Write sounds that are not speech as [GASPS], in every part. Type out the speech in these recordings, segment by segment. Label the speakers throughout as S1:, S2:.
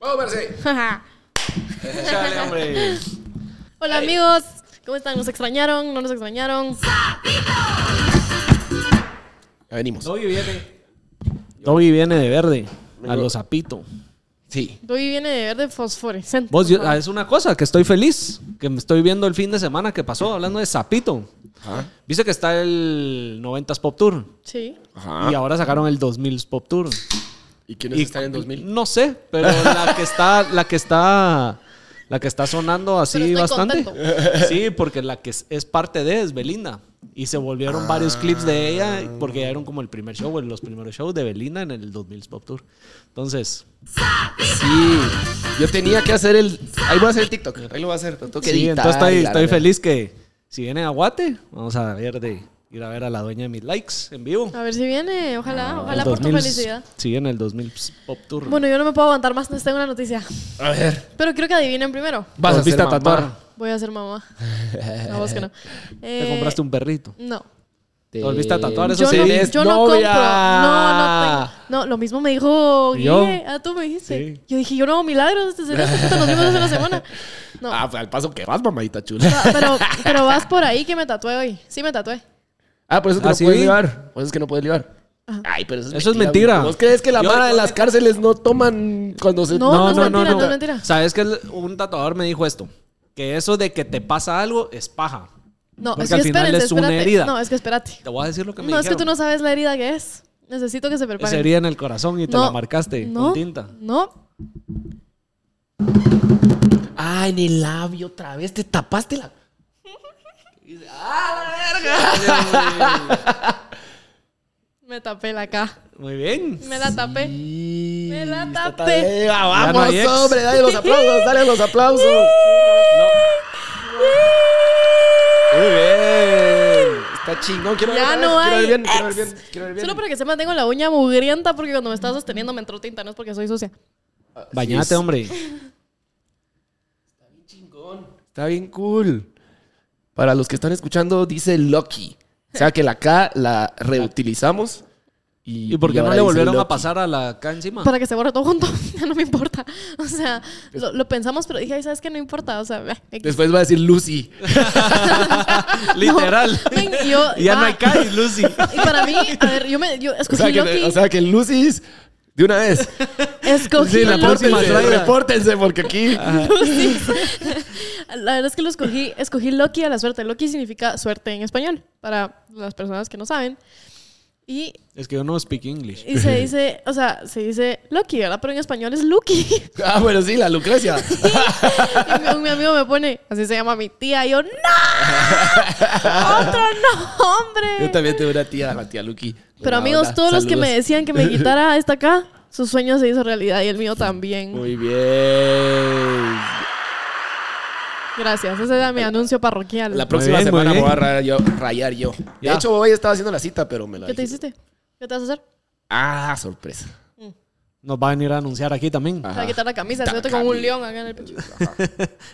S1: ¡Bravo, Merce! [LAUGHS]
S2: Chale, hombre.
S3: Hola amigos, ¿cómo están? ¿Nos extrañaron? ¿No nos extrañaron?
S1: Ya venimos.
S2: Toby viene. Toby viene de verde. A los zapito.
S1: Sí.
S3: Hoy viene de verde fosforescente.
S2: Vos,
S3: por
S2: yo- ah,
S3: favor.
S2: es una cosa, que estoy feliz. Que me estoy viendo el fin de semana que pasó, hablando de zapito.
S1: Ajá.
S2: Viste que está el 90s Pop Tour.
S3: Sí.
S1: Ajá.
S2: Y ahora sacaron el 2000s Pop Tour.
S1: ¿Y quiénes
S2: Y-
S1: están en 2000?
S2: No sé, pero la que está, la que está, la que está sonando
S3: Pero
S2: así
S3: estoy
S2: bastante.
S3: contento.
S2: Sí, porque la que es, es parte de es Belinda. Y se volvieron
S1: Ah.
S2: varios clips de ella porque ya eran como el primer show, o los primeros shows de Belinda en el 2000 Pop Tour. Entonces,
S1: Sí. Yo tenía que hacer el. Ahí voy a hacer el TikTok. Ahí lo voy a hacer. Lo Tengo que
S2: sí,
S1: editar
S2: entonces estoy,
S1: y la
S2: estoy
S1: verdad.
S2: feliz que si vienen a Guate, vamos a ver de ir a ver a la dueña de mis likes en vivo.
S3: A ver si viene, ojalá, ojalá
S2: Ah, El
S3: por tu
S2: 2000s
S3: felicidad.
S2: Sí, en el 2000 Pop Tour.
S3: Bueno, yo no me puedo aguantar más, les tengo una noticia.
S1: A ver.
S3: Pero creo que adivinen primero.
S1: Vas a
S2: Volviste
S1: ser
S2: a tatuar.
S1: mamá.
S3: Voy a
S1: [LAUGHS]
S3: ser mamá. No, vos que no.
S2: Te
S3: Eh,
S2: compraste un perrito.
S3: No.
S2: Te volviste a tatuar, eso
S3: Yo,
S2: sí.
S3: no,
S2: Eres
S3: yo no compro.
S2: novia.
S3: No, no tengo. No, lo mismo me dijo
S2: ¿Y yo?
S3: Guille. Ah, tú me dijiste.
S2: Sí.
S3: Yo dije, yo no hago milagros. Este cerote, puta, nos vimos hace una semana. No.
S1: Ah, pues, al paso que vas, mamadita chula.
S3: Ah, Pero, pero vas por ahí que me tatué hoy. Sí, me tatué.
S1: Ah, por eso es que
S2: Ah,
S1: no
S2: ¿sí?
S1: puedes libar. Por eso es que no puedes libar. Ay, pero eso es
S2: Eso es
S1: mentira.
S2: mentira.
S1: güey. ¿Vos crees que la
S2: Yo-
S1: mara de las cárceles no toman cuando se.?
S3: No, es mentira, no es mentira.
S2: ¿Sabes que un tatuador me dijo esto? Que eso de que te pasa algo es paja.
S3: No,
S2: Porque
S3: es que
S2: al final
S3: espérate,
S2: es una
S3: espérate.
S2: herida.
S3: No, es que espérate.
S2: Te voy a decir lo que me
S3: No, es que
S2: dijeron.
S3: tú no sabes la herida que es. Necesito que se preparen.
S2: Esa herida en el corazón y te
S3: No,
S2: la marcaste
S3: no,
S2: con tinta.
S3: No.
S1: Ah, en el labio otra vez. Te tapaste la.
S3: Me tapé la K.
S2: Muy bien.
S3: Me la tapé.
S1: Y-
S3: Me la
S1: está
S3: tapé.
S1: tarea.
S2: Ya no
S1: Vamos,
S2: hay ex.
S1: hombre. Dale los aplausos. Dale los aplausos. Muy bien. Está chingón. Quiero
S3: Ya
S1: ver, quiero
S3: no
S1: ver
S3: hay
S1: bien. Quiero ver bien. Quiero ver bien.
S3: Solo para que se mantenga la uña mugrienta porque cuando me estaba sosteniendo me entró tinta, no es porque soy sucia.
S2: Bañate,
S1: Sí, es-
S2: hombre.
S1: Está bien cool. Para los que están escuchando, dice Lucky. O sea que la K la reutilizamos. ¿Y,
S2: ¿Y por qué no
S1: ahora
S2: le
S1: dice
S2: volvieron a
S1: Lucky.
S2: pasar a la acá encima?
S3: Para que se borre todo junto, [LAUGHS] ya no me importa. O sea, lo, lo pensamos, pero dije, ay, ¿sabes qué? No importa, o sea, bah, X.
S1: Después va a decir Lucy.
S3: [LAUGHS]
S2: Literal.
S3: Men, [LAUGHS] y yo-
S2: [LAUGHS] Y ya no
S3: va.
S2: hay Kai, Lucy.
S3: Y para mí, a ver, yo
S2: [LAUGHS]
S3: me yo
S1: O
S3: escogí
S1: sea que,
S3: Loki.
S1: o sea que Lucy es de una vez.
S3: escogí
S1: Sí,
S2: la
S3: Loki.
S2: próxima
S1: repórtense,
S2: traiga.
S1: repórtense porque aquí.
S3: La verdad es que lo escogí, escogí Loki a la suerte. Loki significa suerte en español, para las personas que no saben. Y,
S2: Es que yo no speak English.
S3: y se dice, o sea, se dice Loki, ¿verdad? Pero en español es Lucky. [LAUGHS]
S1: [LAUGHS] Ah, bueno, sí, la Lucrecia.
S3: Y mi, mi amigo me pone, así se llama mi tía. Y yo, ¡No! ¡Otro nombre!
S1: Yo también tengo una tía, la tía Lucky.
S3: Pero
S1: Buena
S3: amigos,
S1: onda,
S3: todos los que
S1: saludos.
S3: me decían que
S1: [LAUGHS]
S3: me quitara esta acá, su sueño se hizo realidad y el mío también.
S1: Muy bien.
S3: Gracias, ese era mi anuncio parroquial.
S1: La próxima
S2: bien, muy
S1: semana me
S2: bien.
S1: voy a rayar yo. rayar yo. De
S2: Ya.
S1: hecho, hoy estaba haciendo la cita, pero me la
S3: ¿Qué te
S1: dije.
S3: hiciste? ¿Qué te vas a hacer?
S1: Ah, sorpresa.
S2: Nos va a venir a anunciar aquí también.
S3: Te vas a quitar la camisa, te con un león acá en
S1: [LAUGHS]
S3: el pecho.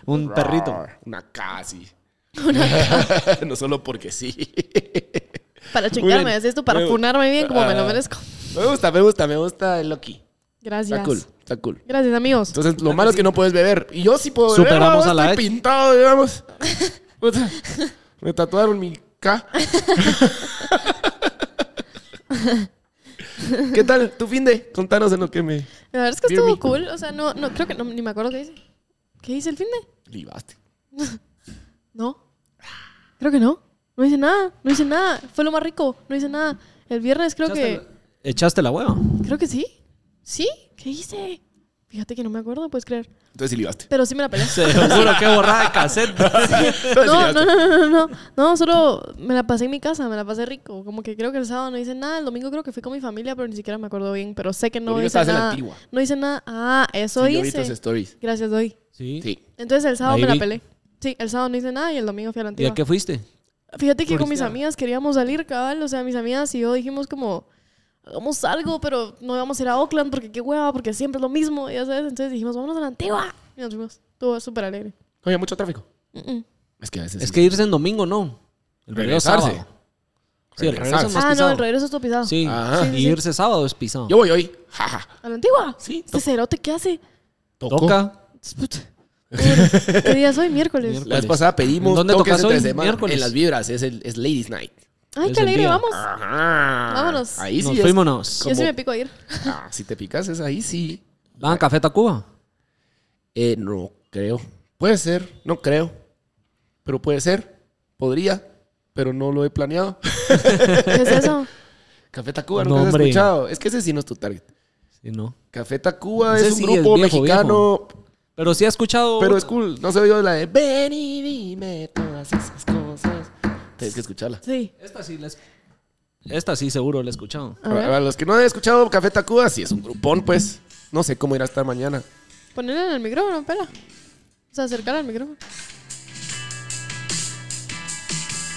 S2: Un perrito.
S1: Una casi. [LAUGHS] no solo porque sí.
S3: [LAUGHS]
S1: [LAUGHS]
S3: Para
S1: Muy
S3: chingarme,
S1: bien.
S3: decís tú, para
S1: Muy bien.
S3: funarme bien como me lo
S1: Ah.
S3: merezco.
S1: Me gusta, me gusta, me gusta el Loki.
S3: Gracias.
S1: Está cool, está cool.
S3: Gracias, amigos.
S1: Entonces, lo malo es que no puedes beber. Y yo sí puedo beber. vamos,
S2: Superamos a la
S1: estoy
S2: ex.
S1: pintado, digamos. [LAUGHS] Puta, Me tatuaron mi K. [LAUGHS] ¿Qué tal tu fin de? Contanos en lo que me
S3: La verdad es que
S1: Beer
S3: estuvo
S1: me.
S3: cool. O sea, no, no, creo que no, ni me acuerdo qué hice. ¿Qué hice el fin de?
S1: libaste.
S3: No. Creo que no. No hice nada, no hice nada. Fue lo más rico, no hice nada. El viernes creo que...
S2: Echaste la- Echaste la hueva.
S3: Creo que sí. ¿Sí? ¿Qué hice? Fíjate que no me acuerdo, puedes creer.
S1: Entonces sí libaste.
S3: Pero sí me la peleé.
S2: Seguro que borrada
S1: [LAUGHS]
S2: de cassette.
S1: Entonces, sí
S3: [LAUGHS] No,
S1: libaste.
S3: no, no, no, no, no. No, solo me la pasé en mi casa, me la pasé rico. Como que creo que el sábado no hice nada. El domingo creo que fui con mi familia, pero ni siquiera me acuerdo bien. Pero sé que no
S1: Domingo
S3: hice
S1: estabas en la
S3: nada.
S1: antigua.
S3: No hice nada. Ah, eso
S1: Sí, yo vi
S3: hice.
S1: tus stories.
S3: Gracias, doy.
S2: Sí.
S1: Sí.
S3: Entonces el sábado
S2: Ahí
S3: me la
S2: vi.
S3: pelé. Sí, el sábado no hice nada y el domingo fui a la
S2: ¿Y
S3: antigua.
S2: a qué fuiste?
S3: Fíjate que con mis
S2: Turistear.
S3: amigas queríamos salir, cabal. O sea, mis amigas y yo dijimos como, hagamos algo, pero no íbamos a ir a Oakland porque qué hueva, porque siempre es lo mismo, ya sabes. Entonces dijimos, vámonos a la antigua. Y nos fuimos. Estuvo súper alegre. Mm,
S1: Oye, mucho tráfico.
S3: Mm-mm.
S1: Es que a veces.
S2: Es que irse en domingo, no. El regreso
S1: Regresarse.
S2: sábado. Sí, el regreso
S1: Regresarse.
S2: es más
S3: Ah, no,
S2: pisado.
S3: el regreso estuvo pisado.
S2: Sí. Ah,
S1: Ajá.
S3: Sí, sí,
S2: Y
S3: sí.
S2: irse sábado es pisado.
S1: Yo voy hoy. Jaja.
S3: ¿A la antigua?
S1: Sí.
S3: ¿Este cerote qué hace?
S1: Tocó.
S2: Toca.
S3: Pobre. ¿Qué día es hoy? Miércoles.
S1: La vez pasada pedimos
S2: ¿Dónde
S1: toques
S2: tocas
S1: entre
S2: hoy?
S1: semana
S2: Miércoles.
S1: en las vibras. Es, el, es Ladies Night.
S3: Ay,
S2: Es
S3: qué
S2: el
S3: alegre,
S2: día.
S3: vamos.
S1: Ajá.
S3: Vámonos.
S1: Ahí sí
S2: Nos
S1: es-
S2: fuimos.
S3: Yo sí
S1: como-
S3: me pico a ir.
S1: Ah, si te picas es ahí sí.
S2: ¿Van a Café Tacuba?
S1: Eh, no creo. Puede ser, no creo. Pero puede ser. Podría, pero no lo he planeado. [LAUGHS]
S3: ¿Qué es eso?
S1: Café Tacuba,
S2: No,
S1: no, has
S2: hombre.
S1: escuchado. Es que ese sí no es tu target.
S2: Sí, no.
S1: Café Tacuba
S2: Ese
S1: es un
S2: sí es
S1: grupo
S2: viejo,
S1: mexicano,
S2: Pero sí he escuchado.
S1: pero es cool. No se oyó la de Ven y dime todas esas cosas. Tienes que escucharla.
S3: Sí.
S2: Esta sí la es- Esta sí seguro la he escuchado.
S3: A ver.
S1: Para los que no han escuchado Café Tacuba, sí es un grupón, pues. No sé cómo irá hasta mañana.
S3: Ponerle en el micrófono, pela. O sea, acercar al micrófono.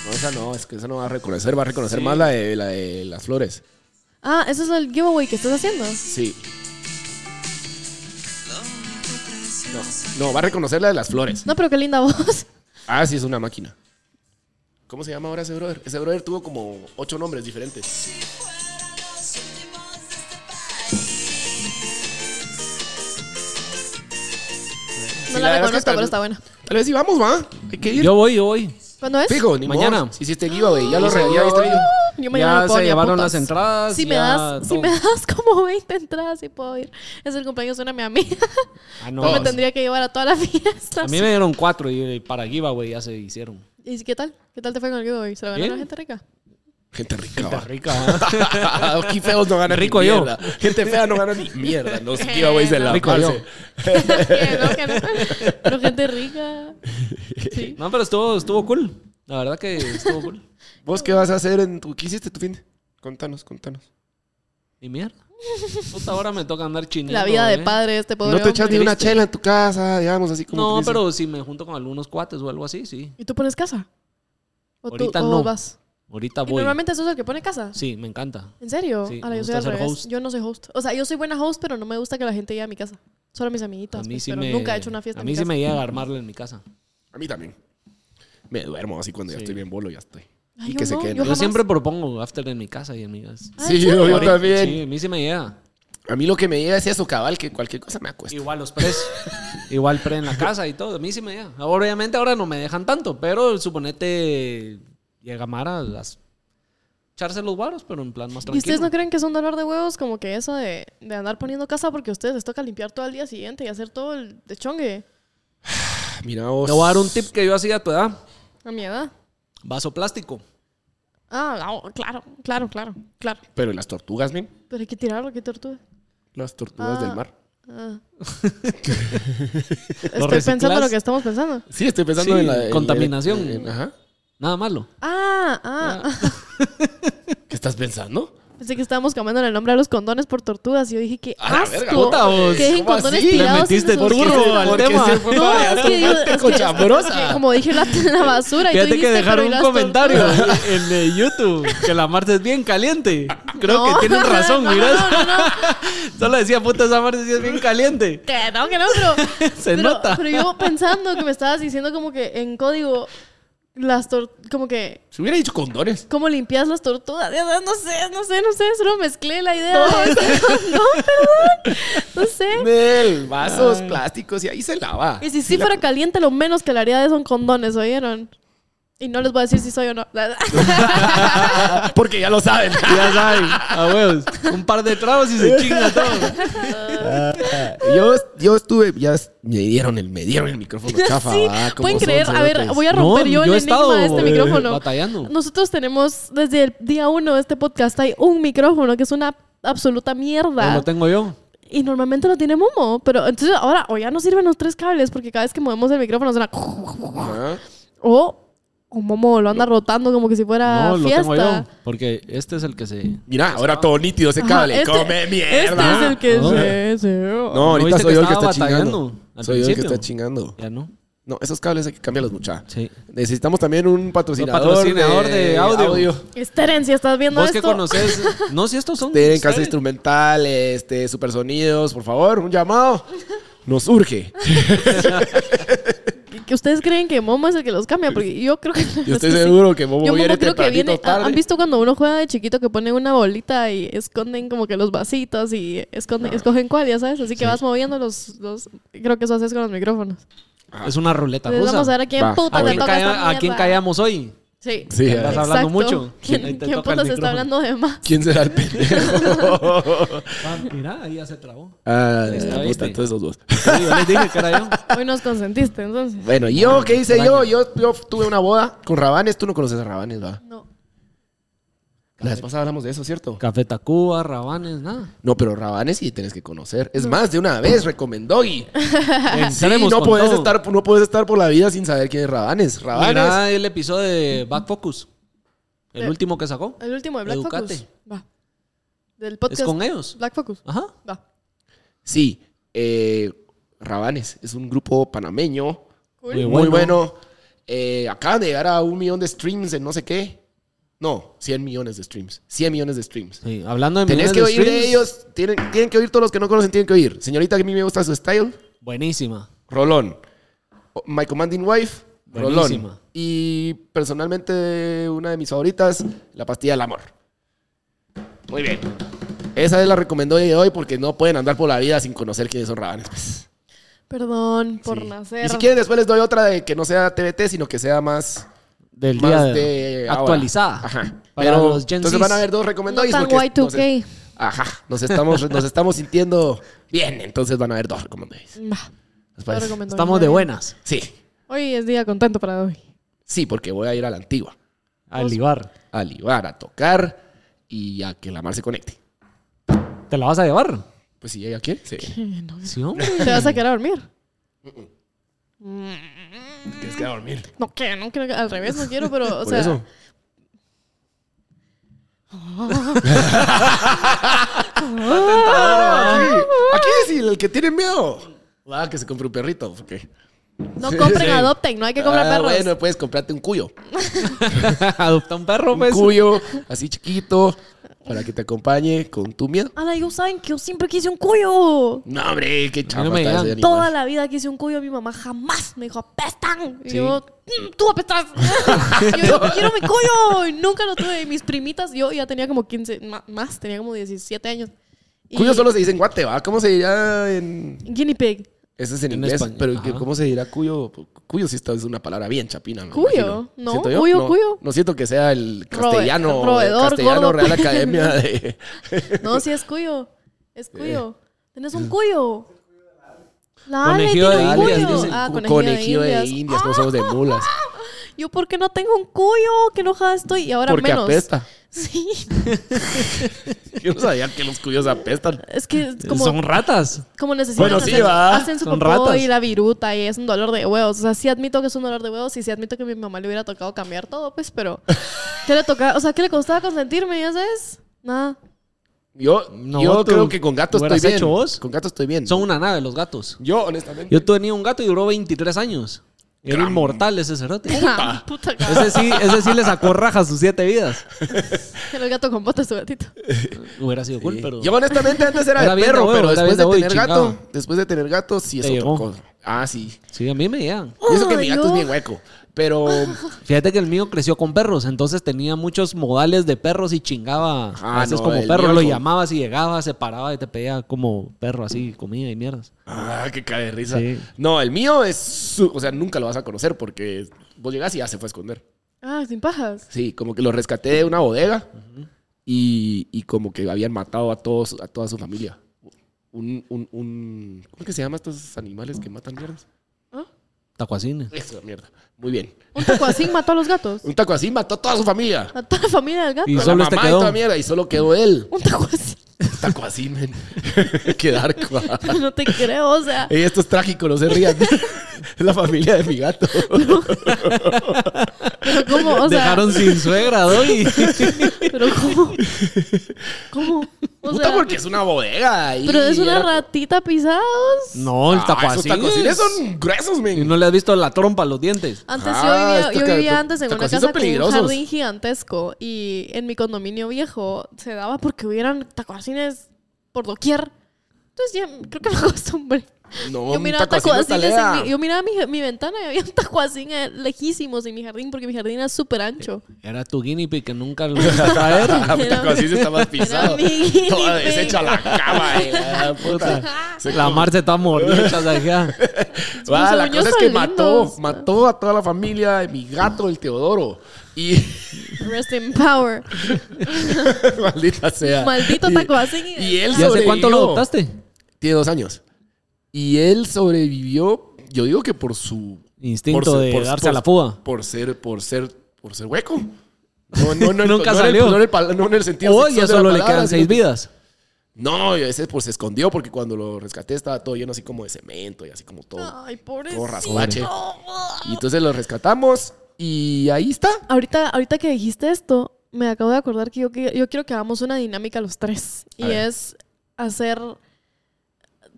S1: No, esa no, es que esa no va a reconocer, va a reconocer más la de, la de las flores.
S3: Ah, ese es el giveaway que estás haciendo.
S1: Sí. No, no, va a reconocer la de las flores.
S3: No, pero qué linda [LAUGHS] voz.
S1: Ah, sí, es una máquina. ¿Cómo se llama ahora ese brother? Ese brother tuvo como ocho nombres diferentes. la
S3: No la
S1: verdad es que
S3: reconozco,
S1: tal-
S3: pero está buena.
S1: Tal vez sí, vamos, va. Hay que ir.
S2: Yo voy, yo voy.
S3: ¿Cuándo es? Uh,
S1: Fijo, ni
S2: Mañana.
S1: modo. Si hiciste giveaway, ya lo re, ya viste el video.
S3: Yo mañana
S2: Ya
S3: no puedo
S2: se
S3: ni a
S2: llevaron
S3: putas.
S2: las entradas.
S3: Si me,
S2: ya
S3: das, si
S2: todo.
S3: me das como 20 entradas, sí puedo ir. Es el cumpleaños de una mi amiga. [LAUGHS]
S2: Ah, no.
S1: Todos.
S3: Me tendría que llevar a toda la [LAUGHS] fiesta.
S2: A mí me dieron cuatro y para giveaway ya se hicieron.
S3: ¿Y qué tal? ¿Qué tal te fue con el giveaway? ¿Se lo ganó
S2: Bien.
S3: la gente rica?
S1: Gente rica. [LAUGHS]
S2: Está
S1: va.
S2: rica. ¿eh?
S1: [LAUGHS] Aquí feos no ganan
S2: Rico
S1: ni
S2: yo.
S1: mierda. Gente fea no gana ni mierda. Los giveaways de la
S2: [LAUGHS] Rico
S1: parce.
S2: yo.
S3: Que no, que no. Pero gente rica. Sí.
S2: No, pero estuvo, estuvo cool. La verdad que estuvo cool.
S1: ¿Vos qué vas a hacer en tu... ¿Qué hiciste tu fin? de- Contanos, contanos.
S2: Y mierda. Puta, ahora me toca andar chinito.
S3: La vida de padre de este pobre
S1: No te echas ni
S3: hombre.
S1: una chela en tu casa, digamos, así como...
S2: No,
S1: que dices.
S2: pero si me junto con algunos cuates o algo así, sí.
S3: ¿Y tú pones casa? ¿O
S2: Ahorita
S3: tú o
S2: no.
S3: vas?
S2: Ahorita
S3: ¿Y
S2: voy.
S3: normalmente sos el que pone casa?
S2: Sí, me encanta.
S3: ¿En serio?
S2: Sí,
S3: Ahora
S2: me
S3: yo soy
S2: gusta
S3: al
S2: ser
S3: revés.
S2: host.
S3: Yo no soy host. O sea, yo soy buena host, pero no me gusta que la gente llegue a mi casa. Solo mis amiguitas.
S2: A mí
S3: pues,
S2: sí
S3: pero
S2: me.
S3: nunca he hecho una fiesta
S2: A
S3: en
S2: mí
S3: mi
S2: sí
S3: casa.
S2: me llega a armarla en mi casa.
S1: A mí también. Me duermo así cuando ya
S2: Sí.
S1: estoy bien bolo, ya estoy.
S3: Ay,
S1: y
S3: yo
S1: que se
S3: no,
S1: queden.
S3: yo
S2: Yo
S3: jamás.
S2: siempre propongo after en mi casa y amigas.
S3: Ah,
S1: Sí,
S3: ¿en serio?
S1: yo, yo también.
S2: Sí, a mí sí me llega.
S1: A mí lo que me llega es eso, cabal, que cualquier cosa me acuesta.
S2: Pues, Igual los pres. [LAUGHS] Igual pre en la casa y todo. A mí sí me llega. Obviamente ahora no me dejan tanto, pero suponete llega Mara a las echarse los varos, pero en plan más
S3: ¿Y
S2: tranquilo.
S3: ustedes no creen que es un dolor de huevos como que eso de, de andar poniendo casa porque a ustedes les toca limpiar todo el día siguiente y hacer todo el de chongue
S1: Ah, Mira vos.
S2: Te voy a dar un tip que yo hacía a tu edad.
S3: a mi edad?
S2: Vaso plástico.
S3: Ah, no, claro, claro, claro, claro.
S1: Pero ¿y las tortugas, men?
S3: Pero hay que tirarlo, qué tortuga.
S1: Las tortugas
S3: Ah.
S1: del mar.
S2: [LAUGHS]
S3: Ah. Estoy pensando
S2: reciclas?
S3: lo que estamos pensando.
S1: Sí, estoy pensando
S2: Sí,
S1: en la... en-
S2: contaminación.
S1: en- en- ajá.
S2: Nada malo.
S3: Ah, ah, ah.
S1: ¿Qué estás pensando?
S3: [LAUGHS] Pensé que estábamos cambiando el nombre a los condones por tortugas y yo dije que
S1: A la
S3: asco.
S1: verga, puta, vos.
S3: que dejen
S1: ¿Cómo
S3: condones
S1: así? Le
S3: tirados.
S2: metiste
S3: en sus-
S2: turbo
S3: ¿Qué es
S2: al
S3: eso?
S1: Porque
S2: tema.
S1: se
S2: [LAUGHS]
S1: fue
S3: No,
S1: para
S3: es que, digo,
S1: allá,
S3: es que-
S1: cochambrosa.
S3: que como dije la, la basura. y tú
S2: Fíjate
S3: dijiste,
S2: que
S3: pero
S2: dejaron
S3: ¿y
S2: un
S3: las [LAUGHS]
S2: comentario
S3: tortugas?
S2: en eh, YouTube que la Marta es bien caliente.
S3: No,
S2: Creo que tienen
S3: [LAUGHS]
S2: razón,
S3: no,
S2: miras.
S3: no, no, no.
S2: Solo decía, puta, esa Marta sí es bien caliente.
S3: Que no, que no, pero.
S2: Se
S3: pero,
S2: nota.
S3: Pero yo pensando que me estabas diciendo como que en código las tor como que
S1: Se hubiera dicho condones.
S3: cómo limpias las tortugas. Ya sabes, No sé, no sé, no sé, solo mezclé la [LAUGHS]
S2: [LAUGHS]
S3: idea. No, no perdón. No sé.
S1: Nel, vasos plásticos y ahí se lava.
S3: Y si sí fuera caliente, lo menos que le haría de son condones, ¿oyeron? Y no les voy a decir si soy o no. [LAUGHS]
S1: Ah, Porque ya lo saben.
S2: Ya saben, a huevos. Un par de tragos y se chinga todo.
S1: [LAUGHS] yo, yo estuve, ya es- me dieron el, me dieron el
S3: [LAUGHS]
S1: micrófono chafa.
S3: sí,
S1: va, como
S3: pueden
S1: son
S3: creer. A ver,
S1: cerotes.
S3: voy a romper
S2: No,
S3: yo,
S2: yo he
S3: el enigma
S2: estado,
S3: de este
S2: eh,
S3: micrófono.
S2: batallando.
S3: Nosotros tenemos, desde el día uno de este podcast, hay un micrófono que es una absoluta mierda.
S2: No lo tengo yo.
S3: Y normalmente no tiene humo, pero entonces ahora o ya no sirven los tres cables porque cada vez que movemos el micrófono suena
S1: Ajá.
S3: o un momo lo anda rotando como que si fuera
S2: No, lo tengo yo.
S3: fiesta.
S2: Porque este es el que se.
S1: Mira, ahora todo nítido ese
S3: Ajá,
S1: cable.
S3: este-
S1: Come mierda.
S3: Este es el que
S2: Ah.
S3: se, se-
S1: No, ahorita
S2: ¿viste
S1: soy
S2: que
S1: yo el que
S2: estaba
S1: está chingando.
S2: batallando al
S1: Soy yo el que
S2: principio?
S1: está chingando.
S2: Ya no.
S1: No, esos cables hay que cambiarlos mucha.
S2: Sí.
S1: Necesitamos también un patrocinador,
S2: patrocinador de audio.
S3: Esteren, si estás viendo
S2: Vos que
S3: esto.
S2: conoces.
S3: [LAUGHS]
S2: No, si estos son.
S1: Tienen casa
S2: ustedes.
S1: instrumental, este,
S2: [LAUGHS]
S1: supersonidos, por favor, un llamado. Nos urge.
S3: ¿Qué, que ustedes creen que Momo es el que los cambia, porque yo creo que. [LAUGHS]
S1: Yo estoy
S3: es que sí.
S1: seguro que Momo
S3: Yo Momo
S1: viene
S3: creo que
S1: tempranito
S3: viene.
S1: o tarde.
S3: ¿Han visto cuando uno juega de chiquito que pone una bolita y esconden como que los vasitos y esconden, escogen cuál, ya sabes? Así que vas moviendo los, los. Creo que eso haces con los micrófonos.
S2: Es una ruleta
S3: Entonces
S2: rusa.
S3: vamos a ver a quién
S1: Va.
S3: puta
S2: ¿A
S3: le
S2: quién,
S3: toca
S2: calla-
S3: esta
S2: a quién
S3: mierda.
S2: callamos hoy?
S3: Sí.
S1: Sí,
S2: Que
S1: a
S2: andas
S1: ver.
S2: hablando mucho. Ahí
S3: ¿Quién,
S2: te
S3: quién
S2: toca el
S3: puta se está
S2: micrófono.
S3: hablando de más?
S1: ¿Quién será el
S2: [LAUGHS]
S1: pendejo?
S2: Ah, mira, ahí ya se trabó.
S1: ah,
S2: Está,
S1: puta,
S2: ¿viste?
S1: entonces los dos.
S2: [LAUGHS] Sí, yo les dije que era yo.
S3: Hoy nos consentiste, entonces.
S1: Bueno, ¿y yo qué hice yo?
S2: extraño.
S1: yo? Yo tuve una boda con Rabanes. Tú no conoces a Rabanes, ¿va?
S3: No.
S1: La vez pasada hablamos de eso, ¿cierto?
S2: Café Tacuba, Rabanes,
S3: [LAUGHS]
S2: nada.
S1: No, pero Rabanes sí tienes que conocer. Es más, de una vez recomendó y sí,
S2: Entremos
S1: no
S2: con
S1: puedes
S2: todo.
S1: estar no puedes estar por la vida sin saber quién es Rabanes. Rabanes.
S2: Mira el episodio de Back Focus. El
S3: Eh,
S2: último que sacó.
S3: El último de Black
S2: Educate.
S3: Focus. Va. Del
S2: Es
S3: podcast.
S2: con ellos.
S3: Black Focus.
S2: Ajá.
S3: Va.
S1: Sí, eh, Rabanes es un grupo panameño
S3: Cool.
S2: Muy
S1: muy
S2: bueno.
S1: bueno. Eh, acaban de llegar a un millón de streams en no sé qué. No, 100 millones de streams. 100 millones de streams.
S2: Sí, hablando de
S1: Tenés que
S2: millones
S1: oír
S2: de
S1: de
S2: streams,
S1: ellos. Tienen, tienen que oír todos los que no conocen, tienen que oír. Señorita, que a mí me gusta su style.
S2: Buenísima.
S1: Rolón. O- My Commanding Wife, Rolón.
S2: Buenísima.
S1: Y personalmente una de mis favoritas, La Pastilla del Amor. Muy bien. Esa es la recomendó de hoy porque no pueden andar por la vida sin conocer quiénes son Rabanes. pues.
S3: Perdón por
S1: Sí.
S3: nacer.
S1: Y si quieren, después les doy otra de que no sea TVT, sino que sea más,
S2: Del día
S1: más
S2: de-
S1: de ahora.
S2: actualizada.
S1: Ajá.
S2: Para
S1: Pero
S2: los Gen
S1: entonces
S2: Zs.
S1: van a ver dos
S3: No
S1: recomendados.
S3: tan
S1: porque
S3: Y2K.
S1: nos es- ajá. Nos estamos, nos estamos sintiendo bien. Entonces van a ver dos recomendados.
S3: Va.
S1: ¿Les
S3: Lo
S1: parece?
S3: recomiendo.
S2: Estamos de buenas.
S1: Sí.
S3: Hoy es día contento para hoy.
S1: Sí, porque voy a ir a la antigua.
S2: Al Ibar.
S1: a libar, a tocar y a que la mar se conecte.
S2: ¿Te la vas a llevar?
S1: Pues si ella quiere, sí.
S3: No.
S2: Sí, hombre.
S3: ¿Te vas a quedar a dormir?
S1: Tienes que dormir.
S3: No quiero, no quiero. Al revés, no quiero, pero, o
S1: Por
S3: sea.
S1: eso. Ah. [LAUGHS] Aquí, aquí es el que tiene miedo. Ah, que se compre un perrito. porque-
S3: No compren,
S1: Sí.
S3: adopten. No hay que comprar
S1: Ah,
S3: perros.
S1: Bueno, puedes comprarte un cuyo.
S2: [LAUGHS] Adopta un perro,
S1: Un
S2: pues.
S1: cuyo así chiquito para que te acompañe con tu miedo.
S3: Ala, yo saben que yo siempre quise un cuyo.
S1: No, hombre, qué chafa
S2: me
S1: está
S2: digan.
S1: ese animal.
S3: Toda la vida quise un cuyo. Mi mamá jamás me dijo, apestan. Y
S1: Sí.
S3: yo, "Mm,
S1: [LAUGHS]
S3: tú apestas. Y yo, yo quiero mi cuyo. Y nunca lo tuve. Y mis primitas, yo ya tenía como 15, ma- más, tenía como 17 años. Y-
S1: Cuyo solo se dice en Guate, ¿va? ¿Cómo se dirá en...?
S3: Guinea pig.
S1: Ese es en,
S2: En
S1: inglés,
S2: español,
S1: pero
S2: ajá.
S1: ¿cómo se dirá cuyo? Cuyo sí está, es una palabra bien chapina. me
S3: Cuyo,
S1: imagino.
S3: ¿no?
S1: ¿Siento yo?
S3: Cuyo,
S1: no,
S3: cuyo.
S1: No siento que sea el
S3: Robe-
S1: castellano,
S3: roedor,
S1: castellano
S3: gordo.
S1: Real Academia
S3: [LAUGHS]
S1: de...
S3: No, sí es cuyo. Es cuyo. Tenés un cuyo. La Ale
S2: Conejillo
S3: tiene
S2: de
S3: un
S2: indias,
S3: cuyo.
S2: dicen.
S3: Ah, conejillo,
S1: Conejillo
S3: de
S1: de
S3: indias.
S1: e
S3: Ah,
S1: indias, no somos de mulas.
S3: Yo, ¿por qué no tengo un cuyo? Qué enojada estoy. Y ahora
S1: Porque
S3: menos.
S1: apesta.
S3: [LAUGHS]
S1: [LAUGHS]
S3: Sí.
S1: Yo no sabía que los cuyos apestan.
S3: Es que es como,
S2: Son ratas.
S3: como necesitan
S1: Bueno, sí,
S3: hacer,
S1: va.
S3: hacen su
S2: Son
S3: popó
S2: ratas.
S3: y la viruta y es un dolor de huevos. O sea, sí admito que es un dolor de huevos y sí admito que mi mamá le hubiera tocado cambiar todo, pues, pero ¿qué le tocaba? O sea, ¿qué le costaba consentirme? ¿Ya sabes? Nada.
S1: Yo,
S2: No,
S1: yo
S2: tú-
S1: creo que con gato
S2: ¿tú
S1: estoy
S2: hubieras
S1: bien.
S2: hecho vos?
S1: Con gato estoy bien.
S2: Son una nave los gatos.
S1: Yo, honestamente.
S2: Yo tenía un gato y duró 23 años. Era
S1: Gran-
S2: inmortal
S3: [LAUGHS]
S2: ese cerote.
S3: Puta, Puta cabrón.
S2: Ese sí, ese sí le sacó rajas sus siete vidas.
S3: Era el gato con botas, tu gatito.
S2: Hubiera sido cool,
S1: Sí.
S2: pero...
S1: Yo honestamente antes era, de
S2: Era bien de
S1: perro,
S2: huevo,
S1: pero
S2: era
S1: después
S2: bien
S1: de,
S2: de huevo y
S1: tener gato,
S2: chingado.
S1: después de tener gato, sí es
S2: Te
S1: otra
S2: llegó.
S1: cosa. Ah, sí.
S2: Sí, a mí me llegan.
S1: Y eso que mi
S3: Ay,
S1: gato es
S3: yo-
S1: bien hueco.
S3: [LAUGHS]
S1: Pero
S2: Fíjate que el mío creció con perros, entonces tenía muchos modales de perros y chingaba.
S1: Ah,
S2: a veces
S1: no,
S2: como
S1: el
S2: perro,
S1: mío
S2: lo
S1: no.
S2: llamabas y llegaba, se paraba y te pedía como perro así, comida y mierdas.
S1: Ah, qué cara de risa.
S2: Sí.
S1: No, el mío es. su- o sea, nunca lo vas a conocer porque vos llegás y ya se fue a esconder.
S3: Ah, sin pajas.
S1: Sí, como que lo rescaté de una bodega y, y como que habían matado a, todos, a toda su familia. Un, un, un- ¿Cómo es que se llama estos animales que matan mierdas?
S3: ¿Ah?
S2: Tacuacines.
S1: Eso, mierda. Muy bien.
S3: Un taco así mató a los gatos.
S1: Un taco así mató a toda su familia.
S3: A toda la familia del gato.
S2: Y
S1: A la
S2: solo este
S1: mamá
S2: quedó.
S1: Y, toda mierda, y solo quedó él.
S3: Un taco así.
S1: Un taco así, men. [LAUGHS] Qué darco. ah.
S3: No te creo, o sea.
S1: Ey, esto es trágico, no se rían. [LAUGHS] es la familia de mi gato.
S3: Pero cómo, o sea.
S2: Dejaron sin suegra, doy. [LAUGHS]
S3: Pero cómo. ¿Cómo? O
S1: Puta,
S3: sea,
S1: porque es una bodega. y
S3: pero es una
S1: era-
S3: ratita pisados.
S2: No, el
S1: Ah, esos tacuacines
S2: tacuacines.
S1: son gruesos,
S2: Y
S1: men.
S2: no le has visto la trompa, los dientes.
S3: Antes
S1: Ah,
S3: yo vivía,
S1: estos
S3: yo
S1: ca-
S3: vivía antes en una
S1: tacuacines
S3: casa
S1: son
S3: con un
S1: peligrosos.
S3: jardín gigantesco y en mi condominio viejo se daba porque hubieran tacuacines por doquier. Entonces ya creo que me [LAUGHS] acostumbré.
S1: No,
S3: Yo
S1: un
S3: miraba
S1: tacuacín hasta
S3: tacuacines
S1: lea.
S3: en mi, yo miraba mi, mi ventana y había un tacuacín eh, lejísimos en mi jardín porque mi jardín era súper ancho.
S2: Era tu guinea pig que nunca lo ibas a
S1: [LAUGHS] [LAUGHS]
S2: traer.
S1: Ah, puta, como así
S3: [LAUGHS]
S1: se está más pisado.
S3: mi
S1: [LAUGHS]
S3: guinea
S1: Toda
S3: pig.
S1: deshecha la cama.
S3: [LAUGHS]
S1: eh, ah, puta.
S3: Ajá.
S1: Se
S2: La
S1: come.
S2: Mar se está mordiendo. o sea, ya.
S1: Ah, la
S3: Los
S1: cosa
S3: sueños
S1: es que
S3: son
S1: mató,
S3: lindos.
S1: mató a toda la familia de mi gato, el Teodoro. Y [LAUGHS]
S3: Rest in power.
S1: maldita sea.
S3: Maldito
S1: Y-
S3: tacuacín. y-
S1: Y [LAUGHS] él
S2: ¿Y hace cuánto
S1: sobrevivió.
S2: lo adoptaste?
S1: Tiene dos años. Y él sobrevivió, yo digo que por su
S2: Instinto
S1: por-
S2: de
S1: por-
S2: darse
S1: por-
S2: a la fuga.
S1: por ser por ser por ser hueco. No,
S2: [LAUGHS]
S1: no, no,
S2: Nunca
S1: no
S2: salió.
S1: En el, no, en el pal- no en el sentido
S2: Hoy
S1: sexual
S2: ya
S1: de la
S2: solo le
S1: palabra,
S2: quedan
S1: sino
S2: seis
S1: que-
S2: vidas.
S1: No, ese pues se escondió porque cuando lo rescaté estaba todo lleno así como de cemento y así como todo.
S3: Ay,
S1: todo
S3: pobrecito.
S1: rasguache. Y entonces lo rescatamos y ahí está.
S3: Ahorita, ahorita que dijiste esto, me acabo de acordar que yo, que- yo quiero que hagamos una dinámica los tres.
S1: A
S3: y
S1: ver.
S3: es hacer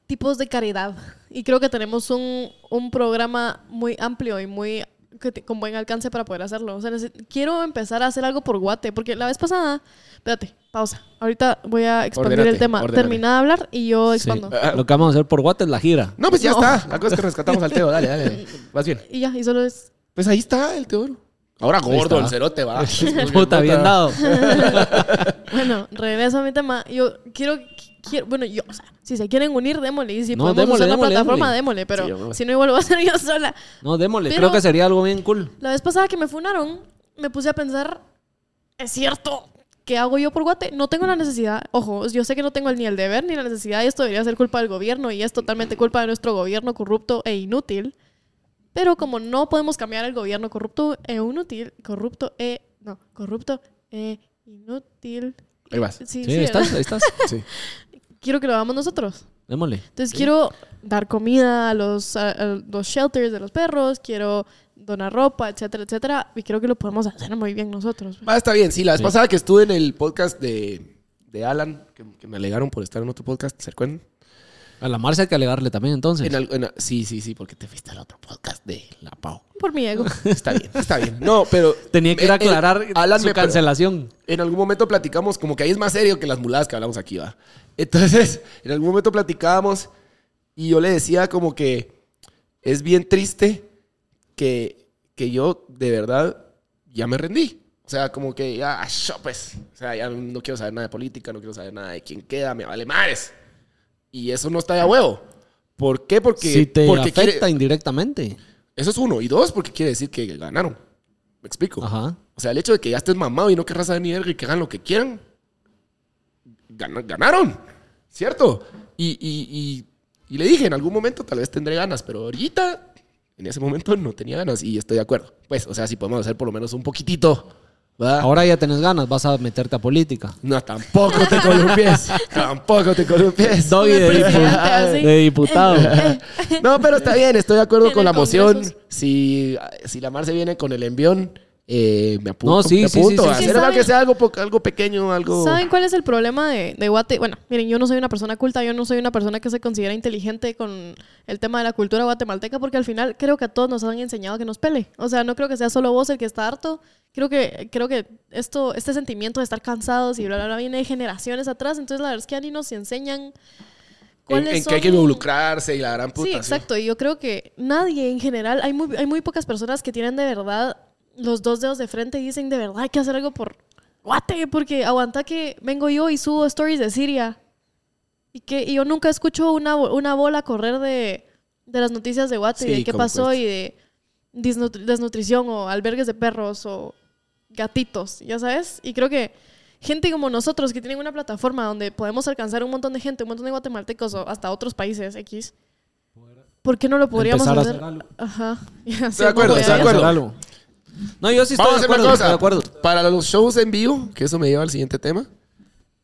S3: tipos de caridad. Y creo que tenemos un, un programa muy amplio y muy que te- con buen alcance para poder hacerlo. O sea, neces- quiero empezar a hacer algo por guate, porque la vez pasada, espérate, pausa. Ahorita voy a expandir
S1: Ordenate,
S3: el tema.
S1: ordenate.
S3: Termina de hablar y yo
S2: Sí.
S1: Eh.
S3: expando.
S2: [LAUGHS] Lo que vamos a hacer por Guate es la gira.
S1: No, pues ya
S3: No.
S1: está. La cosa es que rescatamos al Teo. Dale, dale, dale. Más bien.
S3: Y ya, y solo es
S1: Pues ahí está el Teodoro. Ahora gordo,
S2: está.
S1: el cerote va.
S2: [LAUGHS] Puta, bien
S1: [LAUGHS]
S2: dado.
S3: Bueno, regreso a mi tema. Yo quiero, quiero bueno, yo, o sea, si se quieren unir, démosle. Y si
S2: No,
S3: podemos
S2: démosle,
S3: usar
S2: démosle,
S3: la plataforma, démosle.
S2: démosle.
S1: Sí,
S3: pero
S1: démosle.
S3: si no, igual lo voy a hacer yo sola.
S2: No, démosle.
S3: Pero-
S2: Creo que sería algo bien cool.
S3: La vez pasada que me funaron, me puse a pensar, es cierto, ¿qué hago yo por Guate? No tengo la necesidad, ojo, yo sé que no tengo ni el deber ni la necesidad y esto debería ser culpa del gobierno y es totalmente culpa de nuestro gobierno corrupto e inútil. Pero como no podemos cambiar el gobierno corrupto e inútil, corrupto e, no, corrupto e inútil.
S1: Ahí vas.
S3: Sí,
S2: Sí,
S3: sí,
S2: ahí
S3: ¿verdad?
S2: estás, ahí estás.
S1: Sí.
S3: quiero que lo hagamos nosotros.
S2: Démosle.
S3: Entonces quiero dar comida a los, a- a los shelters de los perros, quiero donar ropa, etcétera, etcétera. Y creo que lo podemos hacer muy bien nosotros.
S1: Va, está bien. Sí, la vez
S2: Sí.
S1: pasada que estuve en el podcast de, de Alan, que, que me alegaron por estar en otro podcast, ¿se acuerdan?
S2: A la Marcia hay que alegarle también, entonces.
S1: En al- en al- sí, sí, sí, porque te fuiste al otro podcast de La Pau.
S3: Por mi
S2: [LAUGHS]
S3: ego.
S1: Está bien, está bien. No, pero.
S2: Tenía que ir a
S1: Eh, eh,
S2: aclarar
S1: Alan
S2: su
S1: me- pero-
S2: cancelación.
S1: en algún momento platicamos, como que ahí es más serio que las muladas que hablamos aquí, va. Entonces, [LAUGHS] en algún momento platicábamos y yo le decía como que es bien triste que, que yo de verdad ya me rendí. O sea, como que ya, ah, yo, pues, o sea, ya no quiero saber nada de política, no quiero saber nada de quién queda, me vale madres. Y eso no está de a huevo. ¿Por qué? Porque,
S2: si te
S1: porque
S2: afecta
S1: quiere-
S2: indirectamente.
S1: eso es uno. Y dos, porque quiere decir que ganaron. ¿Me explico?
S2: Ajá.
S1: O sea, el hecho de que ya estés mamado y no querrás saber ni verga y que hagan lo que quieran, gana- ganaron, ¿cierto? Y, y- y- y le dije, en algún momento tal vez tendré ganas, pero ahorita, en ese momento no tenía ganas y estoy de acuerdo. Pues, o sea, si podemos hacer por lo menos un poquitito, ¿va?
S2: Ahora ya tenés ganas, vas a meterte a política.
S1: No, tampoco te
S2: [LAUGHS]
S1: columpies, tampoco te columpies.
S2: Doggy de,
S3: presidente,
S2: dipu-
S3: así. [LAUGHS]
S2: de diputado.
S3: Eh,
S1: No, pero está bien, estoy de acuerdo
S3: En
S1: con
S3: el
S1: la
S3: Congreso.
S1: moción. Si, si la Mar se viene con el envión, eh, me apunto.
S2: No, sí,
S1: me
S2: sí, sí,
S1: apunto.
S2: sí, sí.
S1: Hacer algo
S3: ¿Saben?
S1: que sea algo, po- algo pequeño, algo...
S3: ¿Saben cuál es el problema de, de Guate? Bueno, miren, yo no soy una persona culta, yo no soy una persona que se considera inteligente con el tema de la cultura guatemalteca, porque al final creo que a todos nos han enseñado que nos pele. O sea, no creo que sea solo vos el que está harto. Creo que, creo que esto, este sentimiento de estar cansados y bla, bla, bla, viene de generaciones atrás. Entonces, la verdad es que a ni nos enseñan
S1: en,
S3: cuáles
S1: en que hay que
S3: son-
S1: involucrarse y la gran puta.
S3: sí, exacto. Y yo creo que nadie en general, hay muy, hay muy pocas personas que tienen de verdad los dos dedos de frente y dicen de verdad hay que hacer algo por guate, porque aguanta que vengo yo y subo stories de Siria y que y yo nunca escucho una, bo- una bola correr de, de las noticias de guate y
S1: Sí,
S3: de qué
S1: como
S3: pasó
S1: cuesta.
S3: y de disnutri- desnutrición o albergues de perros o gatitos, ya sabes. Y creo que gente como nosotros que tienen una plataforma donde podemos alcanzar un montón de gente, un montón de guatemaltecos o hasta otros países X, ¿por qué no lo podríamos
S2: Empezar a
S3: hacer?
S2: hacer algo.
S3: Ajá. [LAUGHS]
S1: Estoy de acuerdo, estoy de
S2: Hacer
S1: acuerdo.
S2: algo. No, yo sí estoy
S1: Vamos a hacer
S2: de acuerdo.
S1: una
S2: estoy de
S1: cosa.
S2: acuerdo.
S1: Para los shows en vivo, que eso me lleva al siguiente tema.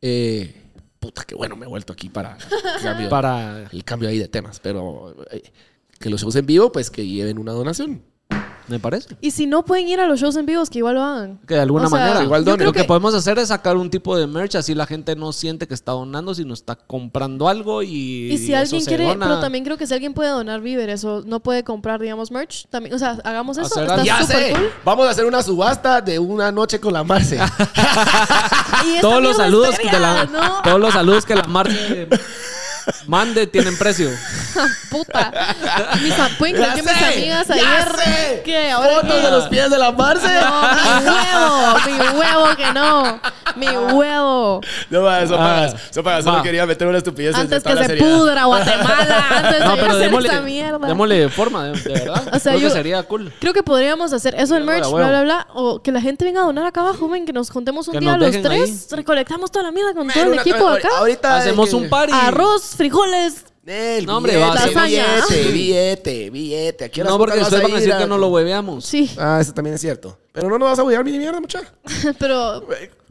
S1: eh, puta, qué bueno, me he vuelto aquí
S3: [LAUGHS]
S1: para el cambio,
S2: Para
S1: el cambio ahí de temas. Pero eh, que los shows en vivo, pues que lleven una donación.
S2: Me parece.
S3: Y si no pueden ir a los shows en vivos, que igual lo hagan.
S2: Que de alguna
S3: O sea,
S2: manera.
S1: Igual
S3: yo
S1: donen.
S3: creo
S2: Lo que
S3: que,
S2: podemos hacer es sacar un tipo de merch, así la gente no siente que está donando, sino está comprando algo y.
S3: y si
S2: eso
S3: alguien
S2: se
S3: quiere,
S2: dona.
S3: pero también creo que si alguien puede donar víveres o no puede comprar, digamos, merch, también, o sea, hagamos eso.
S2: Hacer
S3: Está
S2: algo.
S1: ¡Ya
S3: súper
S1: sé!
S3: cool.
S1: Vamos a hacer una subasta de una noche con la Marce.
S2: [LAUGHS]
S3: Y esta
S2: Todos los [LAUGHS]
S3: mierda es
S2: saludos
S3: feria,
S2: de la.
S3: ¿no? [LAUGHS]
S2: Todos los saludos que la Marce Mande tienen precio.
S3: [LAUGHS] Puta. Mis, am- ¿Pueden creer que mis amigas ayer. que ahora
S1: Fotos
S3: que-
S1: de los pies de la Marce.
S3: No, mi huevo, mi huevo que no. Mi huevo.
S1: [LAUGHS] No, va, eso
S2: Ah.
S1: pagas. Eso pagas. Solo
S2: Va.
S1: quería meter una estupidez. en
S3: Antes
S1: esta
S3: que
S1: la
S3: se
S1: seriedad.
S3: pudra
S1: [LAUGHS]
S3: Guatemala, antes
S2: No,
S3: de
S2: pero
S3: hacer
S2: démosle,
S3: esa mierda.
S2: démosle forma, de, de verdad.
S3: [LAUGHS] O sea,
S2: Creo
S3: yo-
S2: que sería cool.
S3: Creo que podríamos hacer eso el
S2: Huevo,
S3: merch, bla, bla,
S2: huevo.
S3: bla. O que la gente venga a donar acá abajo, ven, que nos juntemos un
S2: Que
S3: día
S2: nos
S3: los
S2: dejen
S3: tres, recolectamos toda la mierda con todo el
S1: Una-
S3: equipo acá.
S1: Ahorita
S2: Hacemos
S1: que-
S2: un party.
S3: Arroz, frijoles.
S1: El
S2: No, hombre,
S1: billete,
S2: va a ser-
S3: Lasaña.
S1: billete, billete, billete. ¿A qué horas
S2: No, porque
S1: putas vas
S2: ustedes van a decir
S1: ir
S2: que no lo hueveamos.
S3: Sí,
S1: Ah, eso también es cierto. Pero no nos vas a huear mi mierda, muchacha.
S3: [LAUGHS] pero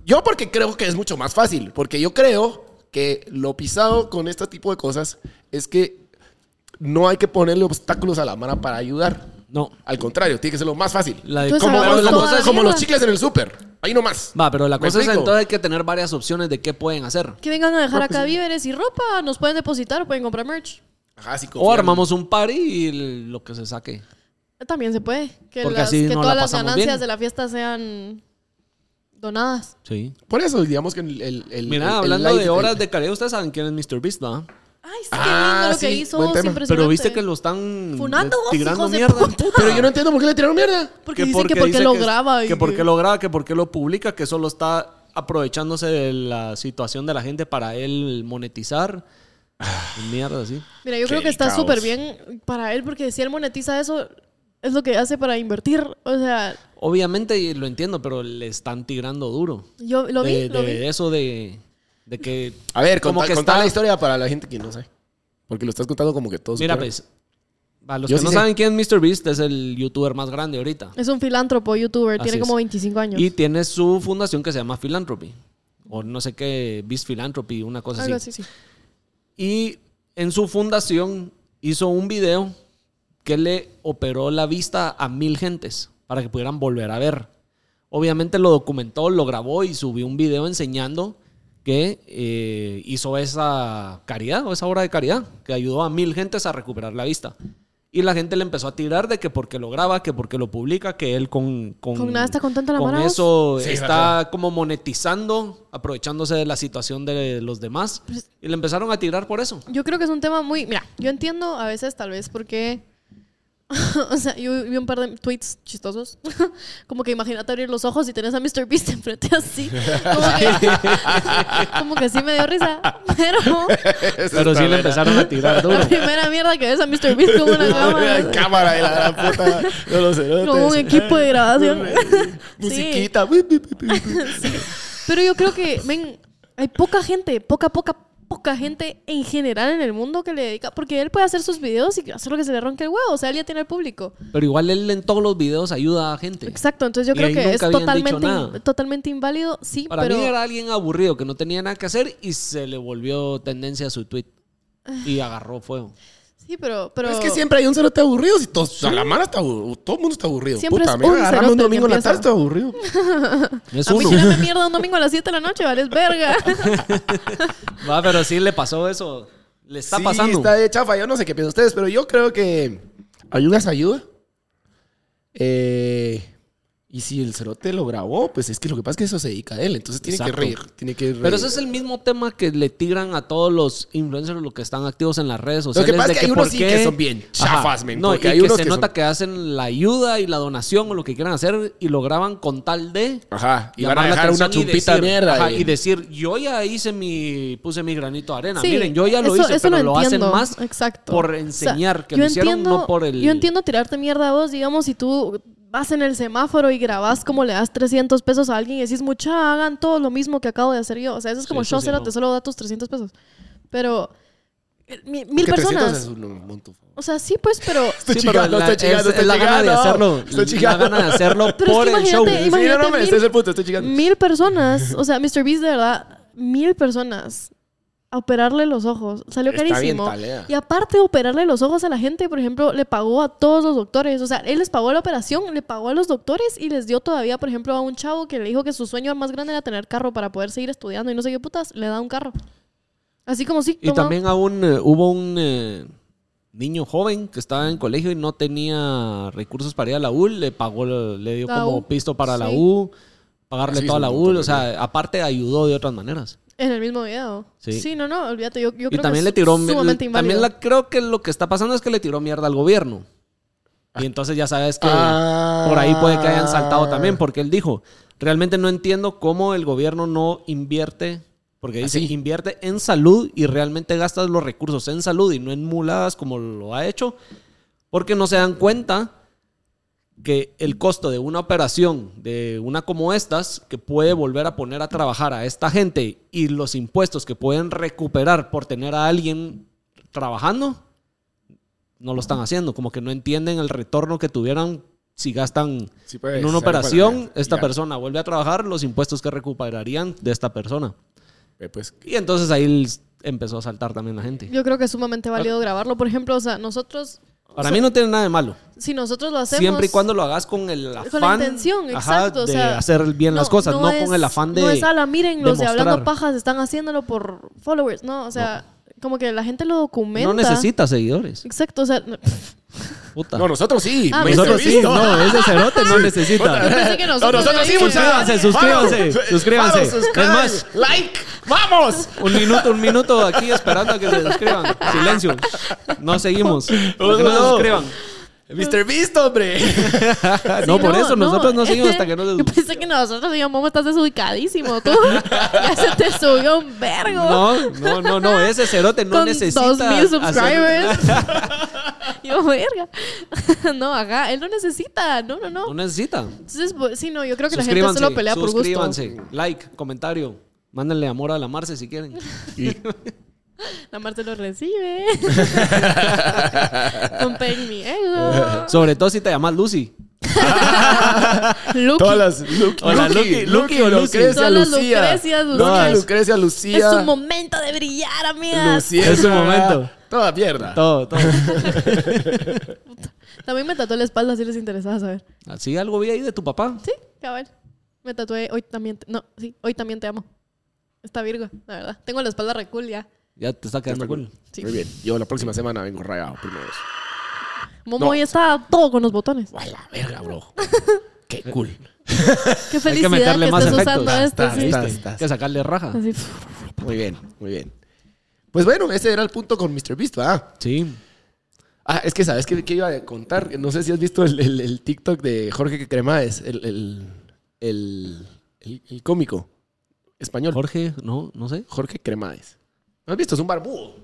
S1: Yo porque creo que es mucho más fácil, porque yo creo que lo pisado con este tipo de cosas es que no hay que ponerle obstáculos a la mano para ayudar.
S2: No.
S1: Al contrario, tiene que ser lo más fácil.
S2: Pues La de
S3: Entonces,
S1: Como,
S3: hagamos
S1: como-
S3: toda la
S1: como los
S3: mierda.
S1: chicles en el súper. Ahí nomás.
S2: Va, pero la
S1: ¿Me
S2: cosa es
S1: explico?
S2: entonces hay que tener varias opciones de qué pueden hacer.
S3: que vengan a dejar acá víveres y ropa, nos pueden depositar o pueden comprar merch.
S1: Ajá, sí,
S2: O
S1: confía.
S2: armamos un party y el- lo que se saque.
S3: También se puede, que,
S2: Porque
S3: las,
S2: así
S3: que
S2: no la
S3: todas las
S2: pasamos
S3: ganancias
S2: bien.
S3: de la fiesta sean donadas.
S2: Sí.
S1: Por eso, digamos que el... el- el-
S2: Mira,
S1: el- el
S2: hablando
S1: light-
S2: de horas
S1: el-
S2: de careo, ustedes saben quién es Mr. Beast, ¿verdad?
S3: Ay, sí, qué
S1: Ah,
S3: lindo lo que
S1: sí,
S3: hizo,
S1: buen tema.
S3: es impresionante.
S2: Pero viste que lo están
S3: pues, Funando vos,
S2: tirando
S3: hijos de
S2: mierda.
S3: puta.
S1: Pero yo no entiendo por qué le tiraron mierda.
S3: Porque dicen que porque
S2: dice
S3: lo
S2: es-
S3: graba. y
S2: Que porque lo graba, que porque lo publica, que solo está aprovechándose de la situación de la gente para él [SIGHS] monetizar. mierda, sí.
S3: Mira, yo creo
S1: Qué
S3: que está
S1: caos.
S3: súper bien para él porque si él monetiza eso, es lo que hace para invertir. O sea,
S2: Obviamente y lo entiendo, pero le están tirando duro.
S3: yo lo vi,
S2: de,
S3: lo
S2: de
S3: vi.
S2: eso de, de que...
S1: A ver, como
S2: que
S1: contar
S2: está-
S1: la historia para la gente que no sabe. Porque lo estás contando como que todos...
S2: Mira,
S1: supieron.
S2: pues, para los
S1: Yo
S2: que
S1: sí
S2: no
S1: sé.
S2: saben quién es MrBeast, es el youtuber más grande ahorita.
S3: Es un filántropo youtuber,
S2: Así
S3: tiene
S2: es.
S3: como 25 años.
S2: Y tiene su fundación que se llama Philanthropy. O no sé qué, Beast Philanthropy, una cosa
S3: Algo
S2: así.
S3: así, sí.
S2: Y en su fundación hizo un video que le operó la vista a mil gentes para que pudieran volver a ver. Obviamente lo documentó, lo grabó y subió un video enseñando que eh, hizo esa caridad o esa obra de caridad que ayudó a mil gentes a recuperar la vista. Y la gente le empezó a tirar de que porque lo graba, que porque lo publica, que él con... Con,
S3: Con nada está contento la
S2: con
S3: mara, vos.
S2: eso
S1: Sí,
S2: está como monetizando, aprovechándose de la situación de los demás.
S3: Pues-
S2: Y le empezaron a tirar por eso.
S3: Yo creo que es un tema muy. Mira, yo entiendo a veces, tal vez, porque. [LAUGHS] o sea, yo vi un par de tweets chistosos. [LAUGHS] como que imagínate abrir los ojos y tenés a Mr. Beast [LAUGHS] enfrente así. Como que, [LAUGHS] como que sí me dio risa. [LAUGHS] Pero
S1: [LAUGHS] Eso
S2: pues. Pero
S1: está
S2: sí le
S1: buena.
S2: empezaron a tirar duro.
S1: [LAUGHS]
S3: la primera mierda que ves a Mr. Beast como [LAUGHS] una
S1: Una
S3: cámara.
S1: cámara de la gran puta. No lo sé. no
S3: Como un
S1: te-
S3: equipo de grabación.
S1: [LAUGHS] Musiquita. Pi, pi, pi, pi, pi.
S3: Pero yo creo que, ven, hay poca gente, poca, poca, poca gente en general en el mundo que le dedica. Porque él puede hacer sus videos y hacer lo que se le ronque el huevo. O sea, él ya tiene el público.
S2: Pero igual él en todos los videos ayuda a gente.
S3: Exacto, entonces yo
S2: Y
S3: creo
S2: ahí
S3: que
S2: nunca
S3: es
S2: habían dicho
S3: totalmente,
S2: nada.
S3: in- totalmente inválido, sí,
S2: Para
S3: pero
S2: mí era alguien aburrido que no tenía nada que hacer y se le volvió tendencia a su tweet.
S3: Ah.
S2: Y agarró fuego.
S3: sí, pero,
S1: Pero
S3: pero
S1: es que siempre hay un cerote aburrido. Si todo, a la mara está aburrido. Todo el mundo está aburrido.
S3: Siempre
S1: Puta,
S3: es
S1: a mí me
S3: un
S1: agarraron
S3: cerote
S1: un domingo
S3: el
S1: en la
S3: que
S1: tarde,
S3: empieza.
S1: estoy aburrido.
S2: Es
S3: a mí
S2: uno.
S3: tirame mierda un domingo a las 7 de la noche, vales verga.
S2: [LAUGHS] Va, pero sí le pasó eso. Le está
S1: Sí,
S2: pasando.
S1: Está de chafa. Yo no sé qué piensan ustedes, pero yo creo que ayudas ayuda. Eh, y si el cerote lo grabó, pues es que lo que pasa es que eso se dedica a él. Entonces tiene
S2: Exacto.
S1: que reír. Tiene que reír.
S2: Pero ese es el mismo tema que le tiran a todos los influencers los que están activos en las redes
S1: que
S2: sociales.
S1: pasa
S2: de
S1: es que hay
S2: por
S1: unos sí que son bien chafas, men,
S2: No, y
S1: porque
S2: que
S1: hay unos
S2: se
S1: que
S2: nota
S1: son-
S2: que hacen la ayuda y la donación o lo que quieran hacer y lo graban con tal de...
S1: Ajá. Y van
S2: llamar
S1: a
S2: la
S1: dejar una
S2: atención y
S1: chumpita de
S2: decir-
S1: mierda.
S2: ajá,
S1: eh.
S2: y decir, yo ya hice mi... Puse mi granito de arena.
S3: Sí,
S2: Miren, yo ya lo
S3: eso-
S2: hice,
S3: eso
S2: pero lo, hacen
S3: entiendo,
S2: más
S3: Exacto.
S2: por
S3: O sea,
S2: enseñar que
S3: yo
S2: lo hicieron,
S3: entiendo-
S2: no por el...
S3: Yo entiendo tirarte mierda a vos, digamos, si tú vas en el semáforo y grabás como le das 300 pesos a alguien y decís, mucha, hagan todo lo mismo que acabo de hacer yo. O sea, eso es como,
S2: Sí, eso
S3: yo
S2: sí,
S3: cero,
S2: no.
S3: te solo da tus 300 pesos. Pero, eh, mi- mil
S1: Porque 300
S3: personas.
S1: es un montón.
S3: O sea, sí, pues, pero...
S1: Estoy
S2: Sí, pero
S1: chingando,
S2: la-
S1: estoy chingando,
S2: es- es
S1: estoy
S2: la gana de
S1: chingando.
S2: hacerlo.
S1: Estoy
S2: la
S1: chingando.
S2: gana de hacerlo
S3: Pero es
S2: por
S3: que
S2: el show.
S3: imagínate-
S1: Sí, no, no,
S3: Imagínate
S1: hombre,
S3: mil-
S1: este es el punto, estoy chingando.
S3: Mil personas, o sea, Mr. Beast, de verdad, mil personas a operarle los ojos. Salió
S1: Está bien
S3: carísimo.
S1: talea.
S3: y aparte de operarle los ojos a la gente, por ejemplo, le pagó a todos los doctores. O sea, él les pagó la operación, le pagó a los doctores y les dio todavía, por ejemplo, a un chavo que le dijo que su sueño más grande era tener carro para poder seguir estudiando y no sé qué putas, le da un carro. Así como sí.
S2: Y
S3: toma.
S2: también aún eh, hubo un eh, niño joven que estaba en colegio y no tenía recursos para ir a la U, le pagó, le dio
S3: La
S2: como
S3: U,
S2: pisto para la
S3: sí.
S2: U, pagarle
S1: Sí,
S2: toda
S1: es
S2: la
S1: un
S2: U,
S1: montón
S2: o sea, aparte ayudó de otras maneras.
S3: En el mismo video.
S2: Sí.
S3: Sí, no, no, olvídate. Yo, yo
S2: y
S3: creo
S2: también
S3: que
S2: le
S3: es
S2: tiró
S3: sumamente
S2: mierda. También
S3: inválido.
S2: la, creo que lo que está pasando es que le tiró mierda al gobierno. Y entonces ya sabes que
S1: Ah.
S2: por ahí puede que hayan saltado también, porque él dijo, realmente no entiendo cómo el gobierno no invierte, porque dice,
S1: Así.
S2: invierte en salud y realmente gastas los recursos en salud y no en muladas como lo ha hecho, porque no se dan cuenta que el costo de una operación de una como estas, que puede volver a poner a trabajar a esta gente y los impuestos que pueden recuperar por tener a alguien trabajando, no lo están haciendo, como que no entienden el retorno que tuvieran si gastan
S1: Sí, pues,
S2: en una
S1: sale para
S2: operación,
S1: adelante.
S2: esta
S1: Ya.
S2: persona vuelve a trabajar, los impuestos que recuperarían de esta persona.
S1: Eh, pues,
S2: Y entonces ahí l- empezó a saltar también la Ah. gente.
S3: Yo creo que es sumamente válido grabarlo. Por ejemplo, o sea, nosotros.
S2: Para mí no tiene nada de malo.
S3: Si nosotros lo hacemos.
S2: Siempre y cuando lo hagas con el afán
S3: Con la intención,
S2: ajá,
S3: exacto. o
S2: de
S3: sea,
S2: hacer bien las cosas, no,
S3: es-
S2: con el afán de...
S3: No es ala, miren, los de
S2: demostrar".
S3: hablando pajas están haciéndolo por followers, ¿no? O sea, como que la gente lo documenta.
S2: No necesita seguidores.
S3: Exacto, o
S2: [LAUGHS]
S3: sea.
S2: Puta.
S1: no, nosotros sí.
S3: Ah,
S1: me
S2: Nosotros sí,
S1: entrevisto.
S2: no, ese cerote no necesita.
S3: Pensé que
S1: No, nosotros sí,
S3: ahí-
S1: muchachos.
S2: Suscríbanse, suscríbanse. Es más.
S1: like, vamos.
S2: Un minuto, un minuto aquí esperando a que se suscriban. Silencio. No seguimos. Para que no se
S1: No.
S2: suscriban.
S1: Mr. Beast, hombre.
S2: Ah,
S3: Sí,
S2: no, por eso nosotros no seguimos hasta
S3: [LAUGHS]
S2: que no se
S3: Yo pensé que nosotros digamos, Momo, estás desubicadísimo,
S2: [LAUGHS]
S3: tú. ya se te subió un vergo.
S2: No, no, no, no. Ese cerote no
S3: con
S2: necesita.
S3: 2000
S2: hacer-
S3: subscribers.
S2: [LAUGHS]
S3: yo, verga. [LAUGHS] no, ajá, él no necesita. No, no,
S2: No
S3: no.
S2: necesita.
S3: Entonces, pues, sí, no, yo creo que la gente
S2: Suscríbanse.
S3: solo pelea por gusto.
S2: suscríbanse. Like, comentario. Mándenle amor a la Marce si quieren.
S3: [LAUGHS] La Marte lo
S1: [LAUGHS]
S3: recibe. Rompen mi ego.
S2: Sobre todo si te llamas Lucy.
S3: Lucky.
S1: Todas las
S2: Hola, Lucky, Lucky o Lucy.
S1: Lucrecia,
S3: Todas las
S1: Lucía.
S3: Lucrecias,
S1: Todas
S3: Lucías.
S1: Lucrecia, Lucía.
S3: Es su momento de brillar, amigas.
S1: Lucía.
S2: Es su momento.
S1: Toda mierda.
S2: Todo, todo.
S3: También me tatué la espalda si les interesaba saber.
S2: Así algo vi ahí de tu papá.
S3: Sí, cabal. Me tatué hoy también. te- no, sí, hoy también te amo. Está Virgo, la verdad. Tengo la espalda reculia.
S2: Ya te está quedando cool.
S3: Sí.
S1: Muy bien. Yo la próxima semana vengo rayado primero.
S3: Momo
S1: No.
S3: hoy está todo con los botones.
S1: A la verga, bro. Qué cool.
S3: Qué
S2: Hay que
S3: felicidad
S2: meterle
S3: que
S2: más
S3: estés
S2: efectos.
S3: usando esto.
S1: Está,
S3: sí.
S1: está.
S2: Hay que sacarle raja.
S3: Así,
S1: Muy bien, muy bien. Pues bueno, ese era el punto con Mr. Beast, ¿verdad?
S2: Sí.
S1: Ah, es que sabes qué, qué iba a contar. No sé si has visto el, el- el TikTok de Jorge Cremades, el, el, el, el- el cómico español. Jorge,
S2: Jorge, no, no sé.
S1: Cremades. ¿No has visto? Es un barbudo.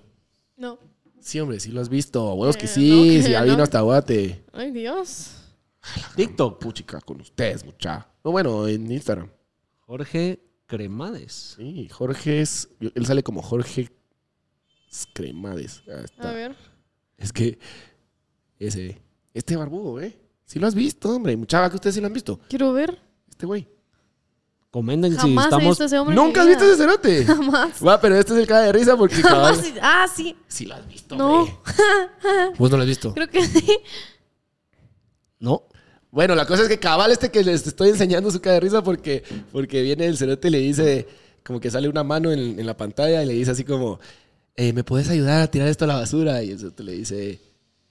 S3: no.
S1: Sí, hombre, sí lo has visto. Abuelos que
S3: Eh,
S1: sí,
S3: no,
S1: si
S3: [LAUGHS] que
S1: ya vino
S3: no.
S1: hasta Guate.
S3: Ay, Dios.
S2: TikTok.
S1: Puchica con ustedes, mucha. No, bueno, en Instagram.
S2: Jorge Cremades.
S1: Sí, Jorge es. Él sale como Jorge Cremades. Ah, está.
S3: A ver.
S1: Es que ese, este barbudo, ¿eh? Sí lo has visto, hombre. Muchava, que ustedes sí lo han visto.
S3: Quiero ver.
S1: Este güey.
S2: Comenten si
S3: Jamás he
S2: estamos.
S3: visto a ese hombre. en mi
S1: ¿Nunca has
S3: vida.
S1: visto ese
S3: [LAUGHS]
S1: cerote?
S3: Jamás.
S1: Va, pero este es el cara de risa
S3: [LAUGHS]
S1: porque
S3: Jamás.
S1: cabal,
S3: sí. Ah, sí.
S1: sí lo has visto,
S3: No. [LAUGHS]
S1: hombre. Vos no lo has visto.
S3: Creo que sí.
S2: No.
S1: Bueno, la cosa es que cabal este que les estoy enseñando su cara de risa porque, porque viene el cerote y le dice, como que sale una mano en, en la pantalla y le dice así como, eh, ¿me puedes ayudar a tirar esto a la basura? Y el cerote le dice,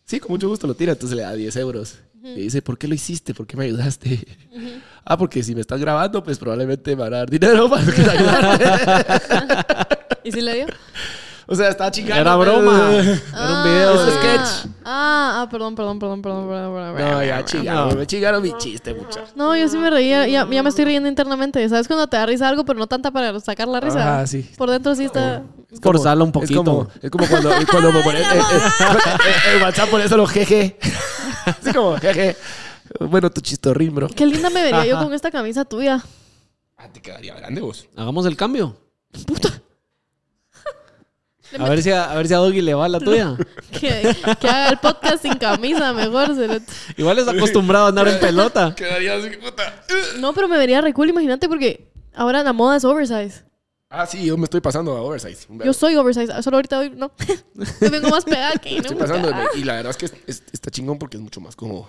S1: sí, con mucho gusto lo tira, entonces le da 10 euros. Le dice, ¿por qué lo hiciste? ¿Por qué me ayudaste? [LAUGHS] Ah, porque si me estás grabando, pues probablemente me van a dar dinero [LAUGHS] para que te ayudarte.
S3: ¿Y si le dio?
S1: [LAUGHS] o sea, está chingando.
S2: Era
S1: pero-
S2: broma.
S1: [LAUGHS]
S2: Era un video.
S1: es
S2: de-
S1: sketch.
S3: Ah, ah, perdón, perdón, perdón, perdón, perdón. perdón,
S1: No,
S3: perdón.
S1: ya chingaron, me chingaron mi chiste, muchachos.
S3: [LAUGHS] No, yo sí me reía, ya, ya me estoy riendo internamente. ¿Sabes cuando te da risa algo, pero no tanta para sacar la risa?
S1: Ajá, sí.
S3: Por dentro sí está.
S1: Es como-
S2: Forzarlo un poquito.
S1: Es como, es como cuando, cuando me pones- eh, eh, [LAUGHS] en WhatsApp pones solo jeje. [LAUGHS] Así como jeje. Bueno, tu chistorrín, bro.
S3: Qué linda me vería yo con esta camisa tuya.
S1: Ah, te quedaría grande vos.
S2: Hagamos el cambio. A ver si a, a ver si a Doggy le va la
S3: [LAUGHS]
S2: tuya.
S3: Que, que haga el podcast sin camisa, mejor. se le-
S2: Igual está acostumbrado a andar en pelota.
S1: Quedaría así, puta.
S3: No, pero me vería re cool, imagínate, porque ahora la moda es oversize.
S1: Ah, sí, yo me estoy pasando a oversize.
S3: Yo soy oversize, solo ahorita hoy no. Yo vengo más pegada que
S1: estoy pasando. de- Y la verdad es que es- es- está chingón porque es mucho más como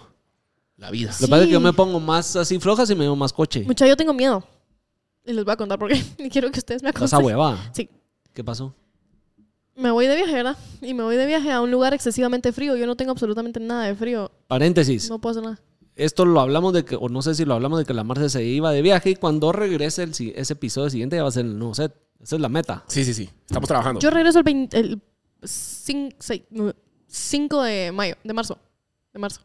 S1: la vida.
S2: Lo que pasa es que yo
S3: Sí.
S2: me pongo más así flojas y me veo más coche.
S3: Mucha, yo tengo miedo. Y les voy a contar por qué. Y [LAUGHS] quiero que ustedes me
S2: No esa
S3: aconsejen.
S2: hueva.
S3: Sí.
S2: ¿Qué pasó?
S3: Me voy de viaje, ¿verdad? Y me voy de viaje a un lugar excesivamente frío. Yo no tengo absolutamente nada de frío.
S2: Paréntesis.
S3: No puedo hacer nada.
S2: esto lo hablamos de que, o no sé si lo hablamos de que la Marce se iba de viaje y cuando regrese el, si- ese episodio siguiente ya va a ser el nuevo set. Esa es la meta.
S1: Sí, sí, sí. Estamos trabajando.
S3: Yo regreso el, 20 el cin- seis- no, 5 de mayo, de marzo. De marzo.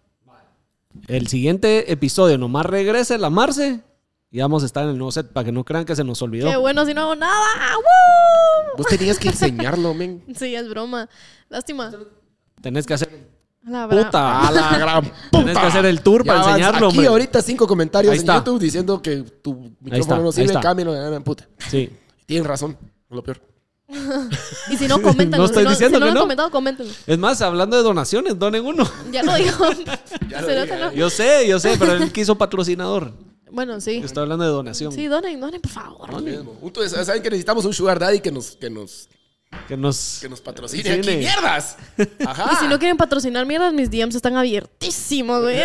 S2: El siguiente episodio, nomás regrese la Marce y vamos a estar en el nuevo set para que no crean que se nos olvidó.
S3: Qué bueno si no hago nada. ¡Woo!
S1: Vos tenías que enseñarlo, men.
S3: Sí, es broma. Lástima.
S2: Tenés que hacer.
S3: La verdad.
S2: Puta.
S1: A la gran puta.
S2: [LAUGHS] Tenés Ah. que hacer el tour
S1: Ya
S2: para
S1: vas.
S2: enseñarlo,
S1: Aquí
S2: hombre.
S1: ahorita cinco comentarios
S2: Ahí
S1: en
S2: está.
S1: YouTube diciendo que tu
S2: está,
S1: micrófono no
S2: ahí
S1: sirve,
S2: está.
S1: cámbialo, ya, ya, puta.
S2: Sí.
S1: Tienen razón, lo peor.
S3: Y si no, coméntenlo.
S2: [LAUGHS] No estoy
S3: si no,
S2: diciendo
S3: si no
S2: que
S3: lo
S2: no.
S3: han comentado, coméntenlo.
S2: Es más, hablando de donaciones, donen uno. [LAUGHS]
S3: Ya lo digo. Se nota, ¿no?
S2: Yo sé, yo sé, pero él quiso patrocinador.
S3: Bueno, sí.
S2: Estoy hablando de donación.
S3: Sí, donen, donen, por favor.
S1: Entonces, Saben que necesitamos un sugar daddy que nos, que nos,
S2: Que nos.
S1: que nos patrocine
S2: Sí,
S1: aquí.
S2: ne. [LAUGHS]
S1: ¡Mierdas! Ajá.
S3: Y
S2: Ah.
S3: si no quieren patrocinar mierdas, mis DMs están abiertísimos,
S2: [LAUGHS]
S3: güey.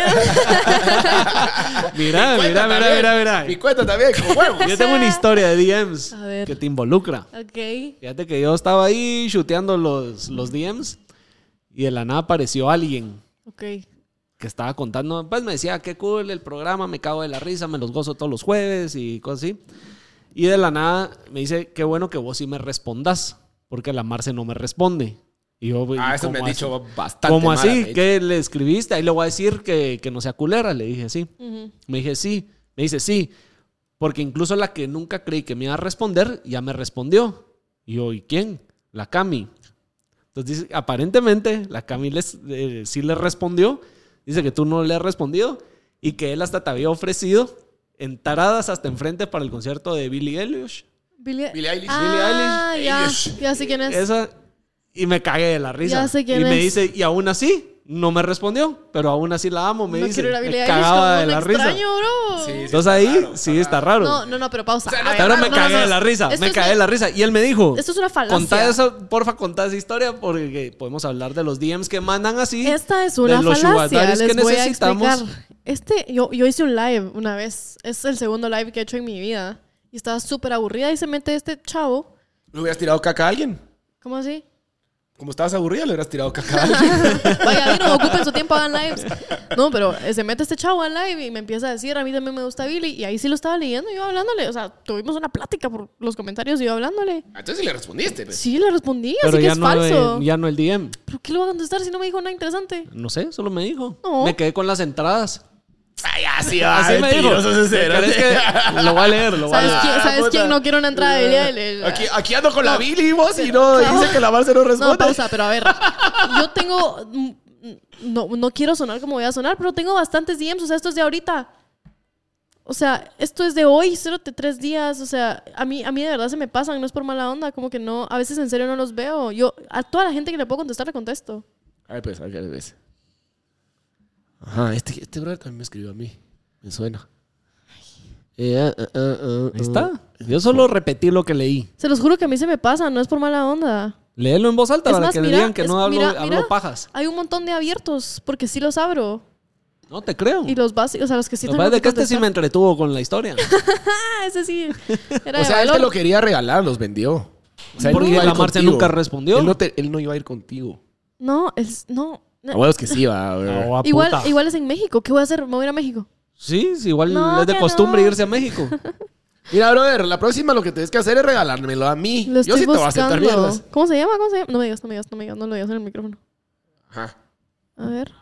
S2: Mira,
S1: Mi
S2: mira,
S1: cuenta
S2: mira,
S1: también.
S2: mira, mira.
S1: Mi cuenta también, con
S2: [LAUGHS]
S1: huevos.
S2: Yo tengo una historia de DMs
S3: A ver.
S2: que te involucra.
S3: ok.
S2: Fíjate que yo estaba ahí chuteando los, los DMs y de la nada apareció alguien
S3: Ok.
S2: que estaba contando. Pues me decía, qué cool el programa, me cago de la risa, me los gozo todos los jueves y cosas así. Y de la nada me dice, qué bueno que vos sí me respondas, porque la Marce no me responde. Y yo,
S1: Ah, eso me
S2: ¿cómo
S1: han
S2: así?
S1: dicho bastante.
S2: ¿Cómo
S1: mala,
S2: así?
S1: me han
S2: ¿Qué le escribiste? Ahí le voy a decir que, que no sea culera, le dije así.
S3: Ujú.
S2: Me dije, sí. Me dice, sí. Porque incluso la que nunca creí que me iba a responder, ya me respondió. Y yo, ¿y quién? La Cami. Entonces dice, aparentemente, la Cami les, eh, sí le respondió. Dice que tú no le has respondido y que él hasta te había ofrecido entaradas hasta enfrente para el concierto de Billy Eilish.
S3: Billie,
S1: Billie Eilish.
S3: Ah,
S1: Billie Eilish.
S3: ya. Ya sé quién es.
S2: Esa, y me cagué de la risa.
S3: Ya sé quién
S2: y me
S3: es.
S2: dice, y aún así, no me respondió, pero aún así la amo, me
S3: no
S2: dice.
S3: quiero ir a
S2: me
S3: Billie Eilish como
S2: cagaba de
S3: un
S2: la risa.
S3: extraño,
S1: Sí,
S3: bro.
S1: sí.
S2: Entonces ahí
S1: Está raro,
S2: sí
S1: está
S2: está
S1: raro.
S2: raro.
S3: No, no, no, pero pausa.
S1: sea, no,
S3: A ver,
S2: Pero me
S3: no,
S2: cagué
S3: no,
S2: de
S3: no.
S2: la risa,
S3: Esto
S2: me
S3: es
S2: cagué
S3: una-
S2: de la risa. Y él me dijo,
S3: Esto es una falacia.
S2: contá esa, porfa, contá esa historia porque podemos hablar de los DMs que mandan así.
S3: Esta es una
S2: de los sugar
S3: falacia.
S2: daddies
S3: Les
S2: que
S3: voy a
S2: necesitamos.
S3: explicar. Este, yo, yo hice un live una vez. Es el segundo live que he hecho en mi vida. Y estaba súper aburrida y se mete este chavo.
S1: ¿Le hubieras tirado caca a alguien?
S3: ¿Cómo así?
S1: Como estabas aburrida, le hubieras tirado caca a
S2: [LAUGHS]
S1: alguien.
S3: [LAUGHS] Vaya, vino, ocupen su tiempo, hagan lives. No, pero eh, se mete este chavo al live y me empieza a decir, a mí también me gusta Billy. Y ahí sí lo estaba leyendo, yo hablándole. O sea, tuvimos una plática por los comentarios y yo hablándole.
S1: Entonces sí le respondiste. pues.
S3: Sí, le respondí,
S2: pero
S3: así que
S2: ya,
S3: es
S2: no,
S3: falso.
S2: eh, ya no el DM.
S3: ¿Pero qué le voy a contestar si no me dijo nada interesante?
S2: No sé, solo me dijo.
S3: No.
S2: Me quedé con las entradas.
S1: Ay, así va.
S2: así me dijo.
S1: mentiroso, sincero.
S2: Pero es que lo voy a leer, lo voy a
S3: ¿Sabes,
S2: leer.
S3: quién, sabes
S1: puta.
S3: quién no quiere una entrada de
S1: [LAUGHS]
S3: Billie Eilish?
S1: Aquí, aquí ando con la Billy vos y no, dice que la Marce no
S2: Pues
S1: responde.
S3: No, pausa, pero a ver. Yo tengo. mm, No, no quiero sonar como voy a sonar, pero tengo bastantes DMs. O sea, esto es de ahorita. O sea, esto es de hoy, cero de tres días. O sea, a mí, a mí de verdad se me pasan, no es por mala onda. Como que no, a veces en serio no los veo. Yo, a toda la gente que le puedo contestar, le contesto.
S1: A ver, pues, a ver, pues. Ajá, este, este brother también me escribió a mí. Me suena. Eh, ah, ah, ah, ah,
S2: Ahí está. Yo solo repetí lo que leí.
S3: Se los juro que a mí se me pasan, no es por mala onda.
S2: Léelo en voz alta
S3: Es
S2: para
S3: más,
S2: que
S3: mira,
S2: digan que
S3: es-
S2: no hablo,
S3: mira,
S2: hablo
S3: mira.
S2: pajas.
S3: Hay un montón de abiertos, porque sí los abro.
S2: No te creo.
S3: Y los básicos, o sea, los que sí
S2: Lo que pasa es
S3: tengo
S2: de que
S3: que
S2: este sí me
S3: contestar.
S2: entretuvo con
S3: [LAUGHS]
S2: la historia.
S3: Ah, ese
S2: [LAUGHS]
S3: sí. Era
S1: O sea,
S3: de
S1: él
S3: valor.
S1: te lo quería regalar, los vendió. O sea, él
S2: Porque
S1: iba a ir
S2: la Marce
S1: contigo.
S2: nunca respondió.
S1: Él no, te- él no iba a ir contigo.
S3: No, es, no.
S1: A huevos que sí va. a ver.
S2: Ah,
S3: Igual,
S2: puta.
S3: igual es en México. ¿Qué voy a hacer? Me voy a ir a México.
S2: Sí, sí, igual
S3: No,
S2: es de
S3: que
S2: costumbre
S3: no.
S2: irse
S3: [LAUGHS]
S2: a México.
S1: Mira, brother, la próxima lo que tienes que hacer es regalármelo a mí.
S3: Lo
S1: Yo
S3: estoy
S1: sí te voy a aceptar
S3: buscando.
S1: mierdas.
S3: ¿Cómo se llama? ¿Cómo se llama? No me digas, no me digas, no me digas. No lo digas en el micrófono.
S1: Ajá. [LAUGHS]
S3: A ver,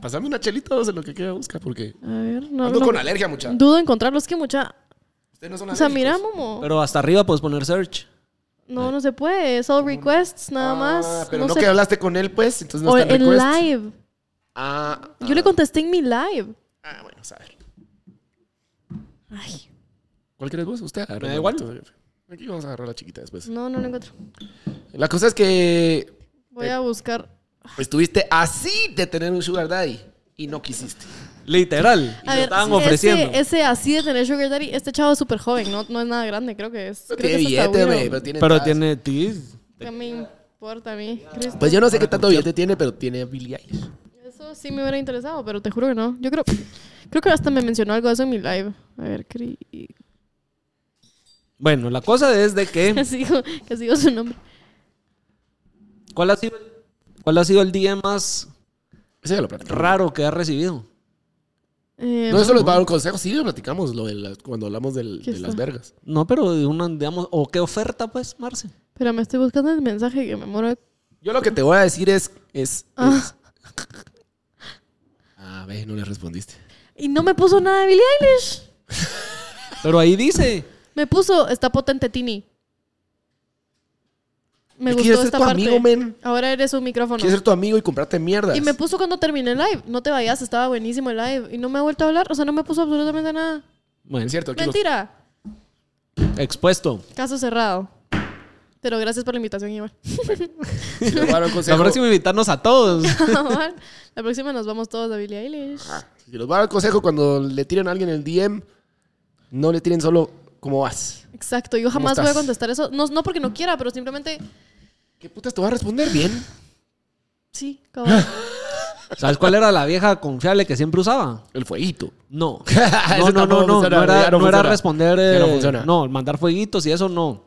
S1: Pasame una chelita dos en lo que queda busca, porque
S3: a ver. No,
S1: ando
S3: no-
S1: con alergia, mucha.
S3: Dudo encontrarlos. Que mucha...
S1: Ustedes no son
S3: O sea, mira,
S1: alérgicos.
S3: Momo.
S2: Pero hasta arriba puedes poner search.
S3: No, no se puede. Es all requests, nada más.
S1: Ah, pero no,
S3: sé.
S1: que hablaste con él, pues, entonces no
S3: O
S1: está en
S3: en
S1: request.
S3: live.
S1: Ah,
S3: Yo le contesté en mi live.
S1: ah, bueno, a ver.
S3: Ay,
S1: ¿Cuál querés vos? Usted.
S2: Me da igual.
S1: Aquí vamos a agarrar la chiquita después.
S3: no, no lo encuentro.
S1: La cosa es que
S3: Voy
S1: Eh,
S3: a buscar.
S1: estuviste así de tener un sugar daddy y no quisiste.
S2: Literal. Y
S3: A
S2: lo
S3: ver,
S2: estaban
S3: ese-
S2: ofreciendo.
S3: Ese, así de tener Sugar Daddy, este chavo es súper joven, no, no es nada grande, creo que es. Creo que
S1: Tiene
S3: es
S1: billete,
S3: hasta güiro.
S1: güey, pero tiene.
S2: Pero
S1: entradas.
S2: tiene tis.
S3: ¿Qué me importa a mí? Cristo.
S1: Pues yo no sé qué tanto billete tiene, pero tiene Billie Eilish.
S3: Eso sí me hubiera interesado, pero te juro que no. Yo creo, creo que hasta me mencionó algo de eso en mi live. A ver, cri-
S1: Em.
S2: Bueno, la cosa es de
S3: que [LAUGHS]
S2: que.
S3: sigo, que sigo su nombre.
S2: ¿Cuál ha sido, cuál ha sido el día más
S1: Eso ya lo platicamos.
S2: raro que has recibido.
S3: Eh,
S1: No, eso les va a dar un consejo. Sí, lo platicamos lo de la- cuando hablamos del-
S3: ¿Qué
S1: de las
S3: está?
S1: vergas.
S2: No, pero de una, digamos, o qué oferta, pues, Marce.
S3: Pero me estoy buscando el mensaje que me muero. de-
S1: Yo lo que te voy a decir es. es,
S3: Ah.
S1: [LAUGHS] A ver, no le respondiste.
S3: Y no me puso nada de Billie Eilish.
S2: Pero ahí dice.
S3: Me puso, está potente Tini. Me
S1: Es que
S3: gustó
S1: eres
S3: esta
S1: tu
S3: parte.
S1: amigo, men.
S3: Ahora eres un micrófono.
S1: Quieres ser tu amigo y comprarte mierdas.
S3: Y me puso cuando terminé el live. No te vayas, estaba buenísimo el live. Y no me ha vuelto a hablar. O sea, no me puso absolutamente nada.
S2: Bueno,
S1: Es cierto, aquí los-
S3: Mentira.
S2: expuesto.
S3: Caso cerrado. Pero gracias por la invitación, Iván.
S1: les
S3: [LAUGHS]
S1: voy a dar un consejo.
S2: La próxima invitarnos a todos.
S3: Iván, la próxima nos vamos todos a Billie Eilish.
S1: Si los voy a dar consejo cuando le tiren a alguien el DM, no le tiren solo cómo vas.
S3: Exacto, yo
S1: ¿Cómo
S3: jamás voy a
S1: estás?
S3: contestar eso. No, no porque no quiera, pero simplemente
S1: ¿Qué putas te va a responder bien?
S3: sí,
S2: [GASPS]
S3: cabal.
S2: ¿Sabes cuál era la vieja confiable que siempre usaba?
S1: El fueguito.
S2: No.
S1: [LAUGHS] Eso
S2: No,
S1: tampoco
S2: no, no, no.
S1: funciona,
S2: No
S1: ya
S2: era,
S1: no
S2: no era
S1: funciona.
S2: responder.
S1: Ya no
S2: eh,
S1: funciona.
S2: no, mandar fueguitos y eso no.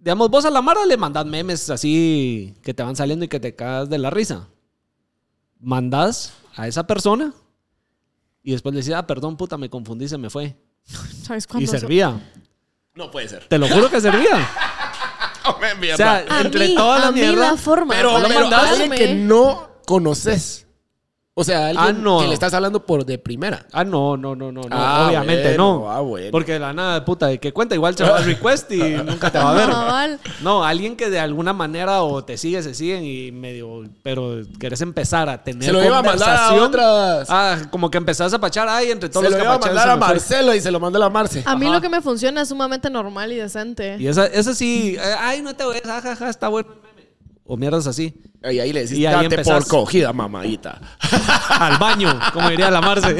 S2: Digamos, vos a la Mara le mandás memes así que te van saliendo y que te cagas de la risa. Mandás a esa persona y después le decís, ah, perdón, puta, me confundí, se me fue.
S3: ¿Sabes
S2: Y
S3: cuándo? eso-
S2: servía.
S1: No puede [LAUGHS] ser.
S2: Te lo juro
S1: [LAUGHS]
S2: que servía. O sea,
S3: A
S2: entre
S3: mí,
S2: toda la
S3: a mí
S2: mierda.
S3: la forma.
S1: Oh, pero,
S3: para
S1: pero
S3: mandarme-
S1: alguien que no conoces. O sea, alguien
S2: Ah, no.
S1: que le estás hablando por de primera.
S2: Ah, no, no, no, no, no,
S1: Ah,
S2: obviamente
S1: bueno,
S2: no.
S1: ah, bueno.
S2: Porque de la nada, puta, de que cuenta, igual se va al
S1: [LAUGHS]
S2: request y nunca te va a ver.
S3: Cabal.
S2: No, alguien que de alguna manera o te sigue, se siguen y medio, pero querés empezar a tener
S1: Se lo iba a mandar a
S2: conversación.
S1: otras.
S2: Ah, como que empezás a pachar ay, entre todos
S1: se
S2: los
S1: lo
S2: que
S1: iba a
S2: pachan,
S1: mandar
S2: se
S1: a
S2: me fue.
S1: Marcelo y se lo mandó a la Marce.
S3: A mí
S2: Ajá.
S3: lo que me funciona es sumamente normal y decente.
S2: Y esa, esa sí, eh, ay, no te voy a jajaja, está bueno. el meme. O mierdas así. [LAUGHS]
S1: Y ahí le decís,
S2: Y ahí
S1: date
S2: empezás.
S1: por cogida, mamadita.
S2: Al baño, como diría
S1: [LAUGHS]
S2: la Marce.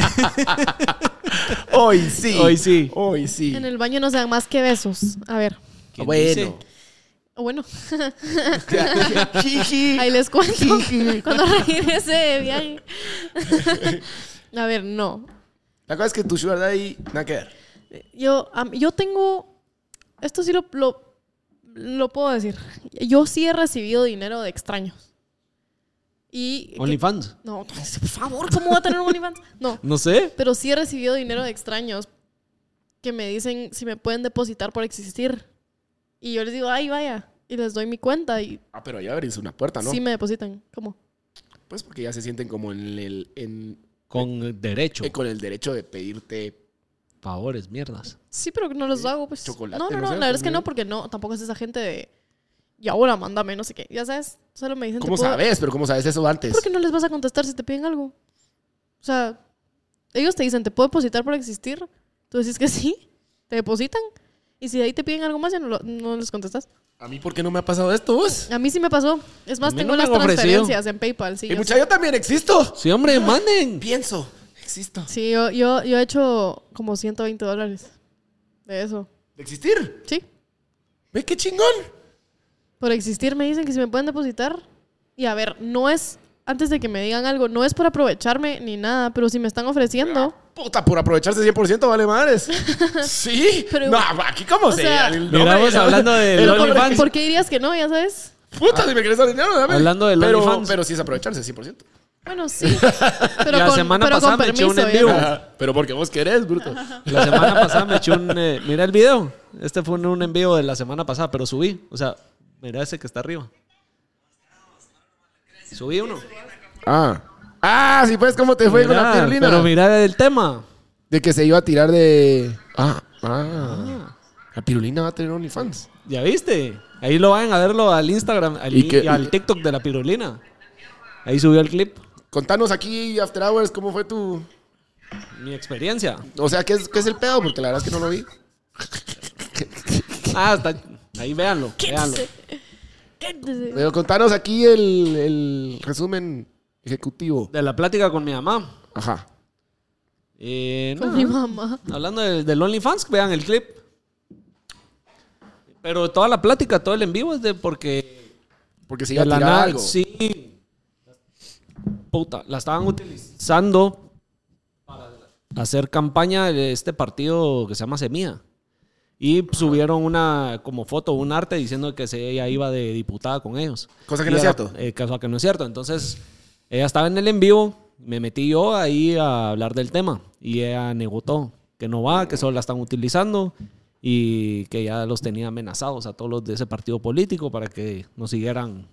S1: Hoy sí.
S2: Hoy sí.
S1: Hoy sí.
S3: En el baño no se dan más que besos. A ver.
S2: ¿Quién dice?
S1: Bueno.
S3: O
S2: [LAUGHS]
S3: Bueno,
S1: [LAUGHS] Jiji.
S3: ahí les
S2: [LAUGHS]
S3: cuento cuando regrese de viaje. [LAUGHS] A ver, no.
S1: La cosa es que tu sugar daddy, nada que ver.
S3: Yo, am- yo tengo. Esto sí lo, lo, lo puedo decir. Yo sí he recibido dinero de extraños. Y.
S2: OnlyFans.
S3: No, por favor, ¿cómo va a tener un OnlyFans? No.
S2: No sé.
S3: Pero sí he recibido dinero de extraños que me dicen si me pueden depositar por existir. Y yo les digo, ay, vaya. Y les doy mi cuenta y
S1: Ah, pero ya abrís una puerta, ¿no?
S3: sí me depositan. ¿Cómo?
S1: Pues porque ya se sienten como en el, en-
S2: Con derecho.
S1: eh, con el derecho de pedirte
S2: Favores, mierdas.
S3: Sí, pero no los hago, pues.
S1: chocolate,
S3: no, no,
S1: no
S3: no,
S1: sé,
S3: la verdad es que
S1: también.
S3: no, porque no, tampoco es esa gente de. Y ahora mándame, no sé qué. Ya sabes, solo me dicen. te
S1: ¿Cómo
S3: puedo-
S1: sabes? Pero ¿cómo sabes eso antes?
S3: ¿Por qué no les vas a contestar si te piden algo? O sea, ellos te dicen, ¿te puedo depositar por existir? Tú decís que sí, te depositan. Y si de ahí te piden algo más, ya no, lo- no les contestas.
S1: ¿A mí por qué no me ha pasado esto vos?
S3: A mí sí me pasó. Es más,
S2: A mí
S3: tengo
S2: no me
S3: las
S2: han ofrecido.
S3: transferencias en PayPal. Sí,
S1: Y
S3: yo,
S1: mucha, yo también existo.
S2: Sí, hombre, manden.
S1: Pienso, existo.
S3: sí yo, yo, yo he hecho como 120 dólares de eso.
S1: ¿De existir?
S3: Sí,
S1: ¿Ve qué chingón?
S3: por existir me dicen que si me pueden depositar. Y a ver, no es, antes de que me digan algo, no es por aprovecharme ni nada, pero si me están ofreciendo...
S1: Puta, por aprovecharse 100% vale
S3: [LAUGHS]
S1: madres. sí.
S3: Pero-
S1: no, aquí cómo
S3: o
S1: se...
S3: sea-
S1: el
S2: Mira,
S1: nombre-
S2: vos hablando
S1: el
S2: del
S3: Pero
S1: nombre-
S3: ¿por,
S2: OnlyFans.
S3: por qué dirías que no? Ya sabes.
S1: Puta, si me quieres dar dinero, dame.
S2: Hablando del
S1: pero,
S2: OnlyFans.
S1: Pero sí es aprovecharse 100%.
S3: Bueno,
S2: [LAUGHS]
S3: sí. Pero
S2: La
S3: con,
S2: semana
S3: pero
S2: pasada
S3: con
S2: me eché un
S3: permiso,
S2: en vivo.
S3: ¿eh?
S2: [LAUGHS]
S1: Ajá. Pero porque vos querés, bruto.
S2: La semana pasada me eché un. eh, mira el video. Este fue un, un envío de la semana pasada, pero subí. O sea, mira ese que está arriba. Subí uno.
S1: Ah. Ah, sí, pues, ¿cómo te fue con la
S2: Mira,
S1: pirulina?
S2: pero mira el tema.
S1: De que se iba a tirar de... Ah, ah. La pirulina va a tener OnlyFans.
S2: Ya viste. Ahí lo van a verlo al Instagram al-
S1: ¿Y
S2: y,
S1: qué-
S2: al TikTok de la pirulina. Ahí subió el clip.
S1: Contanos aquí, After Hours, cómo fue tu...
S2: Mi experiencia.
S1: O sea, ¿qué es, qué es el pedo? Porque la verdad es que no lo vi.
S2: Ah, está. Ahí véanlo. véanlo. [LAUGHS]
S3: Quédese.
S1: Pero contanos aquí el, el resumen ejecutivo.
S2: De la plática con mi mamá.
S1: Ajá.
S2: Eh,
S3: Con
S2: no.
S3: mi mamá.
S2: Hablando del, del OnlyFans, vean el clip. Pero toda la plática, todo el en vivo es de porque
S1: Porque se
S2: de
S1: iba a
S2: la
S1: tirar
S2: nada,
S1: algo.
S2: sí. Puta, la estaban utilizando para hacer campaña de este partido que se llama Semilla. Y subieron una como foto, un arte diciendo que se, ella iba de diputada con ellos.
S1: Cosa que
S2: Y
S1: no es
S2: era-
S1: cierto.
S2: eh, cosa que no es cierto. Entonces, Ella estaba en el en vivo, me metí yo ahí a hablar del tema y ella negó todo, que no va, que solo la están utilizando y que ya los tenía amenazados a todos los de ese partido político para que no siguieran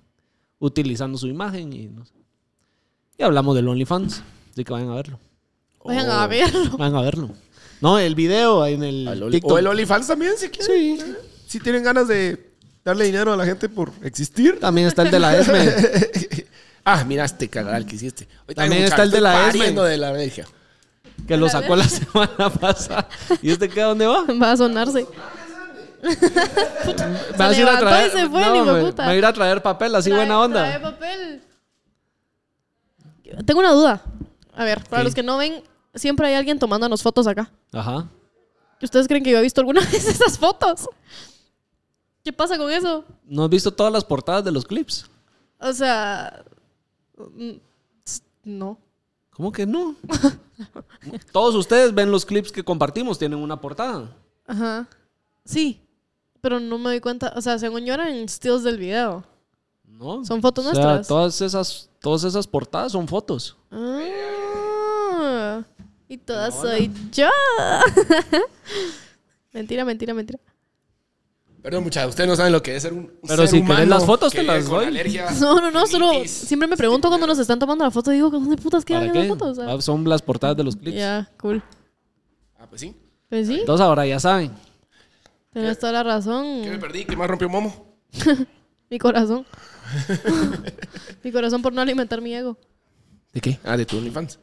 S2: utilizando su imagen y no sé. Y hablamos del OnlyFans, así que vayan a verlo.
S3: Vayan a
S2: Oh. [LAUGHS]
S3: verlo. [LAUGHS]
S2: Vayan a verlo. No, el video en el
S1: Al Oli-
S2: TikTok.
S1: O el OnlyFans también, si quieren.
S2: Sí.
S1: Si tienen ganas de darle dinero a la gente por existir.
S2: También está el
S3: [LAUGHS]
S2: de la ESME.
S1: [LAUGHS] ah, mira este cagadal que hiciste. Hoy
S2: También
S1: tengo
S2: está el de la
S1: estoy
S2: ESME.
S1: pariendo de la alergia.
S2: que lo sacó la semana pasada. ¿Y este qué? ¿A ¿Dónde va?
S3: Va a sonarse.
S2: Me
S3: Se
S2: vas a ir a
S3: levantó
S2: traer.
S3: y se fue, el hijo
S2: no,
S3: de
S2: me, me
S3: puta.
S2: va a ir a traer papel, así
S3: Trae-
S2: buena onda.
S3: trae papel. Tengo una duda. A ver, para
S2: ¿Qué?
S3: los que no ven, siempre hay alguien tomándonos fotos acá.
S2: Ajá.
S3: ¿Ustedes creen que yo he visto alguna [LAUGHS] vez esas fotos? ¿Qué pasa con eso?
S2: ¿No has visto todas las portadas de los clips?
S3: O sea. mm, s- No.
S2: ¿Cómo
S3: [LAUGHS]
S2: que no? Todos ustedes ven los clips que compartimos, tienen una portada.
S3: Ajá. Sí. Pero no me doy cuenta. O sea, según yo eran steals del video.
S2: ¿No?
S3: Son fotos
S2: O sea,
S3: nuestras.
S2: Todas esas, todas esas portadas son fotos.
S3: Ah, y toda soy yo. [LAUGHS] mentira, mentira, mentira.
S1: Perdón, muchachos, ustedes no saben lo que es ser un un
S2: Pero
S1: ser
S2: si querés
S1: humano
S2: las fotos,
S1: que
S2: te
S1: vive
S2: las
S1: con
S2: doy.
S1: alergias,
S3: No, no, no, solo
S1: rinitis.
S3: siempre me pregunto cuando nos están tomando la foto, digo, ¿dónde putas quedan
S2: ¿Para qué?
S3: esas fotos? O sea,
S2: Ah, Son las portadas de los
S3: Ya,
S2: clips.
S3: cool.
S1: Ah, pues sí.
S3: Pues sí,
S2: Entonces ahora ya saben.
S3: tenés toda la razón.
S1: ¿Qué me perdí? ¿Qué más rompió un momo?
S3: Mi
S1: [LAUGHS]
S3: corazón. mi corazón por no alimentar mi ego.
S1: ¿De qué? Ah, de tu OnlyFans.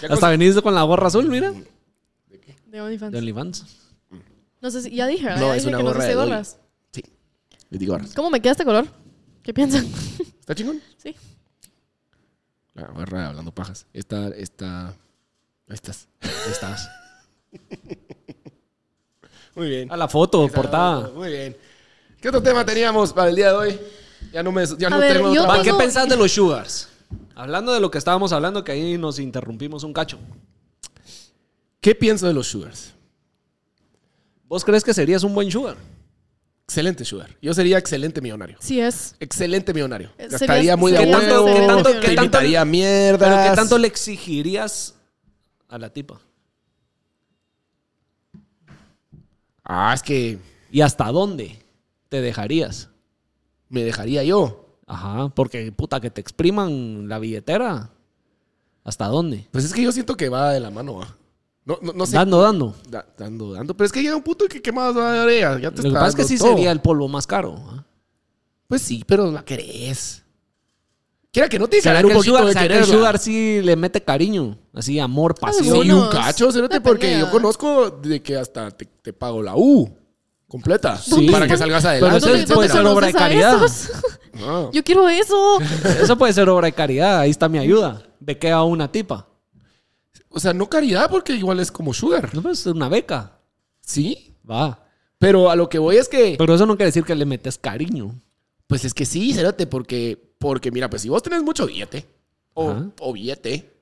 S1: Ya
S2: Hasta venís con la gorra azul, mira.
S3: De OnlyFans.
S2: De OnlyFans.
S3: No sé si, ya dije, ¿verdad?
S1: No,
S3: Ya
S1: es
S3: dije
S1: una
S3: que no
S1: gorra
S3: hice
S1: de Dolly.
S3: gorras.
S1: Sí. Les digo ahora.
S3: ¿Cómo me queda este color? ¿Qué piensan? [LAUGHS]
S1: ¿Está chingón?
S3: sí.
S1: La barra hablando pajas. Esta, esta. Ahí estás. [LAUGHS]
S2: Ahí estás.
S1: Muy bien.
S2: A la foto,
S1: Esta-
S2: portada.
S1: Muy bien. ¿Qué otro tema teníamos para el día de hoy? Ya no me. Ya no
S3: ver,
S1: tengo
S3: yo
S1: otra-
S2: Va, ¿Qué
S3: tengo-
S2: pensás de los sugars? Hablando de lo que estábamos hablando, que ahí nos interrumpimos un cacho.
S1: ¿Qué pienso de los sugars?
S2: ¿Vos crees que serías un buen sugar?
S1: Excelente sugar. Yo sería excelente millonario.
S3: Sí es.
S1: Excelente millonario.
S3: Eh,
S1: Gastaría
S3: serías-
S1: muy de
S2: ¿Qué
S3: serías
S1: huevo.
S2: tanto, qué
S3: excelente
S2: tanto,
S3: millonario.
S2: qué
S1: Te
S2: tanto,
S1: invitaría a mierdas.
S2: pero qué tanto le exigirías a la tipa?
S1: Ah, es que
S2: ¿Y hasta dónde te dejarías?
S1: me dejaría yo.
S2: Ajá, porque puta, que te expriman la billetera. ¿Hasta dónde?
S1: Pues es que yo siento que va de la mano. ¿va? No, no, no sé.
S2: Dando, dando.
S1: Da- dando, dando. Pero es que llega un punto en que quemadas va de oreja. Ya te
S2: Lo que
S1: está
S2: pasa es que
S1: dando
S2: sí
S1: todo.
S2: sería el polvo más caro. ¿ah?
S1: Pues sí, pero la querés. Quiera que no te
S2: ¿Será
S1: ganar
S2: que
S1: un
S2: el
S1: poquito
S2: sugar,
S1: de
S2: será que
S1: querer.
S2: el sugar sí le mete cariño? Así, amor, pasión.
S1: Sí,
S3: Algunos.
S1: un cacho, cérate,
S3: Depende,
S1: porque yo
S3: ¿va?
S1: conozco de que hasta te, te pago la U completa
S2: Sí.
S1: para que salgas
S2: Pero
S1: adelante.
S2: eso
S1: etcétera.
S2: puede ser obra de
S3: conoces a
S2: caridad.
S3: esos?
S1: No.
S3: [LAUGHS] Yo
S1: [LAUGHS]
S3: quiero eso.
S2: Eso puede ser obra de caridad. Ahí está mi ayuda. Bequea a una tipa.
S1: O sea, no caridad, porque igual es como sugar.
S2: No, pues una beca.
S1: Sí.
S2: Va.
S1: Pero a lo que voy es que.
S2: Pero eso no quiere decir que le metes cariño.
S1: Pues es que sí, cérate, porque, porque mira, pues si vos tenés mucho billete o,
S2: Ajá.
S1: o billete,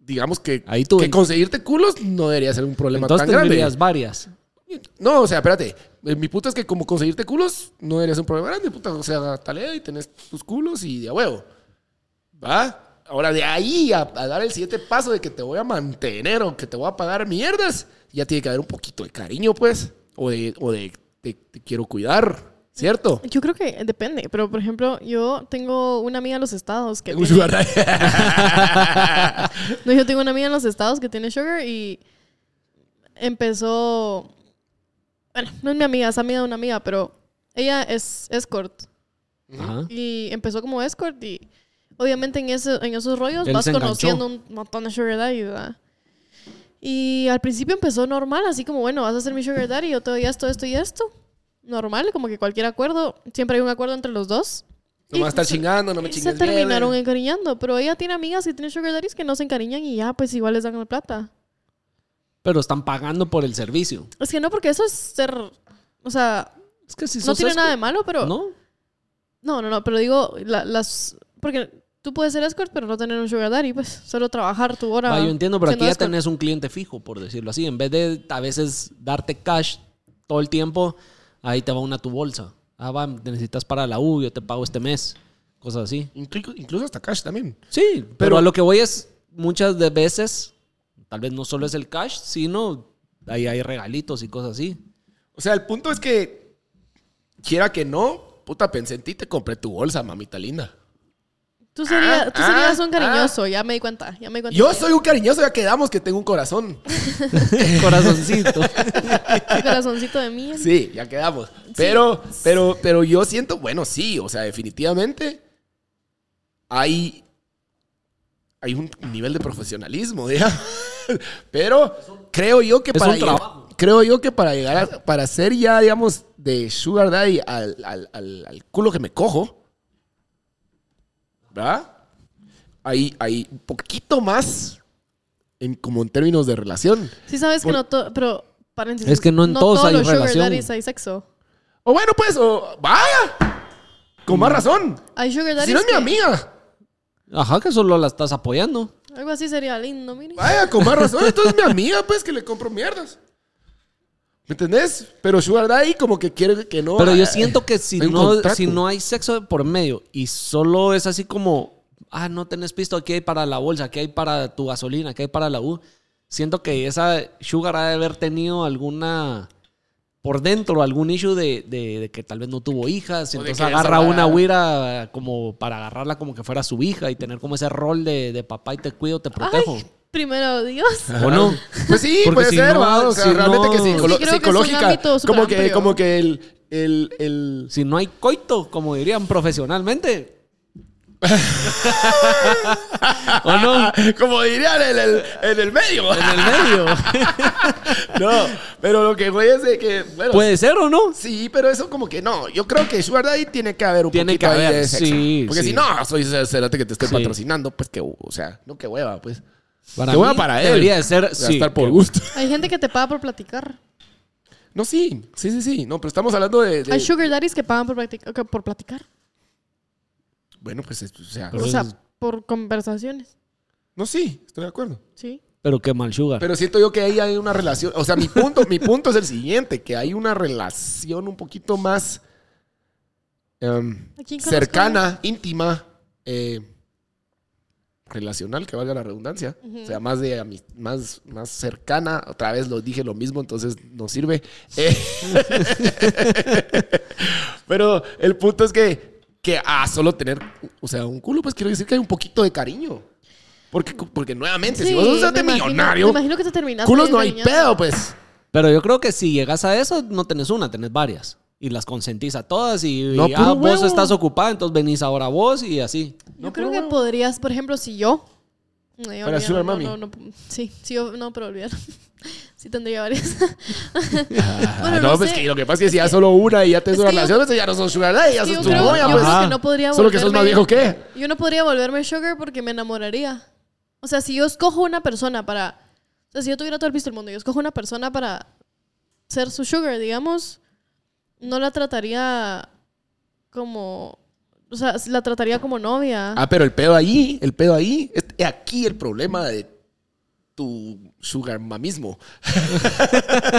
S1: digamos que,
S2: Ahí tú-
S1: que conseguirte culos no debería ser un problema
S2: Entonces
S1: tan grande.
S2: tendrías varias.
S1: No, o sea, espérate. Eh, Mi punto es que como conseguirte culos no debería ser un problema grande, puta. O sea, talea y tenés tus culos y de a huevo. ¿Va? Ahora de ahí a, a dar el siguiente paso de que te voy a mantener o que te voy a pagar mierdas, ya tiene que haber un poquito de cariño, pues. O de, o de te, te quiero cuidar, ¿cierto?
S3: Yo creo que depende, pero por ejemplo, yo tengo una amiga en los estados que
S1: Tengo un
S3: tiene-
S1: sugar daddy.
S3: [LAUGHS] no, yo tengo una amiga en los estados que tiene sugar y empezó bueno, no es mi amiga, es amiga de una amiga, pero ella es escort
S2: Ajá.
S3: y empezó como escort y obviamente en ese en esos rollos
S2: Él
S3: vas
S2: se enganchó.
S3: conociendo un montón de sugar daddy, ¿verdad? Y al principio empezó normal, así como, bueno, vas a ser mi sugar daddy, yo te doy esto, esto y esto. Normal, como que cualquier acuerdo, siempre hay un acuerdo entre los dos.
S1: No me vas a estar
S3: Y-
S1: chingando, no me
S3: y
S1: chingues.
S3: se terminaron
S1: mierda.
S3: encariñando, pero ella tiene amigas que tienen sugar daddies que no se encariñan y ya, pues igual les dan la plata.
S2: Pero están pagando por el servicio.
S3: Es que no, porque eso es ser, o sea,
S2: Es que si
S3: no
S2: sos
S3: tiene
S2: esto-
S3: nada de malo, pero...
S2: ¿No?
S3: No, no, no, pero digo, la- las... Porque tú puedes ser escort, pero no tener un sugar daddy, pues solo trabajar tu hora.
S2: Va, yo entiendo, pero aquí
S3: siendo
S2: ya
S3: escort.
S2: tenés un cliente fijo, por decirlo así. En vez de a veces darte cash todo el tiempo, ahí te va una tu bolsa. Ah, va, necesitas para la U, yo te pago este mes. cosas así.
S1: Inclu- incluso hasta cash también.
S2: Sí, pero,
S1: pero-
S2: a lo que voy es muchas de veces, tal vez no solo es el cash, sino ahí hay regalitos y cosas así.
S1: O sea, el punto es que, quiera que no, puta, pensé en ti, te compré tu bolsa, mamita linda.
S3: Tú, serías, tú
S1: ah,
S3: serías un
S1: ah.
S3: cariñoso, ya me di cuenta, ya me di cuenta.
S1: Yo
S3: que-
S1: soy un cariñoso, ya quedamos que tengo un corazón.
S2: Corazoncito.
S3: el corazoncito de
S2: [LAUGHS]
S3: mí.
S1: Sí, ya quedamos. Pero, pero, pero yo siento, bueno, sí, o sea, definitivamente hay, hay un nivel de profesionalismo, [LAUGHS] digamos. Pero creo yo que
S2: Es
S1: para
S2: un
S1: llegar-
S2: trabajo.
S1: creo yo que para llegar a, para ser ya, digamos, de Sugar Daddy al, al- al- al culo que me cojo, ¿verdad? Hay, hay un poquito más en como en términos de relación.
S3: Sí sabes
S1: Por-
S3: que no todo, pero paréntesis.
S2: Es que no en todos hay
S3: los sugar
S2: relación.
S3: daddies hay sexo.
S1: O bueno, pues, o vaya. Con más razón.
S3: Hay sugar daddies
S1: Si no es mi
S3: que-
S1: amiga.
S2: [LAUGHS] Ajá, que solo la estás apoyando.
S3: Algo así sería lindo, mire.
S1: Vaya, con más razón. Entonces es mi amiga, pues, que le compro mierdas. ¿Me entendés? Pero Sugar Daddy como que quiere que no.
S2: Pero
S1: ah,
S2: yo siento que si
S1: hay un
S2: no,
S1: contrato.
S2: si no hay sexo de por medio y solo es así como, ah, no tenés pisto, aquí hay para la bolsa, aquí hay para tu gasolina, aquí hay para la U. Siento que esa Sugar ha de haber tenido alguna, por dentro, algún issue de, de- de que tal vez no tuvo
S1: O
S2: hijas,
S1: de
S2: entonces
S1: que ya se
S2: agarra
S1: va-
S2: una huira como para agarrarla como que fuera su hija y tener como ese rol de, de papá y te cuido, te protejo.
S3: Ay, primero
S2: [LAUGHS]
S3: Dios.
S2: ¿O no?
S1: [LAUGHS] Pues sí,
S2: Ah. Porque
S1: puede
S2: si
S1: ser,
S2: no,
S1: va, O sea,
S2: si
S1: realmente
S2: no-
S1: que
S2: Es que
S1: psicolo-
S3: creo que es un
S1: psicológica.
S3: ámbito súper
S1: Como que,
S3: amplio.
S1: como que el, el, el- [LAUGHS]
S2: Si no hay coito, como dirían profesionalmente. ¿O no?
S1: Como dirían en el, en el medio.
S2: En el medio.
S1: [LAUGHS] No, pero lo que voy es de que, bueno,
S2: Puede ser o no.
S1: Sí, pero eso como que no. Yo creo que Sugar Daddy tiene que haber un
S2: Tiene
S1: poquito
S2: que
S1: ahí
S2: haber,
S1: de sexo.
S2: sí,
S1: Porque
S2: sí.
S1: si no, soy ese cerote que te estoy
S2: Sí.
S1: patrocinando, pues que, o sea, no que hueva, pues.
S2: Para
S1: que hueva
S2: mí
S1: para él.
S2: debería de ser,
S1: Gastar
S2: sí,
S1: por
S2: que-
S1: gusto.
S3: Hay gente que te paga por platicar.
S1: No, sí, sí, sí, sí. No, pero estamos hablando de... de-
S3: Hay sugar daddies que pagan por, practic- que por platicar.
S1: Bueno, pues, es- o sea,
S2: Pero
S3: o sea,
S2: es-
S3: por conversaciones.
S1: no, sí, estoy de acuerdo.
S3: Sí.
S2: Pero qué mal sugar.
S1: Pero siento yo que ahí hay una relación... O sea, mi punto, mi punto es el siguiente, que hay una relación un poquito más em,
S3: ¿A quién conozco?
S1: cercana, íntima, eh, relacional, que valga la redundancia. O sea, más de ami- más, más cercana. Otra vez lo dije lo mismo, entonces no sirve. Eh, [LAUGHS] Pero el punto es que, que ah, solo tener, o sea, un culo, pues quiero decir que hay un poquito de cariño. Porque, porque nuevamente, si
S3: Sí,
S1: vos sos
S3: me
S1: un
S3: imagino-
S1: millonario,
S3: Me imagino que te terminaste.
S1: culos no hay
S3: desgreñando.
S1: pedo, pues.
S2: Pero yo creo que si llegas a eso, no tenés una, tenés varias. Y las consentís a todas y, y,
S1: No,
S2: ah,
S1: puro
S2: vos
S1: huevo.
S2: estás ocupada, entonces venís ahora vos y así.
S3: Yo
S1: No,
S3: creo
S1: pero
S3: que
S1: bueno.
S3: podrías, por ejemplo, si yo. No, yo
S1: Para
S3: olvídalo,
S1: sugar
S3: no,
S1: mami.
S3: no, no, sí, sí, yo, no, pero olvídalo. [LAUGHS] sí tendría
S1: [LAUGHS]
S3: varias.
S1: Ah,
S3: Bueno,
S1: no,
S3: no
S1: pues
S3: sé.
S1: que lo que pasa es que si ya solo una y ya tenés
S3: es
S1: una
S3: que yo-
S1: relación, entonces ya no sos sugar daddy, ya
S3: yo
S1: sos tu
S3: creo,
S1: novia,
S3: yo
S1: pues.
S3: creo
S2: Ajá.
S3: que no podría
S1: Solo que sos más
S3: volverme-
S1: viejo que.
S3: Yo no podría volverme sugar porque me enamoraría. O sea, si yo escojo una persona para... O sea, si yo tuviera todo el visto del mundo, yo escojo una persona para ser su sugar, digamos, no la trataría como... O sea, la trataría como novia.
S1: Ah, pero el pedo ahí, el pedo ahí, es es aquí el problema de tu sugar mamismo. [LAUGHS]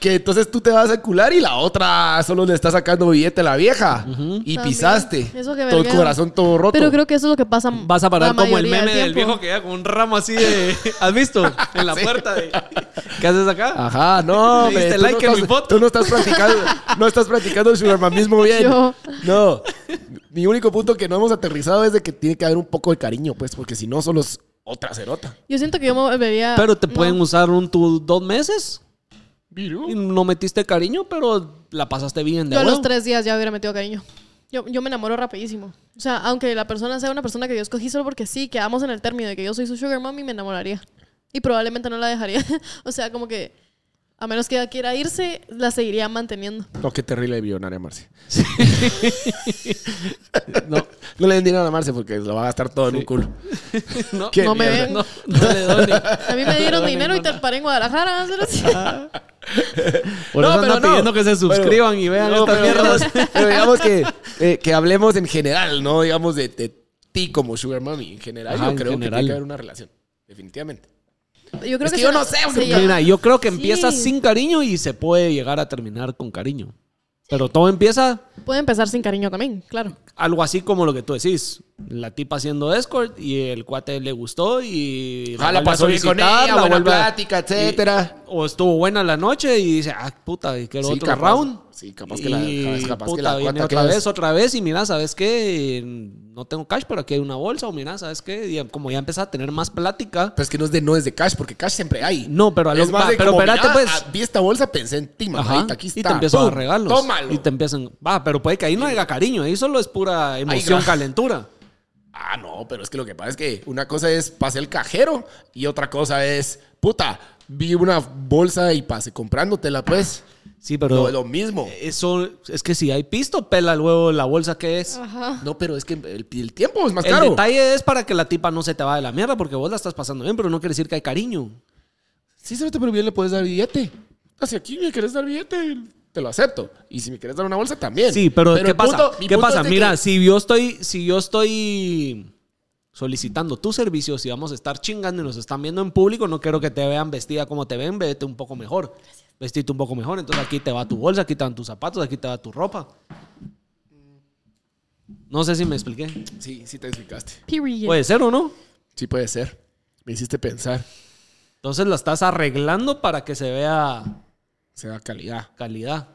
S1: que entonces tú te vas a encular y la otra solo le está sacando billete a la vieja. Y
S3: También.
S1: pisaste.
S3: Eso que
S1: todo el
S3: vergueo.
S1: corazón todo roto.
S3: Pero creo que eso es lo que pasa
S2: Vas a parar
S3: la
S2: como el
S3: mayoría
S2: meme del
S3: tiempo.
S2: viejo que llega con un ramo así de. [LAUGHS] ¿Has visto? En la puerta. de- ¿Qué haces acá?
S1: Ajá, no,
S2: [LAUGHS] Le diste
S1: hombre, tú
S2: like
S1: no
S2: a
S1: estás,
S2: mi foto.
S1: tú no estás practicando, no estás practicando el sugarmamismo bien.
S3: Yo.
S1: No. Mi único punto que no hemos aterrizado es de que tiene que haber un poco de cariño, pues, porque si no solo es otra cerota.
S3: Yo siento que yo me volvería...
S2: Pero te
S3: no.
S2: pueden usar un tu dos meses. Y no metiste cariño, pero la pasaste bien de
S3: Yo a los
S2: huevo.
S3: tres días ya hubiera metido cariño. Yo, yo me enamoro rapidísimo. O sea, aunque la persona sea una persona que yo escogí solo porque sí, quedamos en el término de que yo soy su sugar mommy, me enamoraría. Y probablemente no la dejaría. [LAUGHS] o sea, como que a menos que ella quiera irse, la seguiría manteniendo.
S1: No, qué terrible millonaria, Marce.
S2: No,
S1: [LAUGHS] No le den dinero a Marce porque lo va a gastar todo en un culo.
S2: no,
S1: Qué
S3: No me
S1: mierda.
S3: ven.
S2: no, no le doy ni-
S3: A mí me
S1: [LAUGHS]
S3: dieron dinero y te paré en Guadalajara. ¿no?
S2: [LAUGHS]
S3: [LAUGHS]
S2: Por
S1: No,
S2: eso
S1: pero
S2: andan
S1: no.
S2: pidiendo que se suscriban y vean
S1: No,
S2: estas
S1: pero
S2: mierdas. [LAUGHS]
S1: digamos- Pero digamos que, eh, que hablemos en general, ¿no? Digamos de, de ti como Sugar Mommy. En general,
S2: Ajá,
S1: yo
S2: en
S1: creo que
S2: general.
S1: tiene que haber una relación. Definitivamente.
S3: Yo creo
S1: Es
S3: que,
S1: que yo
S3: es
S1: no
S3: una-
S1: sé,
S3: se
S1: porque-
S3: llama-
S2: Mira, yo creo que empiezas
S3: Sí.
S2: sin cariño y se puede llegar a terminar con cariño. Pero todo empieza
S3: Puede empezar sin cariño también, claro.
S2: algo así como lo que tú decís. La tipa haciendo escort y el cuate le gustó y
S1: Ah, la
S2: vuelve a
S1: pasó bien con
S2: solicitar,
S1: ella, buena
S2: vuelve a-
S1: plática, etcétera.
S2: y- o estuvo buena la noche y dice, ah, puta, y quiero
S1: Sí,
S2: otro
S1: capaz-
S2: round.
S1: sí, capaz que la-
S2: Y,
S1: capaz que
S2: puta,
S1: la
S2: viene
S1: cuata
S2: otra
S1: que es-
S2: vez, otra vez y mira, ¿sabes qué? No tengo cash, pero aquí hay una bolsa o mira, ¿sabes qué? Y como ya empezás a tener más plática.
S1: Pero es que no es de no es de cash, porque cash siempre hay.
S2: No, pero a lo-
S1: es más
S2: va,
S1: de
S2: pero
S1: como,
S2: espérate,
S1: mira,
S2: pues.
S1: ah, Vi esta bolsa, pensé en ti,
S2: Ajá,
S1: mamá. Aquí está.
S2: y te empiezan a
S1: Pum,
S2: dar regalos.
S1: Tómalo.
S2: Y te empiezan. Va, pero puede que ahí no haya cariño. Ahí solo es pura emoción,
S1: gra-
S2: calentura.
S1: Ah, no, pero es que lo que pasa es que una cosa es pasé el cajero y otra cosa es, puta, vi una bolsa y pasé comprándotela, pues.
S2: Sí,
S1: No
S2: pero.
S1: es lo mismo.
S2: Eso es que si hay pisto, pela el huevo la bolsa que es.
S1: No, pero es que el, el tiempo es más
S2: el
S1: caro.
S2: detalle es para que la tipa no se te va de la mierda porque vos la estás pasando bien, pero no quiere decir que hay cariño.
S1: Sí, se pero bien le puedes dar billete. Así aquí me quieres dar billete, te lo acepto. Y si me quieres dar una bolsa, también.
S2: Sí, pero, ¿qué
S1: el
S2: pasa?
S1: punto- mi
S2: ¿Qué
S1: punto
S2: pasa?
S1: es de
S2: Mira,
S1: que-
S2: si yo estoy, si yo estoy solicitando tus servicios y vamos a estar chingando y nos están viendo en público, no quiero que te vean vestida como te ven, vete un poco mejor. Vestite un poco mejor, entonces aquí te va tu bolsa, aquí te van tus zapatos, aquí te va tu ropa.
S1: Mm.
S2: No sé si me expliqué.
S1: Sí, sí te explicaste. Pues.
S3: Period.
S2: Puede ser o no.
S1: Sí puede ser. Me hiciste pensar.
S2: Entonces la estás arreglando para que se vea
S1: Se da calidad.
S2: calidad.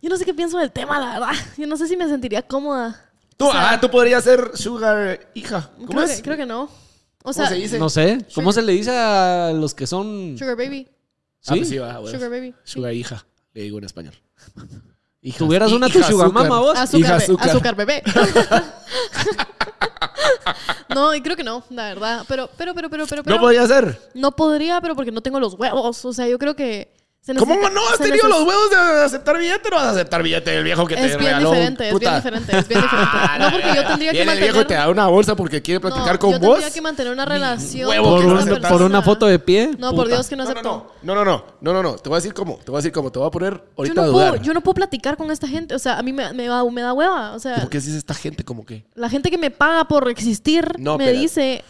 S3: Yo no sé qué pienso del tema, la verdad. Yo no sé si me sentiría cómoda.
S1: Tú, ah, tú podrías ser sugar hija. ¿Cómo
S3: creo,
S1: es?
S3: Que, creo que no. O
S1: ¿Cómo
S3: sea,
S1: se dice?
S2: No sé. ¿Cómo
S3: Sugar-
S2: se le dice a los que son?
S3: Sugar Baby.
S1: Ah,
S2: Sí.
S1: pues sí, va, bueno.
S3: Sugar Baby.
S1: Sugar hija, le digo en español. Hijas-
S2: ¿Tuvieras una
S1: [LAUGHS]
S2: tu
S1: hija
S2: sugar
S1: azúcar.
S2: mama vos?
S3: Azúcar,
S1: Hija
S3: be-
S1: azúcar.
S3: azúcar
S1: [LAUGHS]
S3: bebé. no, y creo que no, la verdad. Pero, pero, pero, pero, pero. pero
S1: No podría ser.
S3: No podría, pero porque no tengo los huevos. O sea, yo creo que. se
S1: ¿Cómo
S3: necesita-
S1: no has
S3: se
S1: tenido
S3: neces-
S1: los huevos de aceptar billete? No vas a aceptar billete del viejo que te
S3: Es bien
S1: regaló.
S3: diferente, es bien
S1: puta.
S3: diferente, es bien diferente.
S1: Ah,
S3: No,
S1: la
S3: porque
S1: [LAUGHS]
S3: yo
S1: verga.
S3: tendría que
S1: Viene El viejo te
S3: mantener.
S1: da una bolsa porque quiere platicar
S3: No,
S1: con
S3: yo
S1: vos.
S3: tendría que mantener una relación.
S1: huevo
S3: con
S1: que
S2: Por,
S1: no
S3: esa
S2: un-
S1: aceptas.
S2: por
S3: persona.
S2: una foto de pie.
S3: No, por
S2: puta.
S3: Dios que no
S1: no, no,
S3: acepto.
S1: no, no, no, no, no, no, no. Te voy a decir cómo. Te voy a decir cómo. Te voy a poner
S3: Yo
S1: ahorita
S3: no,
S1: a
S3: puedo,
S1: dudar.
S3: yo no puedo platicar con esta gente. O sea, a mí me, me, da, me da hueva. O sea,
S1: ¿Por qué dices esta gente como que?
S3: la gente que me paga por existir
S1: No,
S3: me
S1: pero-
S3: dice,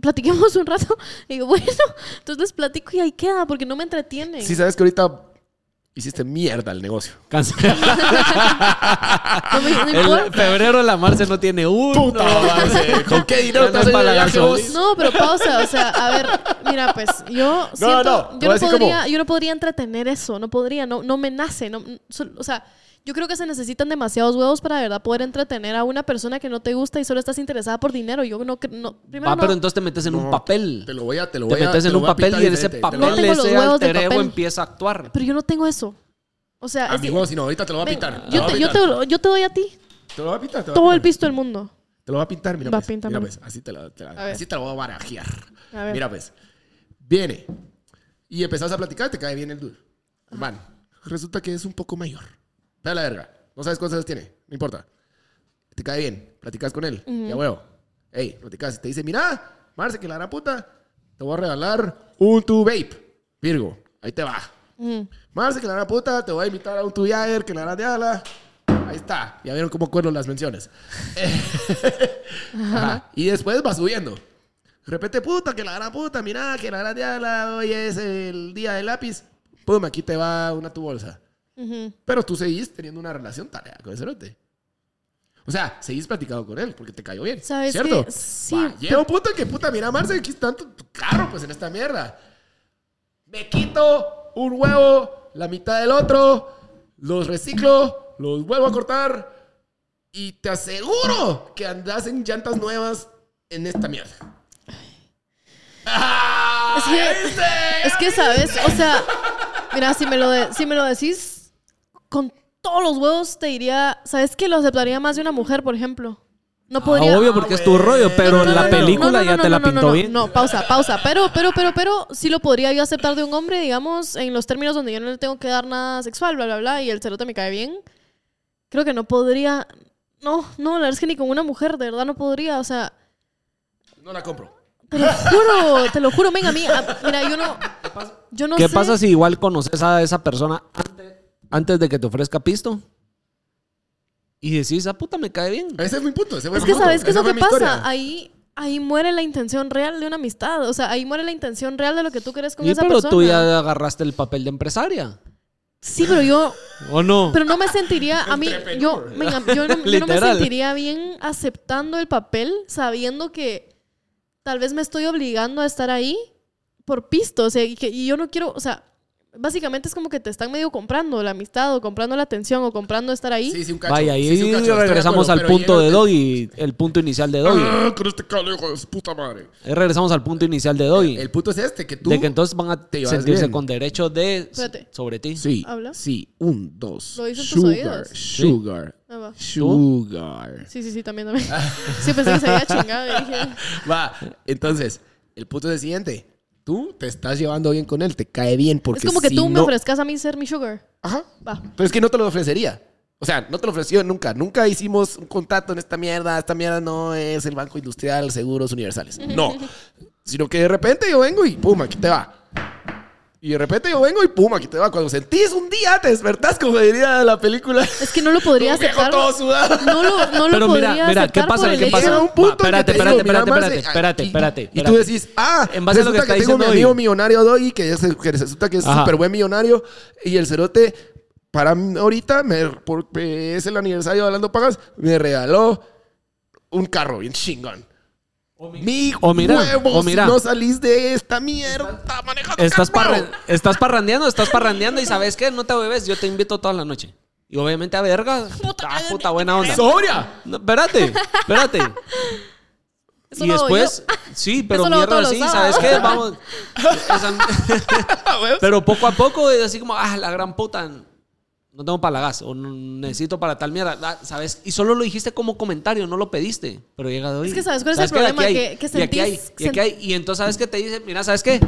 S3: platiquemos un rato. [LAUGHS] Y digo, bueno, entonces les platico y ahí queda, porque no me entretienen.
S1: Sí, sabes que ahorita hiciste mierda el negocio.
S3: [LAUGHS]
S2: Cancel.
S3: no
S1: [LAUGHS]
S3: me no
S2: El
S3: importa.
S2: febrero la Marce no tiene uno.
S1: Puta, Marce, ¿Con qué dinero
S2: Ya
S1: te vas a ir
S2: no es
S1: de
S2: para
S1: viaje vos?
S2: Garzolis.
S3: No, pero pausa, o sea, a ver, mira, pues yo siento,
S1: [LAUGHS] no, te voy a
S3: yo no
S1: decir
S3: podría,
S1: cómo.
S3: yo no podría entretener eso, no podría, no, no me nace, no, sol- o sea, yo creo que se necesitan demasiados huevos para de verdad poder entretener a una persona que no te gusta y solo estás interesada por dinero. Yo no, cre- no primero
S2: Va,
S3: no,
S2: pero entonces te metes en un
S1: No,
S2: papel.
S1: Te
S2: Te,
S1: lo voy a, te lo voy a.
S2: metes
S1: te
S2: en
S1: lo
S2: un
S1: voy a
S2: papel
S1: pintar
S2: y ese
S1: diferente, te lo voy
S2: papel,
S1: a-
S3: No tengo los
S2: ese
S3: huevos de
S2: alter ego
S3: papel.
S2: empieza a actuar.
S3: pero yo no tengo eso. O sea, es que-
S1: Amigo, si Ah, no, ahorita te lo voy a
S3: ven,
S1: pintar.
S3: yo,
S1: lo voy
S3: te,
S1: a
S3: yo, te,
S1: pintar.
S3: lo- yo te doy a ti
S1: Te lo voy a pintar. te lo voy a
S3: todo el
S1: pintar.
S3: pisto del mundo.
S1: Te lo voy a pintar, mira.
S3: Va,
S1: pues,
S3: píntame.
S1: mira, pues, así te lo, te la-
S3: A ver.
S1: así te lo voy a barajear.
S3: A ver.
S1: Mira, pues. Viene. Y empezás a platicar, te cae bien el dude. Hermano, resulta que es un poco mayor. Ve a la verga. No sabes cuántas edades tiene. No importa. Te cae bien. Platicas con él. Ya huevo. Ey, platicas. Te dice, mira, Marce, que la gran puta. Te voy a regalar un tu vape. Virgo, ahí te va.
S3: Mm.
S1: Marce, que la gran puta, te voy a invitar a un tu Jagger, que la gran diabla. Ahí está. Ya vieron cómo cuerdo las
S3: [LAUGHS]
S1: menciones. Ajá. Y después va subiendo. De repente, puta, que la gran puta, mira, que la gran diabla, hoy es el día del lápiz. Pum, aquí te va una tu bolsa.
S3: Ujú.
S1: Pero tú seguís teniendo una relación tarea con ese rote. O sea, seguís platicando con él porque te cayó bien.
S3: ¿Sabes
S1: ¿Cierto?
S3: qué? Sí,
S1: Va, llega un punto en que, puta, mira, Marce, aquí está tu, tu carro, pues, en esta mierda. Me quito un huevo, la mitad del otro, los reciclo, los vuelvo a cortar y te aseguro que andás en llantas nuevas en esta mierda. ¡Ah!
S3: Es que-
S1: ¿Ya viste?
S2: Ah,
S3: Es que, ¿sabes? O sea, mira, si me lo, de- si me lo decís con todos los huevos, te diría, ¿sabes que Lo aceptaría más de una mujer, por ejemplo. No podría...
S2: Ah, obvio, porque es tu rollo, pero
S3: No, no,
S2: la
S3: no, no,
S2: película
S3: no, no,
S2: ya
S3: no, no,
S2: te la
S3: no, no,
S2: pintó
S3: no,
S2: bien.
S3: No, pausa, pausa. Pero, pero, pero, pero, sí lo podría yo aceptar de un hombre, digamos, en los términos donde yo no le tengo que dar nada sexual, bla, bla, bla, y el cerote me cae bien. Creo que no podría... No, no, la verdad es que ni con una mujer, de verdad no podría, o sea...
S1: No la compro.
S3: Te [LAUGHS] lo juro, te lo juro, venga, a mí, a- mira, yo no... Yo no
S2: ¿Qué
S3: sé.
S2: pasa si igual conoces a esa persona antes, antes de que te ofrezca pisto? Y decís, esa puta me cae bien.
S1: Ese es mi punto. Ese fue
S3: Es
S1: mi
S3: que
S1: punto.
S3: sabes qué es
S1: Esa
S3: lo
S1: fue
S3: que
S1: mi
S3: pasa.
S1: historia.
S3: Ahí, ahí muere la intención real de una amistad. O sea, ahí muere la intención real de lo que tú querés con
S2: Y
S3: esa
S2: pero
S3: persona.
S2: tú ya agarraste el papel de empresaria.
S3: Sí, pero yo,
S2: ¿O no?
S3: pero no me sentiría, a mí, yo,
S1: Entrepreneur.
S3: venga, yo, no, yo no me
S2: Literal.
S3: sentiría bien aceptando el papel sabiendo que tal vez me estoy obligando a estar ahí por pisto, o sea, y, que, y yo no quiero, o sea, básicamente es como que te están medio comprando la amistad o comprando la atención o comprando estar ahí.
S1: sí, un cacho.
S2: Vaya, ahí
S1: Sí, sí, un cacho, estoy de
S2: regresamos
S1: acuerdo,
S2: al
S1: pero
S2: punto
S1: llega
S2: de
S1: el-
S2: Doggy, el punto inicial de Doggy.
S1: Ah, con este calo, hijo de su puta madre.
S2: Ahí regresamos al punto inicial de Doggy.
S1: El punto es este, que tú...
S2: De que entonces van a
S1: te llevas
S2: sentirse
S1: bien.
S2: con derecho de
S3: Espérate.
S2: sobre ti.
S1: Sí,
S3: ¿Habla?
S1: sí, un, dos.
S3: Lo hizo en tus
S1: sugar,
S3: oídos.
S1: sugar,
S3: Ah, va.
S1: sugar.
S3: Sí, sí, sí, también, también.
S1: Ah.
S3: Sí, pensé que se había chingado y dije,
S1: Va, entonces, el punto es el siguiente. Tú te estás llevando bien con él, te cae bien [LAUGHS] porque
S3: es como que
S1: si
S3: tú me
S1: no-
S3: ofrezcas a mí ser mi sugar.
S1: Ajá.
S3: Va.
S1: Pero es que no te lo ofrecería. O sea, no te lo ofreció nunca. Nunca hicimos un contrato en esta mierda. Esta mierda no es el Banco Industrial Seguros Universales. No. Sino que de repente yo vengo y pum, aquí te va. Y de repente yo vengo y pum, aquí te va. Cuando sentís un día, te despertás, como diría la película.
S3: Es que no lo podría
S1: Como viejo
S3: aceptar.
S1: todo sudado.
S3: No lo, no lo
S2: Pero
S3: podría
S2: mira, mira,
S3: aceptar
S2: ¿qué pasa?
S3: por el
S2: ¿Qué
S3: hecho-
S2: pasa?
S1: Llega un punto
S2: Va, espérate,
S1: en que te
S2: espérate,
S1: digo, mira,
S2: espérate,
S1: Marce,
S2: espérate,
S1: y-
S2: espérate,
S1: Y tú
S2: espérate.
S1: decís, ah,
S2: En base a lo que
S1: resulta
S2: está
S1: tengo mi
S2: diciendo
S1: amigo
S2: hoy.
S1: millonario Doggy, que, es- que resulta que es
S2: Ajá.
S1: súper buen millonario, y el cerote, para mí ahorita, me, porque es el aniversario de Hablando Pagas, me regaló un carro bien chingón. Mi
S2: o mira,
S1: huevo,
S2: o mira.
S1: si no salís de esta mierda manejando
S2: Estás,
S1: carro.
S2: parra- estás parrandeando, estás parrandeando y ¿sabes qué? No te bebes, yo te invito toda la noche. Y obviamente a verga, ah, puta buena onda.
S1: ¡Sobria!
S2: No, espérate, espérate.
S3: [LAUGHS] Eso
S2: y
S3: lo hago
S2: después,
S3: [LAUGHS]
S2: sí, pero
S3: Eso lo hago
S2: mierda
S3: todos
S2: así,
S3: los
S2: ¿sabes
S3: sábados.
S2: qué? Vamos.
S3: [LAUGHS]
S2: Esa- pero poco a poco es así como, ah, la gran puta, no tengo para la gas o no necesito para tal mierda, ah, ¿sabes? Y solo lo dijiste como comentario, no lo pediste, pero llega de hoy.
S3: Es que, ¿sabes cuál es el
S2: qué? Aquí
S3: problema?
S2: hay,
S3: Que- que
S2: y aquí hay,
S3: sentís-
S2: y aquí hay, y entonces, ¿sabes qué? Te dice, mira, ¿sabes qué?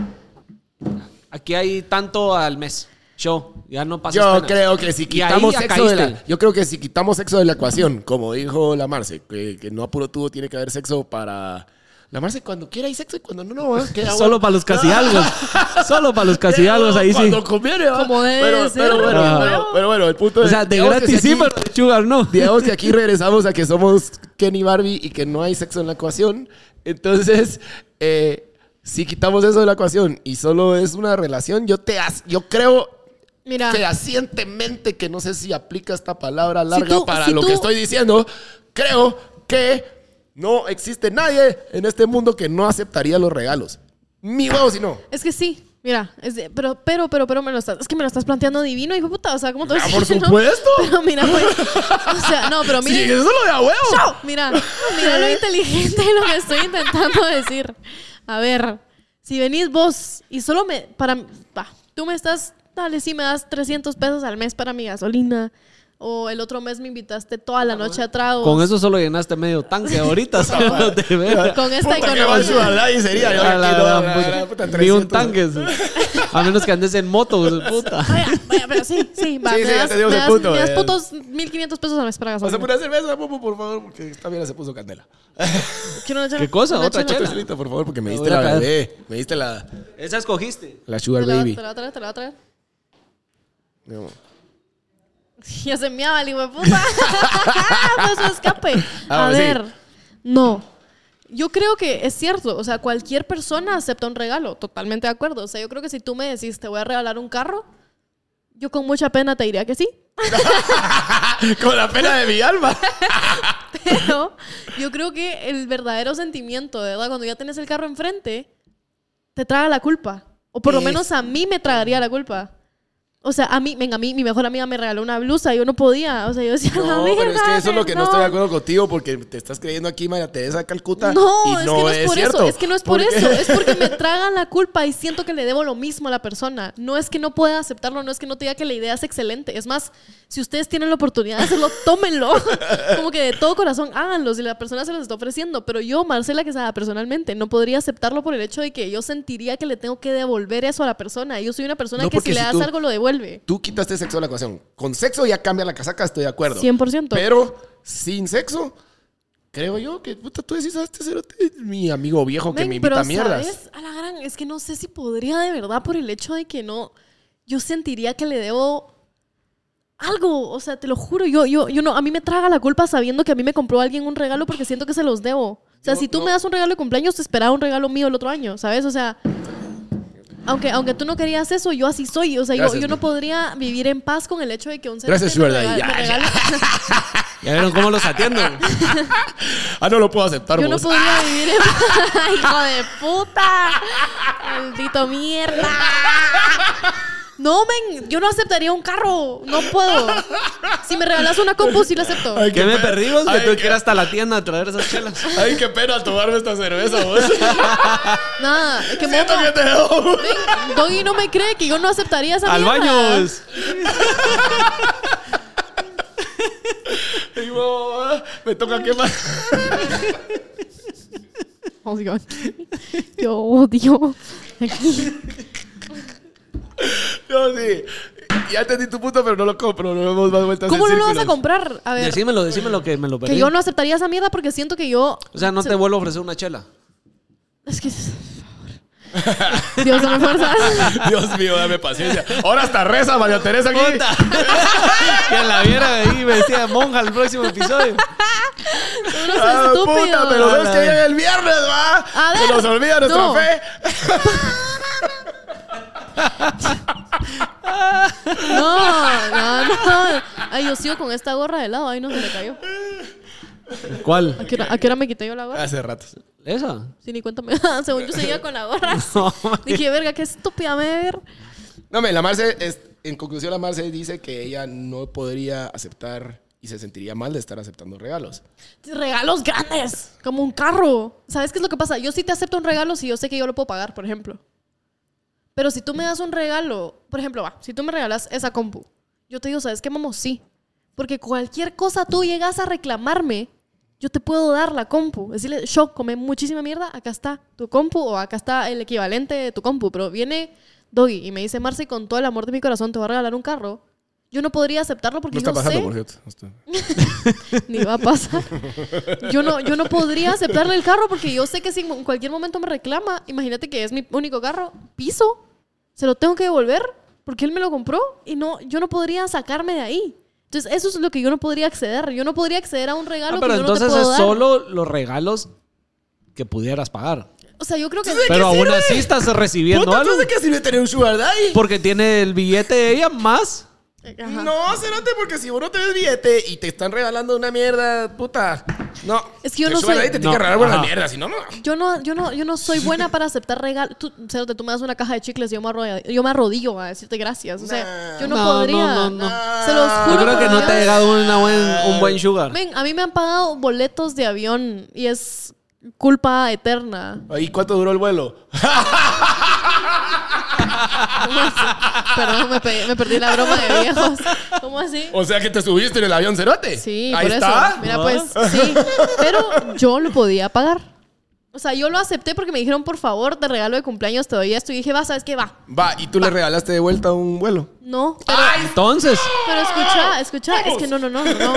S2: Aquí hay tanto al mes, show, ya no pasa
S1: Yo creo que si
S2: Y ahí
S1: quitamos
S2: ya
S1: sexo de la,
S2: caíste.
S1: yo creo que si quitamos sexo de la ecuación, como dijo la Marce, que, que no a puro tubo tiene que haber sexo para la Marce cuando quiera hay sexo y cuando no no ¿eh?
S2: [LAUGHS]
S1: Que agua-
S2: Solo para los casi algo. Solo para los casi algo, ahí sí.
S1: Cuando conviene, ¿va?
S3: Como debe
S1: pero,
S3: ser.
S1: pero, bueno,
S2: Ah.
S1: pero, pero bueno, el punto
S2: O
S1: es
S2: sea, de
S1: digamos que
S2: gratis
S1: si
S2: sí,
S1: aquí-
S2: pero de sugar no.
S1: Digamos que aquí regresamos a que somos Ken y Barbie y que no hay sexo en la ecuación. Entonces, eh, si quitamos eso de la ecuación y solo es una relación, yo te as- yo creo
S3: Mira,
S1: fehacientemente que no sé si aplica esta palabra larga
S3: tú-
S1: para
S3: si
S1: lo
S3: tú-
S1: que estoy diciendo, creo que no existe nadie en este mundo que no aceptaría los regalos. Mi huevo si no.
S3: es que sí. Mira, es de- pero, pero, pero, pero me lo estás, es que me lo estás planteando divino, hijo de puta. O sea, ¿cómo te voy a
S1: Ah, por
S3: decir no?
S1: supuesto.
S3: [LAUGHS] Pero mira, güey. O sea, no, pero
S1: Sí,
S3: mira.
S1: eso lo de a huevo.
S3: ¡Chao! Mira, mira lo inteligente y lo que estoy intentando [LAUGHS] decir. A ver, si venís vos y solo me, para, va, tú me estás, dale, sí me das 300 pesos al mes para mi gasolina. O el otro mes me invitaste toda
S1: Ah,
S3: la noche a tragos.
S2: Con eso solo llenaste medio
S3: [LAUGHS]
S2: tanque ahorita. solo de verga.
S3: Con esta
S1: Puta, qué
S3: economía.
S1: basura, nadie sería. Yo
S2: A
S1: aquí
S2: la
S1: no,
S2: gran
S1: la
S2: puta.
S1: gran puta,
S2: Ni un
S1: 300.
S2: tanque. sí. A menos que andes en moto, puta.
S3: Vaya, vaya, pero sí, sí, va,
S1: Sí,
S3: me
S1: sí, ya
S3: das,
S1: te digo
S3: me
S1: ese
S3: das-
S1: punto,
S3: me das
S1: eh.
S3: putos 1500 pesos al mes para
S1: O sea,
S3: gasolina.
S1: una cerveza, Popo, por favor, porque esta mierda se puso candela.
S3: Quiero una chela,
S2: ¿Qué cosa?
S3: una
S2: ¿Otra
S1: Otra
S2: chela?
S1: cervecita, por favor, porque me
S2: Me
S1: diste
S2: voy a
S1: la
S2: caer.
S1: bebé. Me diste la,
S2: Esa escogiste.
S1: la
S3: Te
S1: Sugar
S3: la,
S1: Baby.
S3: te la voy a traer, te la voy a traer.
S1: No.
S3: [LAUGHS] Ya se meaba el hijo de puta. [LAUGHS] Fue su escape.
S1: Ah,
S3: A
S1: bueno, sí.
S3: ver, no. Yo creo que es cierto. O sea, cualquier persona acepta un regalo. Totalmente de acuerdo. O sea, yo creo que si tú me decís, te voy a regalar un carro, yo con mucha pena te diría que sí.
S1: Con la pena de mi alma.
S3: [LAUGHS] Pero yo creo que el verdadero sentimiento, de verdad, cuando ya tienes el carro enfrente, te traga la culpa. O por lo
S1: Es-
S3: menos a mí me tragaría la culpa. O sea, a mí, venga, a mí, mi mejor amiga me regaló una blusa y yo no podía. O sea, yo decía, [LAUGHS]
S1: No,
S3: "La
S1: pero es que
S3: verga,
S1: eso es lo que no.
S3: no".
S1: estoy de acuerdo contigo porque te estás creyendo aquí María Teresa Calcuta.
S3: No,
S1: y
S3: es que no es, por
S1: cierto.
S3: eso, es que no es por
S1: Porque-
S3: eso, es porque
S1: [LAUGHS]
S3: me tragan la culpa y siento que le debo lo mismo a la persona. No es que no pueda aceptarlo, no es que no te diga que la idea es excelente. Es más, si ustedes tienen la oportunidad
S1: [LAUGHS]
S3: de hacerlo, tómenlo. [LAUGHS] Como que de todo corazón háganlo si la persona se los está ofreciendo. Pero yo, Marcela Quesada, personalmente, no podría aceptarlo por el hecho de que yo sentiría que le tengo que devolver eso a la persona. Yo soy una persona
S1: No,
S3: que si
S1: porque
S3: le
S1: si
S3: das
S1: tú-
S3: algo lo devuelve.
S1: Tú quitaste sexo de la ecuación. Con sexo ya cambia la casaca, estoy de acuerdo.
S3: 100%.
S1: Pero sin sexo, creo yo que puta, tú decís, "Ah, este cerote es mi amigo viejo que
S3: Men,
S1: me invita a mierdas.
S3: ¿sabes? A la gran, es que no sé si podría de verdad por el hecho de que no. Yo sentiría que le debo algo. O sea, te lo juro. Yo, yo, yo no, a mí me traga la culpa sabiendo que a mí me compró alguien un regalo porque siento que se los debo. O sea,
S1: Yo
S3: si tú
S1: no-
S3: me das un regalo de cumpleaños, te esperaba un regalo mío el otro año, ¿sabes? O sea, Aunque, aunque tú no querías eso, yo así soy. O sea, yo-
S1: Gracias,
S3: yo, no
S1: mi-
S3: podría vivir en paz con el hecho de que un cerote
S1: Gracias,
S3: me
S1: Sugar Daddy.
S3: rega- me
S1: Ya,
S3: regale-
S2: Ya vieron cómo
S3: [LAUGHS]
S2: los atiendo.
S1: Ah, no lo puedo aceptar,
S3: Yo no
S1: vos.
S3: podría vivir en [LAUGHS] paz. ¡Hijo de puta! ¡Maldito mierda! No, men, yo no aceptaría un carro. No puedo. Si me regalas una compu, sí la acepto.
S1: [LAUGHS] Ay,
S2: ¿Qué me
S1: pena.
S2: perdí, vos? Que
S1: Ay,
S2: tuve
S1: qué-
S2: que ir hasta la tienda a traer esas chelas.
S1: Ay, qué pena tomarme esta cerveza, vos.
S3: Nada, [LAUGHS]
S1: [LAUGHS]
S3: que
S1: Siento que
S3: moca.
S1: te debo.
S3: Ven, Doggy no me cree que yo [LAUGHS] no aceptaría esa
S2: Al
S3: mierda.
S2: baño. pues. vos.
S1: Y vos, ah, Me toca quemar.
S3: Oh, Dios.
S1: [LAUGHS]
S3: Yo odio aquí.
S1: No, sí. Ya entendí tu punto, pero no lo compro. No hemos dado vueltas
S3: ¿Cómo
S1: en
S3: no lo vas a
S1: círculos.
S3: comprar? A ver,
S2: Decímelo, decímelo que me lo perdí.
S3: que yo no aceptaría esa mierda porque siento que yo...
S2: O sea, no
S3: se-
S2: te vuelvo a ofrecer una chela.
S3: Es que... por favor. Dios, dame
S1: [LAUGHS]
S3: fuerzas.
S1: Dios mío, dame paciencia. Ahora hasta reza, María Teresa aquí.
S2: Puta. [LAUGHS] que la viera ahí vestida de monja el próximo episodio.
S3: Unos
S1: Ah,
S3: estúpidos.
S1: puta, pero
S2: A
S1: sabes
S2: la
S1: que
S2: vez.
S1: llega el viernes, va.
S3: A
S1: Se
S3: ver,
S1: nos olvida nuestra
S3: no.
S1: fe.
S3: No, no, no. Ay, yo sigo con esta gorra de lado. Ay, no, se me cayó. ¿A
S2: ¿Cuál?
S3: qué hora, a qué hora me quité yo la gorra?
S1: Hace rato.
S2: Esa.
S3: Sí, ni cuenta me [LAUGHS] da. Según yo seguía con la gorra.
S2: No, man.
S3: Dije, verga, qué estúpida me ver.
S1: No, me, la Marce, es- en conclusión, la Marce dice que ella no podría aceptar y se sentiría mal de estar aceptando regalos.
S3: Regalos grandes, como un carro. ¿Sabes qué es lo que pasa? Yo sí te acepto un regalo si yo sé que yo lo puedo pagar, por ejemplo. Pero si tú me das un regalo, por ejemplo, va, si tú me regalas esa compu, yo te digo, ¿sabes qué, mamo? Sí. Porque cualquier cosa tú llegas a reclamarme, yo te puedo dar la compu. Decirle, yo comé muchísima mierda, acá está tu compu o acá está el equivalente de tu compu. Pero viene Doggy y me dice, Marce, con todo el amor de mi corazón te voy a regalar un carro. Yo no podría aceptarlo porque
S1: No está
S3: yo
S1: pasando,
S3: sé
S1: por cierto. No está.
S3: ni va a pasar. Yo no, yo no podría aceptarle el carro porque yo sé que si en cualquier momento me reclama, imagínate que es mi único carro, piso, se lo tengo que devolver porque él me lo compró y no, yo no podría sacarme de ahí. Entonces eso es lo que yo no podría acceder. Yo no podría acceder a un regalo
S2: Ah, pero
S3: que yo
S2: entonces
S3: no te puedo
S2: es
S3: dar.
S2: solo los regalos que pudieras pagar.
S3: O sea, yo creo que
S2: Pero aún así estás recibiendo
S1: Puta,
S2: algo.
S1: ¿tú de qué sirve tener un sugar daddy?
S2: Porque tiene el billete de ella más.
S3: Ajá.
S1: No, cerote, porque si vos no tenés billete y te están regalando una mierda, puta. No.
S3: Es que yo
S1: El
S3: no
S1: sugar
S3: soy-
S1: daddy te
S2: No,
S1: tiene que regalar buena
S2: ajá.
S1: mierda, si no, no.
S3: Yo no, yo no, yo no soy buena para aceptar regalos. Tú, Cerote, tú me das una caja de chicles y yo me arrodillo, yo me arrodillo a decirte gracias. O sea,
S1: Nah.
S3: yo no,
S2: No, no,
S3: podría.
S2: no, no.
S3: Se los juro.
S2: Yo creo que
S3: por
S2: no te ha
S3: Dios.
S2: llegado una buen- un buen sugar.
S3: Ven, a mí me han pagado boletos de avión y es culpa eterna.
S1: ¿Y cuánto duró el vuelo?
S3: Perdón, me, pe- me perdí la broma de viejos. ¿Cómo así?
S1: O sea que te subiste en el avión cerote.
S3: Sí,
S1: Ahí
S3: por
S1: está. Ah.
S3: eso. Mira, pues, sí. Pero yo lo podía pagar. O sea, yo lo acepté porque me dijeron, por favor, te regalo de cumpleaños, te doy esto. Y dije, va, ¿sabes qué? Va.
S1: Va, y tú le regalaste de vuelta un vuelo.
S3: No,
S2: Entonces,
S3: pero escucha, escucha, es que no, no, no, no, no.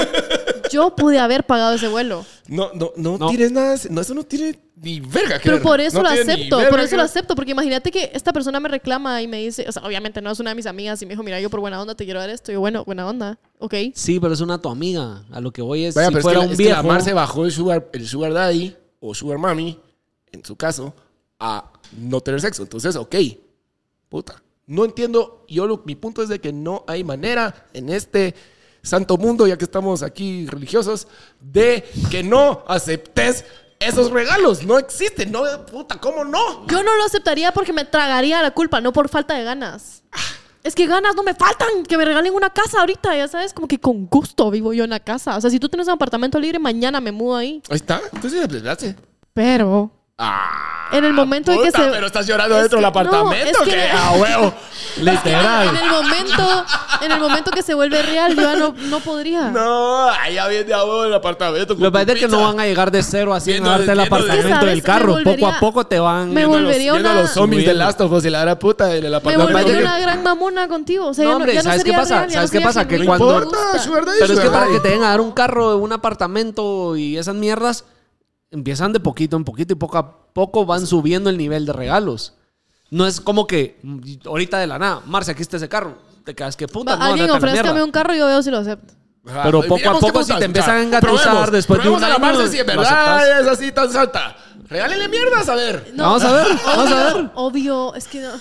S3: Yo pude haber pagado ese vuelo.
S1: No, no, no,
S2: No.
S1: tienes nada. No, eso no tiene ni verga que
S3: Pero
S1: ver.
S3: por eso
S1: No
S3: lo
S1: tiene ni
S3: acepto,
S1: verga
S3: por
S1: que
S3: eso lo
S1: ver.
S3: acepto, porque imagínate que esta persona me reclama y me dice, o sea, obviamente no es una de mis amigas y me dijo, mira, yo por buena onda te quiero dar esto, y yo, bueno, buena onda, ok.
S2: sí, pero es una tu amiga. A lo que voy es
S1: Vaya,
S2: si
S1: pero
S2: fuera
S1: es que,
S2: un
S1: es que la
S2: viejo.
S1: Mar se bajó el sugar, el sugar daddy o sugar mommy, en su caso, a no tener sexo. Entonces, ok, puta. No entiendo, yo lo- mi punto es de que no hay manera en este santo mundo, ya que estamos aquí religiosos, de que no aceptes esos regalos. No existen, no, puta, ¿cómo no?
S3: Yo no lo aceptaría porque me tragaría la culpa, no por falta de ganas. Es que ganas no me faltan, que me regalen una casa ahorita, ya sabes, como que con gusto vivo yo en la casa. O sea, si tú tienes un apartamento libre, mañana me mudo ahí.
S1: Ahí está, entonces aceptaste.
S3: Pero
S1: Ah,
S3: en el momento en que
S1: puta,
S3: se...
S1: pero estás llorando
S3: Es
S1: dentro del
S3: que- no,
S1: apartamento, Ah,
S3: es que-
S1: que a
S3: [LAUGHS]
S1: huevo.
S3: En el momento, en el momento que se vuelve real, yo ya no, no podría.
S1: No, allá viene a huevo el apartamento. con
S2: Lo que pasa
S1: tu
S2: es que
S1: pizza.
S2: no van a llegar de cero así en
S1: Viendo-
S2: darte el
S1: viendo-
S2: apartamento
S1: Es que,
S3: ¿sabes?
S2: del
S3: Me
S2: carro. Poco
S3: volvería-
S2: a poco te van.
S3: Me
S1: Viendo a los-
S3: volvería
S1: viendo a
S3: una-
S1: los zombies de
S2: Subiendo.
S1: Last of Us y la gran puta en el
S3: Me
S1: apartamento.
S3: volvería
S1: que-
S3: una gran mamona contigo. O sea,
S2: No,
S3: ya
S2: hombre,
S3: ya
S2: ¿sabes qué
S3: sería
S2: pasa?
S3: real, ya
S2: ¿Sabes
S3: no
S2: qué pasa?
S3: sería
S2: Que
S3: genuino.
S1: No
S2: cuando- Ah.
S1: importa, sugar daddy,
S2: Pero es que
S1: sugar
S2: para que
S1: daddy.
S2: te vengan a dar un carro, un apartamento y esas mierdas, empiezan de poquito en poquito y poco a poco van subiendo el nivel de regalos. No es como que mm, ahorita de la nada, Marcia, aquí está ese carro. Te quedas que puta,
S3: Va,
S2: no,
S3: Alguien
S2: andate a la
S3: ofrézcame
S2: mierda".
S3: un carro y yo veo si lo acepto.
S1: Ajá,
S2: Pero
S1: y
S2: poco a
S1: miremos
S2: poco
S1: qué
S2: si te
S1: putas,
S2: empiezan
S1: o sea,
S2: a engatusar
S1: probemos,
S2: después de
S1: probemos
S2: un
S1: a la
S2: año,
S1: Marce si en
S2: lo
S1: verdad
S2: aceptas.
S1: es así tan santa. Regálenle mierdas, a ver.
S3: No.
S2: Vamos a ver, vamos a
S3: Obvio,
S2: ver.
S3: [LAUGHS] Obvio, es que
S2: [LAUGHS]
S3: no.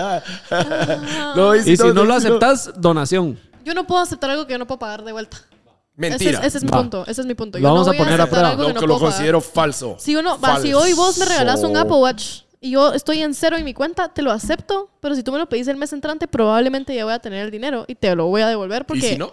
S3: Ah,
S1: No,
S2: Y si no lo
S1: y si
S2: aceptas, donación.
S3: Yo no puedo aceptar algo que yo no puedo pagar de vuelta. Ese
S1: Mentira.
S3: es, ese es mi
S2: Va.
S3: punto, ese es mi punto.
S2: Lo
S3: Yo no
S2: vamos a
S3: voy
S2: poner a
S3: aceptar
S2: prueba.
S3: algo
S1: lo
S3: que no
S1: que lo
S3: puedo pagar.
S1: considero falso.
S3: Si, uno, va, si hoy vos me regalás un Apple Watch y yo estoy en cero en mi cuenta, te lo acepto, pero si tú me lo pedís el mes entrante, probablemente ya voy a tener el dinero y te lo voy a devolver
S1: ¿Y
S3: porque...
S1: si no?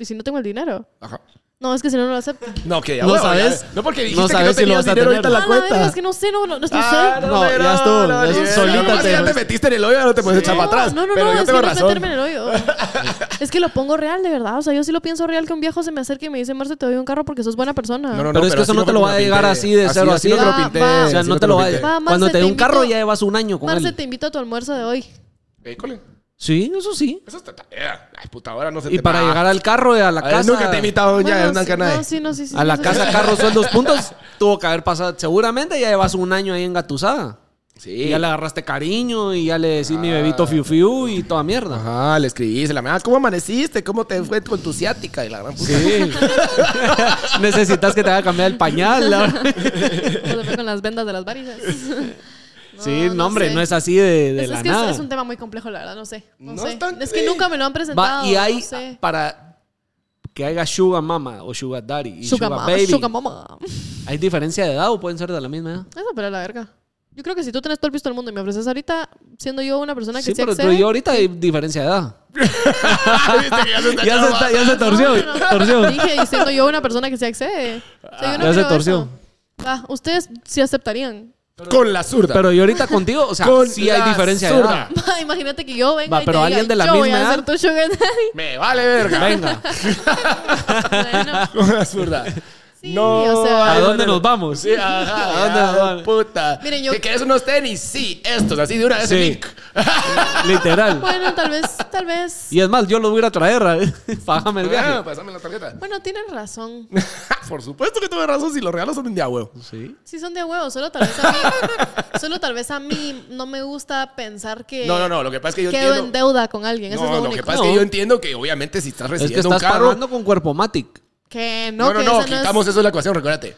S3: ¿Y si no tengo el dinero?
S1: Ajá.
S3: No, es que si no, no lo acepto.
S1: No, que ya
S2: No
S1: huevo, ya
S2: sabes.
S1: ves. No porque dijiste
S2: No
S1: que no
S2: sabes si lo
S1: tenías
S2: vas a
S1: dinero
S2: tener.
S1: ahorita
S3: Ah,
S1: la cuenta.
S3: verga, es que no sé, no, no, no, no
S1: Ah,
S3: sé.
S2: No,
S1: pero
S2: ya estuvo, ya
S1: Daniel.
S2: solita
S1: No, más
S2: te-
S1: que ya te metiste en el hoyo, ahora te puedes echar para atrás.
S3: No, no,
S1: pero
S3: no,
S1: yo
S3: es
S1: tengo
S3: que no es
S1: razón.
S3: meterme en el hoyo.
S2: [LAUGHS]
S3: es que lo pongo real, de verdad. O sea, yo sí lo pienso real que un viejo se me acerque y me dice, Marce, te doy un carro porque sos buena persona.
S1: No, no,
S2: Pero es que
S1: así
S2: eso no te lo
S1: me
S2: va a llegar
S1: pinté.
S2: así de cero
S1: Así no te
S3: así.
S1: lo
S3: Va,
S1: pinté.
S3: va.
S2: O sea,
S1: así
S2: no te lo va a
S1: pinté.
S3: Va, Marce,
S2: Cuando te
S3: te
S2: dé un carro
S3: invito-
S2: ya llevas un año con
S3: Marce,
S2: él.
S3: te invito a tu almuerzo de hoy.
S1: Ey, cole,
S2: Sí, eso sí.
S1: Eso está tarea. Ay, puta, ahora no se
S2: Y
S1: te
S2: para
S1: va.
S2: llegar al carro, a la
S1: Ay,
S2: casa.
S1: Nunca te he
S2: Oh,
S1: invitado ya a
S3: Bueno,
S1: una
S3: sí,
S1: cana
S3: No,
S1: de...
S3: sí, no, sí, sí.
S2: A la
S3: sí,
S2: casa,
S3: sí.
S2: carro, sueldos, puntos. Tuvo que haber pasado. Seguramente ya llevas un año ahí engatusada. Y
S1: Sí.
S2: ya le agarraste cariño y ya le decís mi bebito fiu fiu y toda mierda.
S1: Ah. Ajá, le escribí, se la me ah, ¿cómo amaneciste? ¿Cómo te fue con tu ciática? Y la gran puta.
S2: Sí. [LAUGHS] Necesitas que te haga cambiar el pañal.
S3: [LAUGHS]
S2: ahora.
S3: [LAUGHS] Nos vemos con las vendas de las varices.
S2: [LAUGHS] sí, no, hombre,
S3: sé.
S2: no es así de, de
S3: es,
S2: la
S3: es que es-
S2: nada.
S3: Es, un tema muy complejo, la verdad, no sé. No,
S1: No
S3: sé.
S1: es tan-
S3: Es que nunca me lo han presentado.
S2: Va, y hay
S3: no sé.
S2: para que haya sugar mama o sugar daddy y sugar,
S3: Sugar mama, Ah,
S2: baby.
S3: sugar mama. [LAUGHS]
S2: ¿Hay diferencia de edad o pueden ser de la misma edad?
S3: Eso, pero a la verga. Yo creo que si tú tenés todo el pisto del mundo y me ofreces ahorita, siendo yo una persona que
S2: Sí,
S3: sí
S2: pero
S3: accede-
S2: yo ahorita hay diferencia de edad.
S1: Viste
S2: [LAUGHS]
S1: que ya se está
S2: Ya se, está- ya se
S3: No,
S2: torció.
S3: no, no.
S2: torció.
S3: Dije, y siendo yo una persona que se accede.
S1: Ah,
S3: O sea, yo no
S2: Ya se
S3: creo
S2: torció.
S3: eso. Va, ustedes sí aceptarían. [LAUGHS]
S1: Con la zurda.
S2: Pero yo ahorita contigo, o sea,
S1: Con
S2: sí hay
S1: la
S2: diferencia de edad.
S1: zurda.
S3: Va, imagínate que yo venga
S2: Va,
S3: y
S2: pero
S3: te
S2: alguien
S3: diga,
S2: de la
S3: yo voy
S2: misma
S3: a
S2: edad".
S3: ser tu sugar
S2: [LAUGHS]
S3: daddy.
S1: Me vale verga.
S2: Venga,
S3: Bueno,
S1: [LAUGHS] Con la zurda.
S3: sí, o sea,
S2: ¿a dónde nos vamos?
S1: Sí, ajá.
S2: [LAUGHS] ¿A dónde nos
S1: ya,
S2: vamos?
S1: Puta.
S3: Miren, yo-
S1: ¿Que querés unos tenis? Sí, estos, así de una vez.
S2: Sí.
S1: link.
S2: [LAUGHS] Literal.
S3: bueno, tal vez, tal vez.
S2: Y es más, yo lo voy a ir a traer. ¿eh? [LAUGHS] Págame el
S1: Ah,
S2: viaje.
S1: Pásame la tarjeta.
S3: Bueno, tienen razón.
S1: Por supuesto que tuve razón si los regalos son de un día, huevo.
S2: Sí.
S3: Sí son de huevo, solo tal
S1: [LAUGHS]
S3: vez a mí, solo tal vez a mí no me gusta pensar
S2: Eh,
S3: que
S1: No, no, no. Lo que pasa es que yo
S3: quedo en
S1: entiendo.
S3: deuda con alguien. Eso
S1: no,
S3: es lo,
S1: lo,
S3: único.
S1: que pasa es
S2: No.
S1: que yo entiendo que obviamente si estás
S2: Es
S1: recibiendo
S2: que estás
S1: Pues un carro.
S2: pagando con Cuerpomatic.
S3: Que no,
S1: No, no,
S3: que
S1: no,
S3: esa no
S1: quitamos
S3: es...
S1: eso de la ecuación, recuérdate.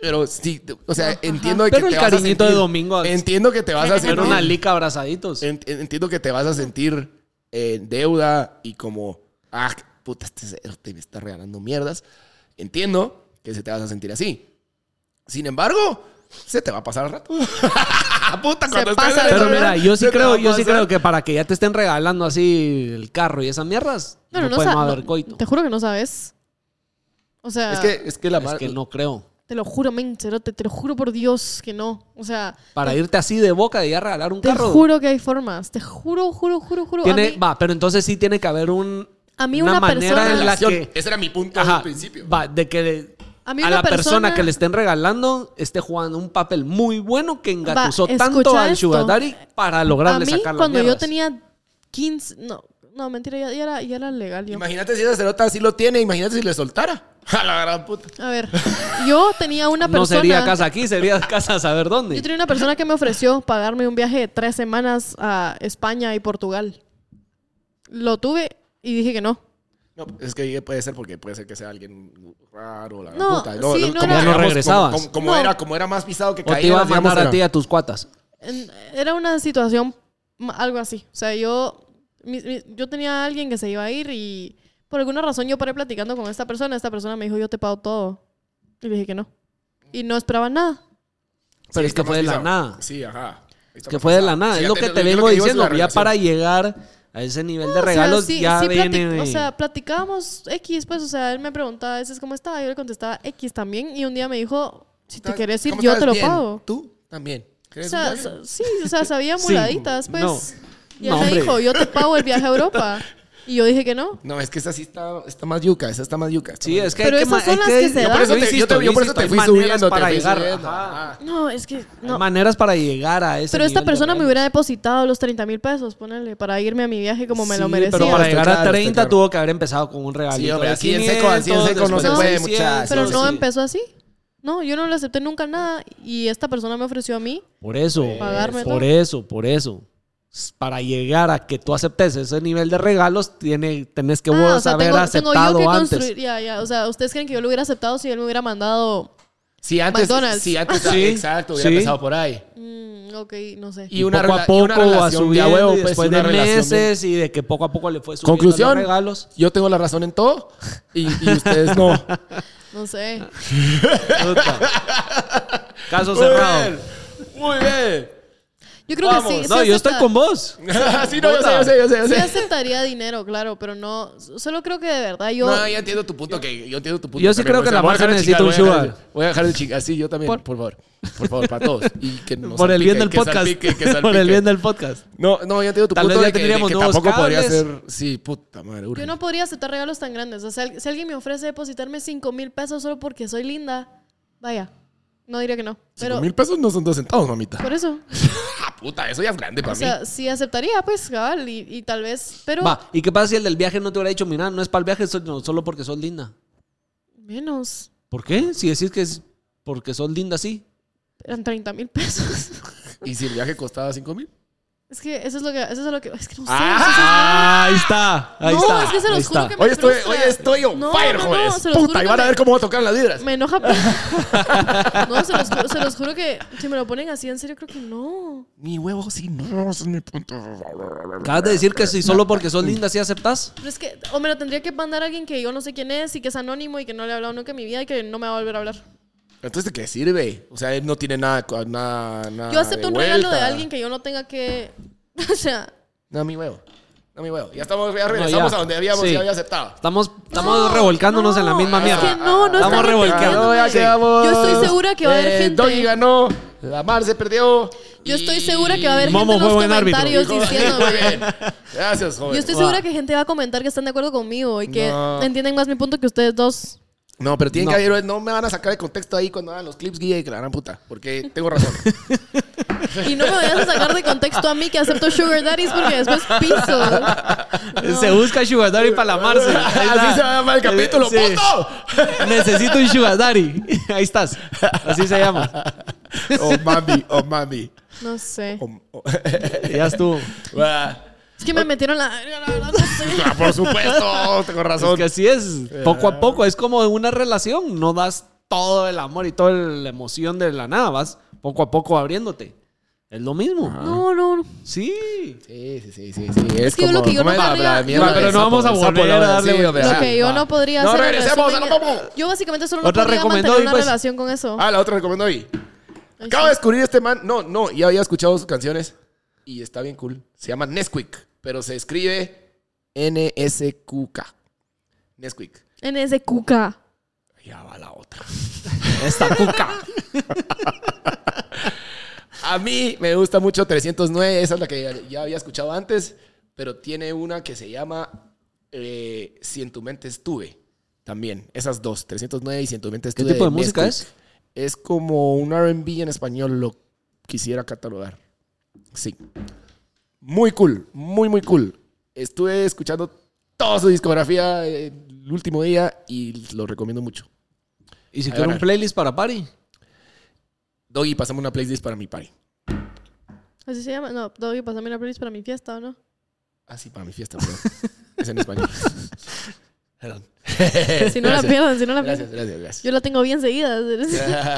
S1: Pero sí, o sea, entiendo de que
S2: Pero el
S1: te vas a
S2: cariñito de
S1: sentir-
S2: domingo-
S1: Entiendo que te vas a sentir.
S2: Era una lica abrazaditos.
S1: ent- entiendo que te vas a sentir eh, en deuda y como, ah, puta, este cerote me está regalando mierdas. Entiendo que se te vas a sentir así. Sin embargo, se te va a pasar al rato. [LAUGHS] puta, cuando
S3: pasa
S1: estás en
S3: el
S1: esa
S2: Pero mira,
S1: vida,
S2: yo sí
S1: se te va
S2: creo,
S1: a
S2: yo sí
S1: pasar.
S2: creo que para que ya te estén regalando así el carro y esas mierdas,
S3: No,
S2: no,
S3: no, no,
S2: puede
S3: sa-
S2: no
S3: no,
S2: haber coito.
S3: Te juro que no sabes. O sea,
S1: Es que, es que la
S2: Es
S1: mar-
S2: que no creo.
S3: te lo juro, men, cerote, te lo juro por Dios que no. O sea,
S2: Para irte así de boca de ya regalar un
S3: te
S2: carro.
S3: juro que hay formas. Te juro, juro, juro, juro.
S2: Tiene-
S3: a mí,
S2: va, pero entonces sí tiene que haber un
S3: A mí una
S2: manera
S3: persona-
S2: en la
S1: Relación.
S2: que
S1: Ese era mi punto al
S2: ajá,
S1: principio.
S2: va, de que de-
S3: A
S2: a,
S3: mí una
S2: la persona,
S3: persona-
S2: que le estén regalando esté jugando un papel muy bueno que engatusó
S3: escucha
S2: tanto al
S3: esto.
S2: Sugar Daddy para
S3: a
S2: lograrle
S3: mí
S2: sacar las
S3: cuando yo
S2: mierdas.
S3: tenía 15... No, no mentira, ya, ya era, ya era legal yo.
S1: Imagínate si esa cerota así lo tiene, imagínate si le soltara. [LAUGHS] A la gran puta.
S3: A ver, yo tenía una persona...
S2: [LAUGHS] No sería casa aquí, sería [LAUGHS] casa a saber dónde.
S3: Yo tenía una persona que me ofreció pagarme un viaje de tres semanas a España y Portugal. Lo tuve y dije que no.
S1: No, es que puede ser porque puede ser que sea alguien raro, la gran
S3: No,
S1: puta.
S3: sí, no
S1: como que
S3: era- Ya no
S1: digamos,
S2: regresabas.
S1: Como, como- como
S3: No.
S1: era, como era más pisado que
S2: O
S1: caía.
S2: te iba a
S1: digamos,
S2: mandar a
S1: era-
S2: ti y a tus cuatas.
S3: En- Era una situación m- algo así. O sea, yo, mi- mi- yo tenía a alguien que se iba a ir y por alguna razón yo paré platicando con esta persona. Esta persona me dijo, yo te pago todo. Y le dije que no. Y no esperaba nada.
S1: Sí,
S2: Pero es que
S1: está más
S2: fue de la
S1: pisado.
S2: nada.
S1: Sí, ajá. Está
S2: que
S1: más
S2: fue de la
S1: pisado.
S2: nada.
S1: Sí,
S2: es
S1: ya
S2: lo
S1: te-
S2: que te vengo
S1: digo es
S2: diciendo. pues
S1: la
S2: Ya para
S1: relación.
S2: llegar a ese nivel
S3: No,
S2: de
S3: o sea,
S2: regalos,
S3: sí-
S2: ya
S3: sí plati-
S2: viene.
S3: O sea, platicábamos X, pues, o sea, él me preguntaba a veces cómo estaba. Yo le contestaba X también. Y un día me dijo, si te
S1: ¿Estás-
S3: quieres ir,
S1: cómo
S3: yo
S1: estás?
S3: te lo
S1: Bien.
S3: pago.
S1: Tú también.
S3: O
S1: ¿Crees
S3: sea,
S1: bien?
S3: sa- sí, o sea, sabía
S2: Sí,
S3: muladitas, pues.
S2: no.
S3: Y él
S2: No,
S3: me
S2: hombre.
S3: dijo, yo te pago el viaje a Europa. Y yo dije que no.
S1: No, es que esa sí está, está más yuca. Esa está más yuca. está
S2: sí,
S1: más
S2: es que
S3: Pero
S2: hay que
S3: esas
S2: ma-
S3: son
S2: hay
S3: las
S2: que-
S3: que se
S2: yo
S3: dan.
S2: por eso te-
S1: Yo
S2: yo
S1: te-
S2: te-
S1: yo por eso
S2: insisto,
S1: te
S2: hay
S1: fui
S2: maneras
S1: subiendo, te
S2: para
S1: fui
S2: llegar.
S1: subiendo.
S2: Ajá.
S3: No, es que
S2: Hay
S3: no.
S2: maneras para llegar a ese
S3: Pero esta
S2: nivel de
S3: persona me
S2: regalos.
S3: hubiera depositado los 30 mil pesos, ponele, para irme a mi viaje como me lo
S2: Sí,
S3: merecía.
S2: Pero para
S1: Está
S2: llegar
S1: claro,
S2: a
S1: está
S2: 30
S1: claro.
S2: tuvo que haber empezado con un regalito.
S1: Sí, hombre,
S2: de
S1: así en seco, así en
S2: 500,
S1: seco no se
S2: después
S1: puede,
S2: 600,
S1: muchachos.
S3: Pero
S1: sí,
S3: no
S1: sí.
S3: empezó así. No, yo no le acepté nunca nada. Y esta persona me ofreció a mí.
S2: Por eso,
S3: Pagarme
S2: por
S3: todo.
S2: eso, por eso. S- Para llegar a que tú aceptes ese nivel de regalos, tiene, tenés que vos
S3: Ah, o sea,
S2: haber
S3: tengo- tengo yo
S2: aceptado
S3: que
S2: antes.
S3: construir- ya, ya. O sea, ¿ustedes creen que yo lo hubiera aceptado si él me hubiera mandado
S1: Si antes,
S3: McDonald's.
S1: si antes
S2: Sí,
S1: exacto, hubiera
S2: sí.
S1: empezado por ahí.
S3: Mm, ok, no sé.
S1: Y una
S2: poco
S1: rela-
S2: a poco,
S1: y una
S2: a
S1: relación de
S2: subiendo,
S1: a huevo,
S2: y
S1: pues,
S2: después
S1: una
S2: de
S1: relación de-
S2: meses y de que poco a poco le fue subiendo
S1: Conclusión,
S2: los
S1: [LAUGHS]
S2: regalos.
S1: yo tengo la razón en todo y, y ustedes no.
S3: No sé.
S2: Puta. Caso
S1: Muy
S2: cerrado.
S1: bien, muy bien.
S3: Yo creo
S1: Vamos.
S3: que sí. sí
S2: No, yo
S3: acepta-
S2: estoy con vos.
S1: [LAUGHS] sí, no, yo sé, yo sé, yo sé, yo
S3: Sí
S1: sé.
S3: aceptaría dinero, claro, pero no. Solo creo que de verdad yo.
S1: No, yo entiendo tu punto, que yo entiendo tu punto.
S2: Yo sí
S1: también,
S2: creo
S1: o
S2: que
S1: sea,
S2: la
S1: voy a
S2: masa
S1: dejar de
S2: necesita
S1: chingar,
S2: un
S1: voy a dejar
S2: sugar.
S1: de- Voy a dejar de chingar, sí, yo también,
S2: Por-
S1: por favor. Por favor, para todos. Y que no
S2: Por el bien del
S1: salpique, que
S2: podcast.
S1: salpique, que
S2: [LAUGHS] Por el
S1: salpique.
S2: bien del podcast.
S1: No, no, yo entiendo tu
S2: Tal
S1: punto
S2: vez ya
S1: de que, de
S2: tendríamos
S1: que
S2: nuevos
S1: tampoco podría
S2: cables.
S1: ser... Sí, puta madre, urge.
S3: Yo no podría aceptar regalos tan grandes. O sea, si alguien me ofrece depositarme 5 mil pesos solo porque soy linda, vaya, no diría que no.
S1: Cinco
S3: Pero
S1: mil pesos no son dos centavos, mamita.
S3: por eso,
S1: Ah, puta, eso ya es grande para
S3: o
S1: mí.
S3: sea, sí aceptaría, pues, cabal, y, y tal vez, pero
S2: Va, ¿y qué pasa si el del viaje no te hubiera dicho, mira, no es para el viaje, so- no, solo porque sos linda?
S3: menos.
S2: ¿Por qué? Si decís que es porque sos linda, sí.
S3: Eran 30 mil pesos. [LAUGHS]
S1: ¿Y si el viaje costaba cinco mil?
S3: Es que eso es lo que. Eso es a lo que. Es que no sé.
S2: Ah, ahí está. Ahí
S3: no,
S2: está.
S3: es que se
S2: ahí
S3: los juro
S2: está.
S3: que me
S1: Hoy estoy,
S3: frustra.
S1: hoy estoy on
S3: No,
S1: fire,
S3: no, no,
S1: joder.
S3: se los juro
S1: puta, y
S3: que
S1: van a
S3: me-
S1: ver cómo tocan las vibras.
S3: Me enoja. pues. [LAUGHS] no, se los, ju- se los juro que si me lo ponen así, en serio, creo que no.
S1: Mi huevo sí, no, es mi punto.
S2: Acabas de decir que si solo porque sos linda, sí aceptás.
S3: Pero es que, o me lo tendría que mandar a alguien que yo no sé quién es y que es anónimo y que no le he hablado nunca en mi vida y que no me va a volver a hablar.
S1: Entonces, ¿de qué sirve? O sea, él no tiene nada, co- nada, nada
S3: Yo acepto un
S1: Ah, de
S3: regalo de
S1: vuelta.
S3: alguien que yo no tenga que. [LAUGHS] O sea,
S1: No, mi huevo. No, mi huevo. Ya estamos, ya regresamos
S2: No, ya.
S1: a donde habíamos,
S2: Sí.
S1: ya había aceptado.
S2: Estamos, estamos
S3: No,
S2: revolcándonos
S3: no,
S2: en la misma
S3: es
S2: mierda.
S3: que no, no
S2: estamos
S3: están entendiendo.
S2: revolcando.
S1: ya Eh,
S3: Sí.
S1: quedamos.
S3: Yo estoy segura que va a haber gente.
S1: Doggy ganó, la Mar se perdió.
S3: yo
S1: y-
S3: estoy segura que va a haber gente
S2: Momo
S3: en
S2: fue
S3: los
S2: buen árbitro.
S3: comentarios
S1: Hijo, Muy bien.
S3: diciéndome.
S1: Gracias, joven.
S3: Yo estoy segura que gente va a comentar que están de acuerdo conmigo y que
S1: No.
S3: entienden más mi punto que ustedes dos.
S1: No, pero tienen
S2: No.
S1: que haber, no me van a sacar de contexto ahí cuando hagan los clips guía y que la gran puta, porque tengo
S2: [LAUGHS]
S1: razón.
S3: Y no me vayas a sacar de contexto a mí que acepto Sugar Daddies porque después piso. No.
S2: Se busca Sugar Daddy para la Marce. Ahí está.
S1: [LAUGHS] Así se va a llamar el capítulo,
S2: Sí.
S1: puto.
S2: [LAUGHS] Necesito un Sugar Daddy. [LAUGHS] Ahí estás. Así se llama.
S1: Oh mami, oh mami.
S3: No sé.
S1: Oh, oh. [LAUGHS]
S2: Ya estuvo.
S1: Ah,
S3: Es que me metieron la verga, la verdad, no sé.
S1: Por supuesto, tengo
S2: Es
S1: razón.
S2: que así es. Poco
S1: Eh.
S2: a poco. Es como una relación. No das todo el amor y toda la emoción de la nada. Vas poco a poco abriéndote. Es lo mismo.
S1: Ah.
S3: No, no, no.
S2: Sí.
S1: Sí, sí, sí, sí, sí. Es,
S3: que yo lo que yo
S1: ¿cómo
S3: no
S1: es?
S3: podría-
S1: Ah, la mierda
S3: Va, pero
S1: del
S2: no
S1: sapo,
S2: vamos a
S1: del sapo,
S2: volver a
S1: la-
S2: darle
S1: sí,
S2: vueltas.
S1: hombre,
S3: Lo que yo
S2: va.
S3: no podría
S1: No,
S3: hacer. el
S1: regresemos a la
S3: resumen.
S1: popo.
S3: Yo básicamente solo
S2: Otra
S3: no podría
S2: recomendó
S3: mantener
S2: y
S3: una
S2: pues-
S3: relación con eso.
S1: Ah, la otra recomendó hoy.
S3: Ay,
S1: Acabo
S3: sí.
S1: de descubrir este man. No, no, ya había escuchado sus canciones y está bien cool. Se llama Nesquik, pero se escribe N-S-Q-K. Nesquik.
S3: En ese cuca.
S1: Ya va la otra. [LAUGHS]
S2: Esta cuca.
S1: A mí me gusta mucho 309, esa es la que ya, ya había escuchado antes, pero tiene una que se llama eh, Si en tu mente estuve. También, esas dos, 309 y Si en tu mente
S2: ¿Qué
S1: estuve.
S2: tipo de música
S1: Nesquik.
S2: es?
S1: Es como un RB en español, lo quisiera catalogar. Sí. Muy cool, muy, muy cool. Estuve escuchando toda su discografía eh, el último día y lo recomiendo mucho.
S2: ¿Y si
S1: Ahí
S2: quiero
S1: va.
S2: un playlist para party?
S1: Doggy, pasame una playlist para mi party.
S3: Así se llama. No, Doggy, pásame una playlist para mi fiesta, ¿o no?
S1: Ah, sí, para mi fiesta,
S2: [LAUGHS]
S1: perdón. es en español. Perdón.
S3: Si no
S1: [LAUGHS]
S3: la
S1: Gracias.
S3: pierdan, si no la
S1: Gracias,
S3: pierdan.
S1: gracias, gracias.
S3: Yo la tengo
S1: [LAUGHS]
S3: bien seguida.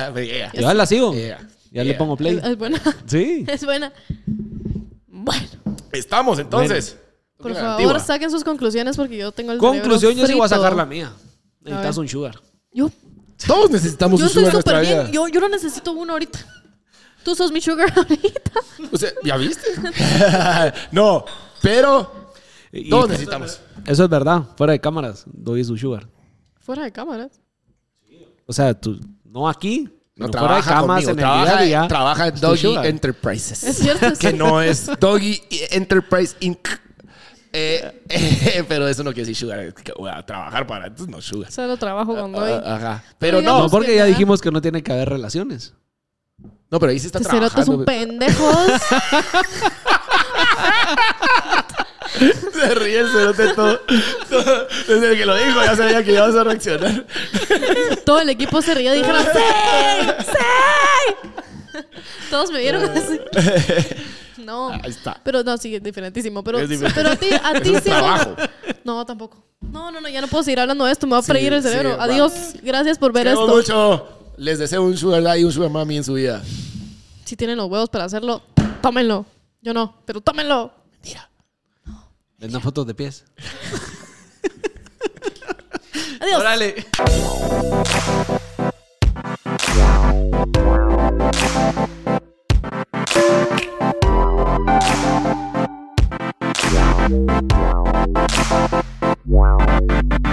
S1: Ah, me llega.
S2: Yo ya la sigo.
S1: Llega.
S2: Ya le
S1: Llega.
S2: pongo play.
S3: Es buena. [LAUGHS]
S2: Sí.
S3: Es buena. Bueno,
S1: Estamos entonces.
S3: por
S1: Una
S3: favor,
S1: antigua.
S3: saquen sus conclusiones porque yo tengo el cerebro
S2: Conclusión, yo sí voy a
S3: frito.
S2: sacar la mía. Necesitas
S3: ver.
S2: un sugar.
S3: Yo,
S1: Todos necesitamos
S3: yo
S1: un sugar
S3: estoy
S1: en nuestra
S3: súper bien.
S1: vida.
S3: Yo, yo no necesito uno ahorita. Tú sos mi sugar [LAUGHS] ahorita.
S1: O sea, ¿ya viste? [LAUGHS] no, pero
S2: Y-
S1: todos necesitamos.
S2: Eso es verdad. Fuera de cámaras, doy su sugar.
S3: Fuera de cámaras.
S2: O sea, tú, no aquí.
S1: No
S2: sino
S1: trabaja
S2: cámaras
S1: conmigo,
S2: en el
S1: trabaja,
S2: día a día.
S1: trabaja en
S2: Es tu
S1: Doggy
S2: sugar.
S3: Es
S1: Enterprises.
S3: cierto. es
S1: que
S3: cierto.
S1: no es Doggy Enterprise Inc. Eh, [LAUGHS] eh, pero eso no quiere decir sugar. es que voy a trabajar para, entonces no sugar.
S3: Solo trabajo con Doggy.
S1: Ah, Ajá. Pero
S3: Oigan,
S1: no.
S2: No, porque ya
S3: ¿verdad?
S2: dijimos que no tiene que haber relaciones.
S1: No, pero ahí se está
S3: Este cerote es un
S1: trabajando.
S3: pendejo.
S1: [LAUGHS] Se ríe el cerote todo. todo. Desde que lo dijo ya sabía que ibas a reaccionar.
S3: Todo el equipo se ría y dijeron
S1: [LAUGHS]
S3: ¡Sí! ¡Sí! Todos me vieron así.
S1: [LAUGHS]
S3: No.
S1: Eh. Ahí está.
S3: Pero no, sí, es diferentísimo. Pero,
S1: Es diferente.
S3: pero a ti, a ti
S1: un
S3: sí.
S1: trabajo.
S3: No, tampoco. No, no, no, ya no puedo seguir hablando de esto. Me va a freír el
S1: sí,
S3: cerebro.
S1: va.
S3: Adiós. Gracias por ver
S1: Queremos
S3: esto.
S1: mucho. les deseo un sugar daddy y un sugar mami en su vida.
S3: Si tienen los huevos para hacerlo, tómenlo. Yo no, pero tómenlo.
S1: Mentira.
S2: Vendan fotos de pies.
S3: Adiós.
S2: Órale.
S4: Wow.